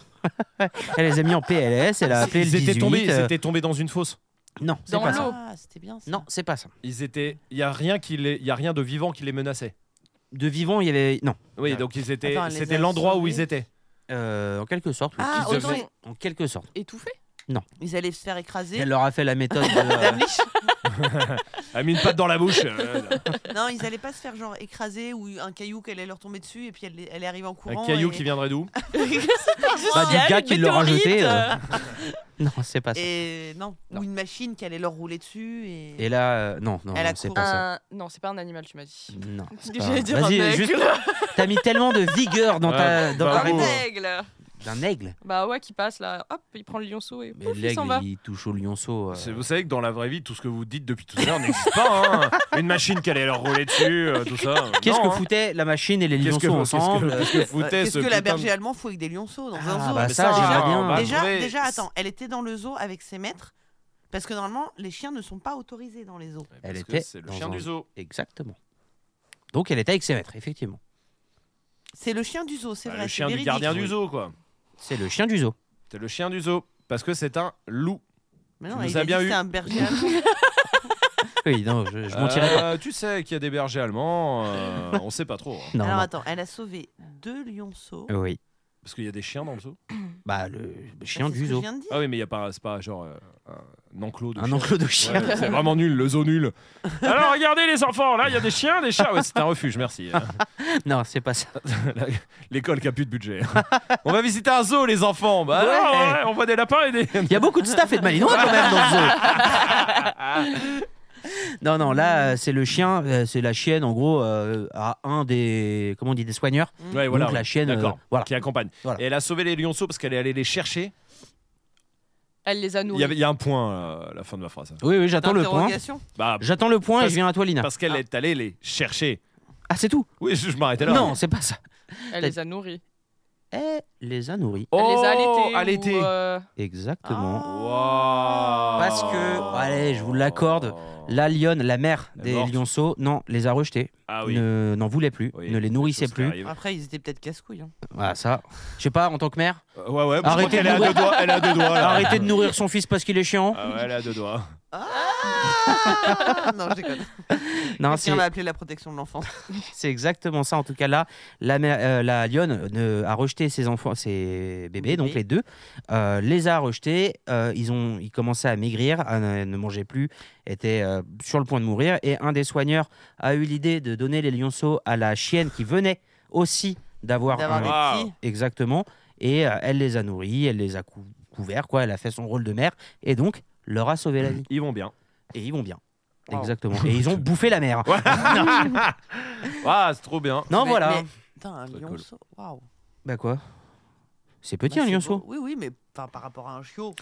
B: Elle les a mis en PLS, elle a appelé
A: Ils
B: le
A: étaient
B: 18.
A: tombés, ils
B: euh,
A: étaient tombés dans une fosse.
B: Non, c'est
D: Dans
B: pas
D: l'eau.
B: ça.
C: Ah, c'était bien ça.
B: Non, c'est pas ça.
A: Ils étaient. Il y a rien qui les- y a rien de vivant qui les menaçait.
B: De vivant, il y avait. Non.
A: Oui,
B: Ouais.
A: donc ils étaient.
C: Attends, elle les
A: C'était
C: a
A: l'endroit où
C: sauvés.
A: ils étaient.
B: Euh, en quelque sorte. oui.
C: Ah,
B: Ils
A: autant
B: devaient- En quelque sorte.
D: Étouffé
C: Ils allaient se faire écraser.
B: Elle leur a fait la méthode. de, euh,
A: A mis Ah, une patte dans la bouche. euh,
C: Non, ils allaient pas se faire genre écraser ou un caillou qu'elle allait leur tomber dessus et puis elle, elle est arrivée en courant.
A: un caillou
C: et...
A: qui viendrait d'où
B: bah, du
D: Il y a
B: gars
D: une
B: qui l'aura
D: météorite,
B: jeté. euh.
D: euh.
B: Non, c'est pas ça. Et,
C: Et non.
D: Non.
C: Ou une machine qui allait leur rouler dessus. Et,
B: là, euh, non, non,
C: Elle a
B: non, c'est
C: couru.
B: pas ça.
D: Un- Non, c'est pas un animal, tu m'as dit.
B: Non. c'est pas-
D: J'allais dire un
B: Vas-y,
D: aigle.
B: juste. T'as mis tellement de vigueur dans ta.
A: Ouais,
B: dans
A: bah,
B: ta
D: Un
A: bravo.
B: réponse.
D: aigle.
B: D'un aigle.
D: Ah, Bah ouais, qui passe là, hop, il prend le lionceau et
B: Mais
D: pouf, il
B: l'aigle,
D: s'en va.
B: il touche au lionceau. euh,
A: C'est- Vous savez que dans la vraie vie, tout ce que vous dites depuis tout à l'heure n'existe pas. hein. Une machine qui allait leur rouler dessus, euh, tout ça. euh,
B: Qu'est-ce
A: non,
B: que
A: hein.
B: foutait la machine et les
A: Qu'est-ce que-
B: lionceaux
A: qu'est-ce que-
B: ensemble
A: Qu'est-ce que foutait
C: Euh,
A: ce
C: Qu'est-ce que la
A: putain de-
C: berger allemande fout avec des lionceaux dans un
B: Ah,
C: zoo
B: bah
A: Mais
B: ça,
A: ça,
B: j'aimerais
A: on
B: bien.
A: va
C: Déjà,
A: trouver-
C: déjà, attends, elle était dans le zoo avec ses maîtres parce que normalement, les chiens ne sont pas autorisés dans les zoos.
A: Parce
B: Elle
A: que
B: était
A: C'est le
B: dans
A: chien
B: un-
A: du zoo.
B: Exactement. Donc elle était avec ses maîtres, effectivement.
C: C'est le chien du zoo, c'est
A: Bah,
C: vrai.
A: le
C: c'est
A: chien du
C: véridique.
A: gardien du zoo, quoi.
B: C'est le chien du zoo.
A: C'est le chien du zoo. Parce que c'est un loup.
C: Mais
A: Tu
C: non,
A: nous
C: il
A: as
C: a dit
A: bien
C: que
A: eu.
C: c'est un berger allemand.
B: Oui, non, je, je mentirais pas.
A: Euh, Tu sais qu'il y a des bergers allemands, euh, on sait pas trop. hein.
B: Non,
C: Alors
B: non.
C: attends, elle a sauvé deux lionceaux.
B: Oui.
A: Parce qu'il y a des chiens dans le zoo.
B: Bah, le le
C: Bah,
B: chien
C: c'est ce
B: du
C: que je
B: zoo.
C: viens de dire.
A: Ah oui, mais il y a pas, c'est pas genre euh, un enclos de
B: Un
A: chiens.
B: enclos de chien.
A: Ouais, c'est vraiment nul, le zoo nul. Alors regardez les enfants, là il y a des chiens, des chats. Ouais, c'est un refuge, merci. hein.
B: Non, c'est pas ça.
A: L'école qui a plus de budget. hein. On va visiter un zoo, les enfants. Bah,
B: Ouais.
A: alors, ouais, on voit des lapins et des.
B: Il y a beaucoup de staff et de malinois quand même dans le zoo. Non, non, là, euh, c'est le chien, euh, c'est la chienne, en gros, euh, à un des, comment on dit, des soigneurs.
A: Ouais, voilà,
B: Donc la
A: ouais.
B: chienne, euh,
A: D'accord.
B: voilà.
A: qui accompagne.
B: Voilà.
A: Et elle a sauvé les lionceaux parce qu'elle est allée les chercher.
D: Elle les a
A: Il y,
D: nourris.
A: avait- il y a un point euh, à la fin de ma phrase.
B: Oui, oui, j'attends le point.
C: D'interrogation.
A: Bah,
B: J'attends le point et
A: Parce-
B: je Ah. viens à toi, Lina.
A: parce qu'elle est allée les chercher.
B: Ah, c'est tout
A: Oui, je, je m'arrêtais là.
B: Non, c'est pas ça.
D: Elle les a nourris.
B: Elle les a nourris.
A: Oh,
D: Elle les a allaités.
A: allaités.
D: ou, euh,
B: Exactement.
C: Ah.
A: Wow.
B: Parce que- allez, je vous l'accorde. La lionne, la mère
A: Elle est
B: des
A: morte.
B: lionceaux, non, les a rejetés,
A: Ah oui.
B: ne- n'en voulait plus,
A: Oui,
B: ne les nourrissait
A: chose qui
B: plus.
A: arrive.
C: Après, ils étaient peut-être casse-couilles. hein.
B: Voilà, ça. Je sais pas, en tant que mère,
A: Euh, Ouais, ouais, parce
B: Arrêtez
A: qu'elle
B: de
A: est à
B: nourrir.
A: deux doigts. Elle est à deux doigts. là.
B: arrêtez de nourrir son fils parce qu'il est chiant.
A: Ah ouais, elle est à deux doigts.
C: Ah non, je déconne.
B: Non, c'est
C: Quelqu'un va appeler la protection de l'enfance.
B: c'est exactement ça. En tout cas, là, la, mère- euh, la lionne ne- a rejeté ses enfants, ses bébés,
C: Bébés.
B: donc les deux, euh, les a rejetés. euh, ils ont, ils commençaient à maigrir, à ne, ne mangeaient plus, étaient euh, sur le point de mourir. Et un des soigneurs a eu l'idée de donner les lionceaux à la chienne qui venait aussi d'avoir
C: D'avoir
B: un-
A: Wow.
C: des petits.
B: Exactement. Et euh, elle les a nourris, elle les a cou- couverts, quoi. Elle a fait son rôle de mère et donc leur a sauvé
C: Mmh.
B: la vie.
A: Ils vont bien.
B: Et ils vont bien. Exactement. Et ils ont bouffé la mère.
A: Ah, c'est trop bien.
B: Non,
C: Mais-
B: voilà.
C: mais- Putain, un
A: Très
C: lionceau. Waouh.
B: Bah quoi C'est petit
C: Bah,
B: un
C: c'est
B: lionceau.
C: beau. Oui, oui, mais enfin, par rapport à un chiot.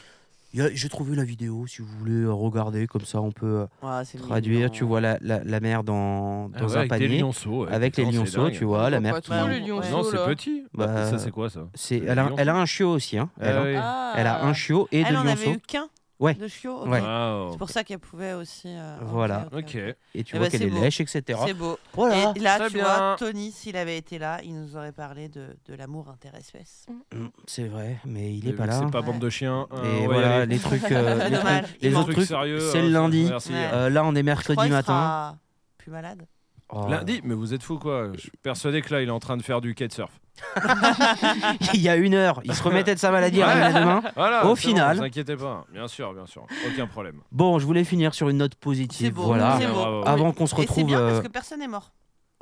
B: Il y a- J'ai trouvé la vidéo si vous voulez euh, regarder, comme ça on peut euh,
C: Ouais, c'est
B: traduire.
C: mignon.
B: Tu vois la, la, la mère dans, dans
A: Ah
B: un
A: Avec les
B: panier.
A: lionceaux. ouais.
B: Avec les
A: Putain, c'est
B: lionceaux,
A: dingue.
B: tu
C: Ah,
B: vois, la
D: On
B: mère
D: voit
B: qui.
D: tout le lionceau,
A: Non, c'est
D: là.
A: petit.
B: Bah,
A: Ça, c'est quoi ça
B: c'est-
A: le
B: elle, a, un-
A: lion.
B: elle a un chiot aussi. Hein. Elle,
A: Ah
B: hein.
A: oui.
D: Ah.
B: Elle a un chiot et
C: Elle
B: deux
C: en avait
B: lionceaux.
C: eu qu'un
B: Ouais.
C: de chiot. ok.
B: Ouais.
A: Wow.
C: C'est pour ça qu'elle pouvait aussi. euh, ok,
B: Voilà.
C: ok,
A: Ok.
C: ok.
B: Et tu
C: Eh
B: vois
C: bah,
B: qu'elle
C: c'est
B: est
C: beau.
B: lèche, etc.
C: C'est beau.
B: Voilà.
C: Et là,
A: Très
C: tu
A: bien.
C: vois, Tony, s'il avait été là, il nous aurait parlé de, de l'amour interespèce.
B: Mm, C'est vrai, mais il
A: Vu
B: est
A: que
B: pas là.
A: Eh bah, C'est pas bande de chiens. euh,
B: Et
A: on va y
B: voilà,
A: aller.
B: les trucs. euh,
C: Très
B: les
C: dommage.
B: trucs- les
C: Ils ont
A: Un
B: autres
A: truc
B: trucs,
A: sérieux,
B: c'est
A: euh,
B: le lundi.
A: Merci.
C: Ouais.
B: Euh, là, on est
C: Je
B: mercredi
C: crois qu'il
B: matin.
C: sera plus malade
B: Oh.
A: Lundi Mais vous êtes fou quoi Je suis persuadé que là, il est en train de faire du kitesurf.
B: Il y a une heure, il se remettait de sa maladie, revenait demain.
A: Voilà,
B: Au
A: c'est
B: final-
A: Bon, vous inquiétez pas. Bien sûr, bien sûr. Aucun problème.
B: Bon, je voulais finir sur une note positive.
C: C'est beau,
B: voilà.
C: c'est beau.
A: Bravo.
B: Avant qu'on se
C: Et c'est
B: retrouve.
C: bien parce
B: euh,
C: que personne n'est mort.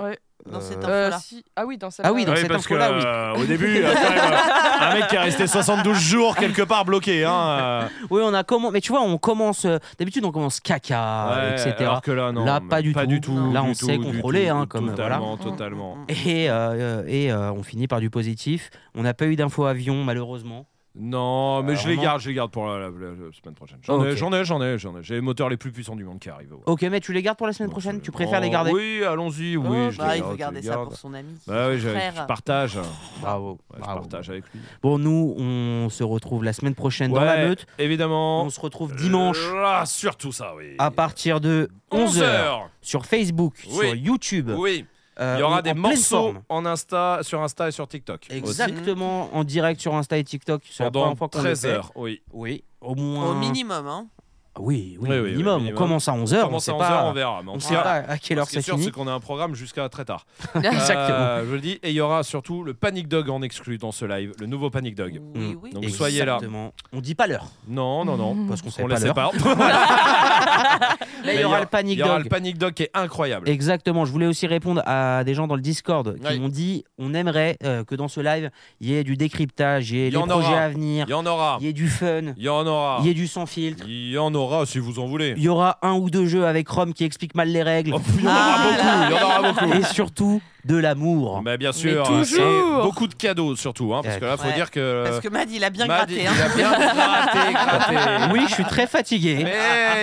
D: Ouais.
C: Dans cette
B: Euh,
D: Euh,
C: info-là.
D: si- Ah oui, dans cette
B: Ah oui, dans
A: oui,
B: cette
A: parce que
B: info-là, oui.
A: euh, au début, euh, quand même, euh, un mec qui est resté 72 jours quelque part bloqué. Hein, euh,
B: Oui, on a comment Mais tu vois, on commence. euh, D'habitude, on commence caca,
A: ouais,
B: etc.
A: Alors que là, non.
B: Ah, Là,
A: mais
B: pas du tout.
A: du tout.
B: Là,
A: du
B: on
A: tout,
B: sait
A: du
B: contrôler,
A: tout,
B: hein, comme,
A: Totalement,
C: Mm, mm,
A: totalement.
C: mm.
B: Et, euh, euh, et euh, on finit par du positif. On n'a pas eu d'info avion, malheureusement.
A: Non, mais
B: Euh,
A: je les
B: vraiment.
A: garde, je les garde pour la, la- la- la semaine prochaine. J'en
B: Ok.
A: ai, j'en ai, j'en ai, j'en ai. J'ai les moteurs les plus puissants du monde qui arrivent. ouais.
B: Ok, mais tu les gardes pour la semaine
A: Donc,
B: prochaine
A: euh,
B: Tu préfères les
A: oh,
B: garder
A: Oui, allons-y, oui.
D: Oh,
A: je
C: Bah,
A: les
C: il
A: garde,
C: faut
A: je
C: garder
A: les
C: ça
A: garde.
C: pour son ami.
A: Bah oui, je,
C: frère.
A: je partage. Ouais,
B: Bravo.
A: je
B: bravo.
A: partage avec lui.
B: Bon, nous, on se retrouve la semaine prochaine dans
A: Ouais,
B: la meute.
A: Évidemment.
B: On se retrouve dimanche
A: Ah, surtout ça, oui.
B: à partir de 11h
A: 11h.
B: sur Facebook,
A: Oui.
B: sur YouTube.
A: Oui.
B: euh,
A: Il y aura
B: en-
A: des
B: en pleine
A: morceaux
B: forme.
A: en Insta, sur Insta et sur TikTok. Aussi.
B: Exactement, en direct sur Insta et TikTok. C'est la
A: Pendant
B: première fois qu'on le
A: 13
B: fait.
A: heures, oui.
B: Oui, au moins.
C: Au minimum, hein.
B: Oui, oui,
A: Oui, oui, oui,
B: minimum.
A: minimum.
B: On commence à 11h.
A: on
B: on
A: commence à
B: sait
A: 11h,
B: pas,
A: on verra. mais en
B: on
A: tout
B: sait
A: cas,
B: pas à quelle heure
A: ce qui est
B: c'est
A: sûr,
B: fini.
A: c'est qu'on a un programme jusqu'à très tard.
B: Exactement.
A: Euh, je le dis. Et il y aura surtout le Panic Dog en exclu dans ce live, le nouveau Panic Dog.
C: Oui, oui.
A: Mm. Donc, soyez là.
B: Exactement. On dit pas l'heure,
A: Non, non, non.
B: parce qu'on sait
A: On
B: pas
A: les
B: l'heure.
A: sépare.
B: Là, Mm. il y aura le panic
A: Il y aura le
B: dog.
A: Panic Dog qui est incroyable.
B: Exactement, je voulais aussi répondre à des gens dans le Discord qui
A: Oui.
B: m'ont dit on aimerait euh, que dans ce live, il y ait du décryptage, il y ait
A: Il y
B: les
A: en
B: projets
A: aura.
B: à venir,
A: Il y en aura.
B: il y ait du fun,
A: Il y en aura.
B: il y ait du sans filtre.
A: Il y en aura si vous en voulez.
B: Il y aura un ou deux jeux avec Rome qui explique mal les règles. Ah
A: Oh, il y en aura beaucoup. Il y en aura beaucoup.
B: Et surtout de l'amour.
A: Mais bien sûr,
D: Mais
A: euh,
D: toujours.
A: et beaucoup de cadeaux surtout, hein, parce que là, faut
C: Ouais.
A: dire que
C: Parce que Mad, il a bien
A: Mad,
C: gratté.
A: il
C: hein.
A: a bien gratté, gratté.
B: Oui, je suis très fatigué.
A: mais,
B: Mais,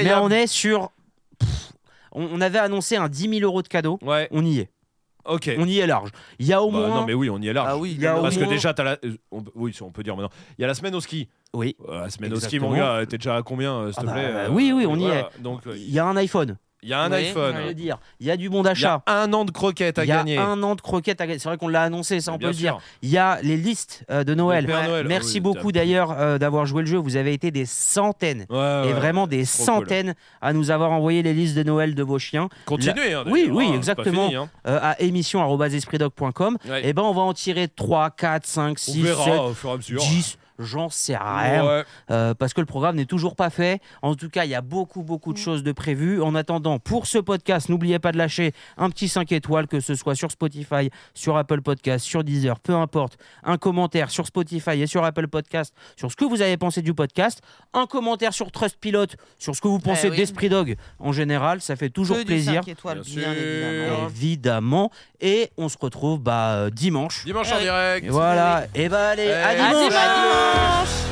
A: il y a-
B: on est sur. Pff, on, on avait annoncé un 10 000 euros de cadeaux.
A: ouais,
B: On y est.
A: ok.
B: On y est large. Il y a au
A: Bah,
B: moins.
A: Non mais oui, on y est là.
C: Ah oui,
B: Il y a au
A: Parce que
B: moins-
A: déjà, t'as la... euh, on... oui, on peut dire maintenant. Il y a la semaine au ski.
B: Oui.
A: Euh, la semaine au ski,
B: Exactement.
A: mon gars, euh, t'es déjà à combien, euh, s'il
B: Ah
A: te
B: bah,
A: plaît euh,
B: oui, oui, on y
A: voilà. Donc, euh,
B: Il
A: il
B: y a un iPhone.
A: y a un
C: Oui,
A: iPhone.
B: on peut le
A: Il
B: dire. Il y a du bon
A: Ah, y a
B: d'achat.
A: un an de croquettes à
B: Il y a
A: gagner.
B: un an de croquettes à gagner. C'est vrai qu'on l'a annoncé, ça on
A: Bien
B: peut le
A: sûr.
B: dire. Il y a les listes euh, de Noël.
A: Le Père Noël.
B: Merci
A: Oui,
B: beaucoup
A: t'as-
B: d'ailleurs euh, d'avoir joué le jeu. Vous avez été des centaines.
A: Ouais, Ah ouais,
B: et
A: ouais.
B: vraiment des
A: trop cool.
B: centaines à nous avoir envoyé les listes de Noël de vos chiens
A: Continuez. hein,
B: Oui,
A: d'ailleurs,
B: oui,
A: hein, c'est pas
B: exactement.
A: fini, hein.
B: euh, à émission@espritdoc.com.
A: Ouais.
B: Et ben on va en tirer 3 4 5
A: On
B: 6
A: verra
B: 7
A: au fur et à mesure.
B: 10 j'en sais rien
A: Ouais.
B: Euh, parce que le programme n'est toujours pas fait. En tout cas, il y a beaucoup beaucoup de
C: Mm.
B: choses de prévues. En attendant, pour ce podcast, n'oubliez pas de lâcher un petit 5 étoiles que ce soit sur Spotify, sur Apple Podcast, sur Deezer, peu importe, un commentaire sur Spotify et sur Apple Podcast sur ce que vous avez pensé du podcast, un commentaire sur Trustpilot sur ce que vous pensez
C: Eh oui.
B: d'Esprit Dog en général, ça fait toujours
C: Que du
B: plaisir.
C: cinq étoiles,
A: Bien
C: bien
A: sûr.
C: évidemment.
B: Évidemment. Et on se retrouve bah, euh, dimanche.
A: Dimanche en
C: Ouais.
A: direct.
B: Et voilà. Et bah allez, à
A: Eh,
B: dimanche.
A: à dimanche.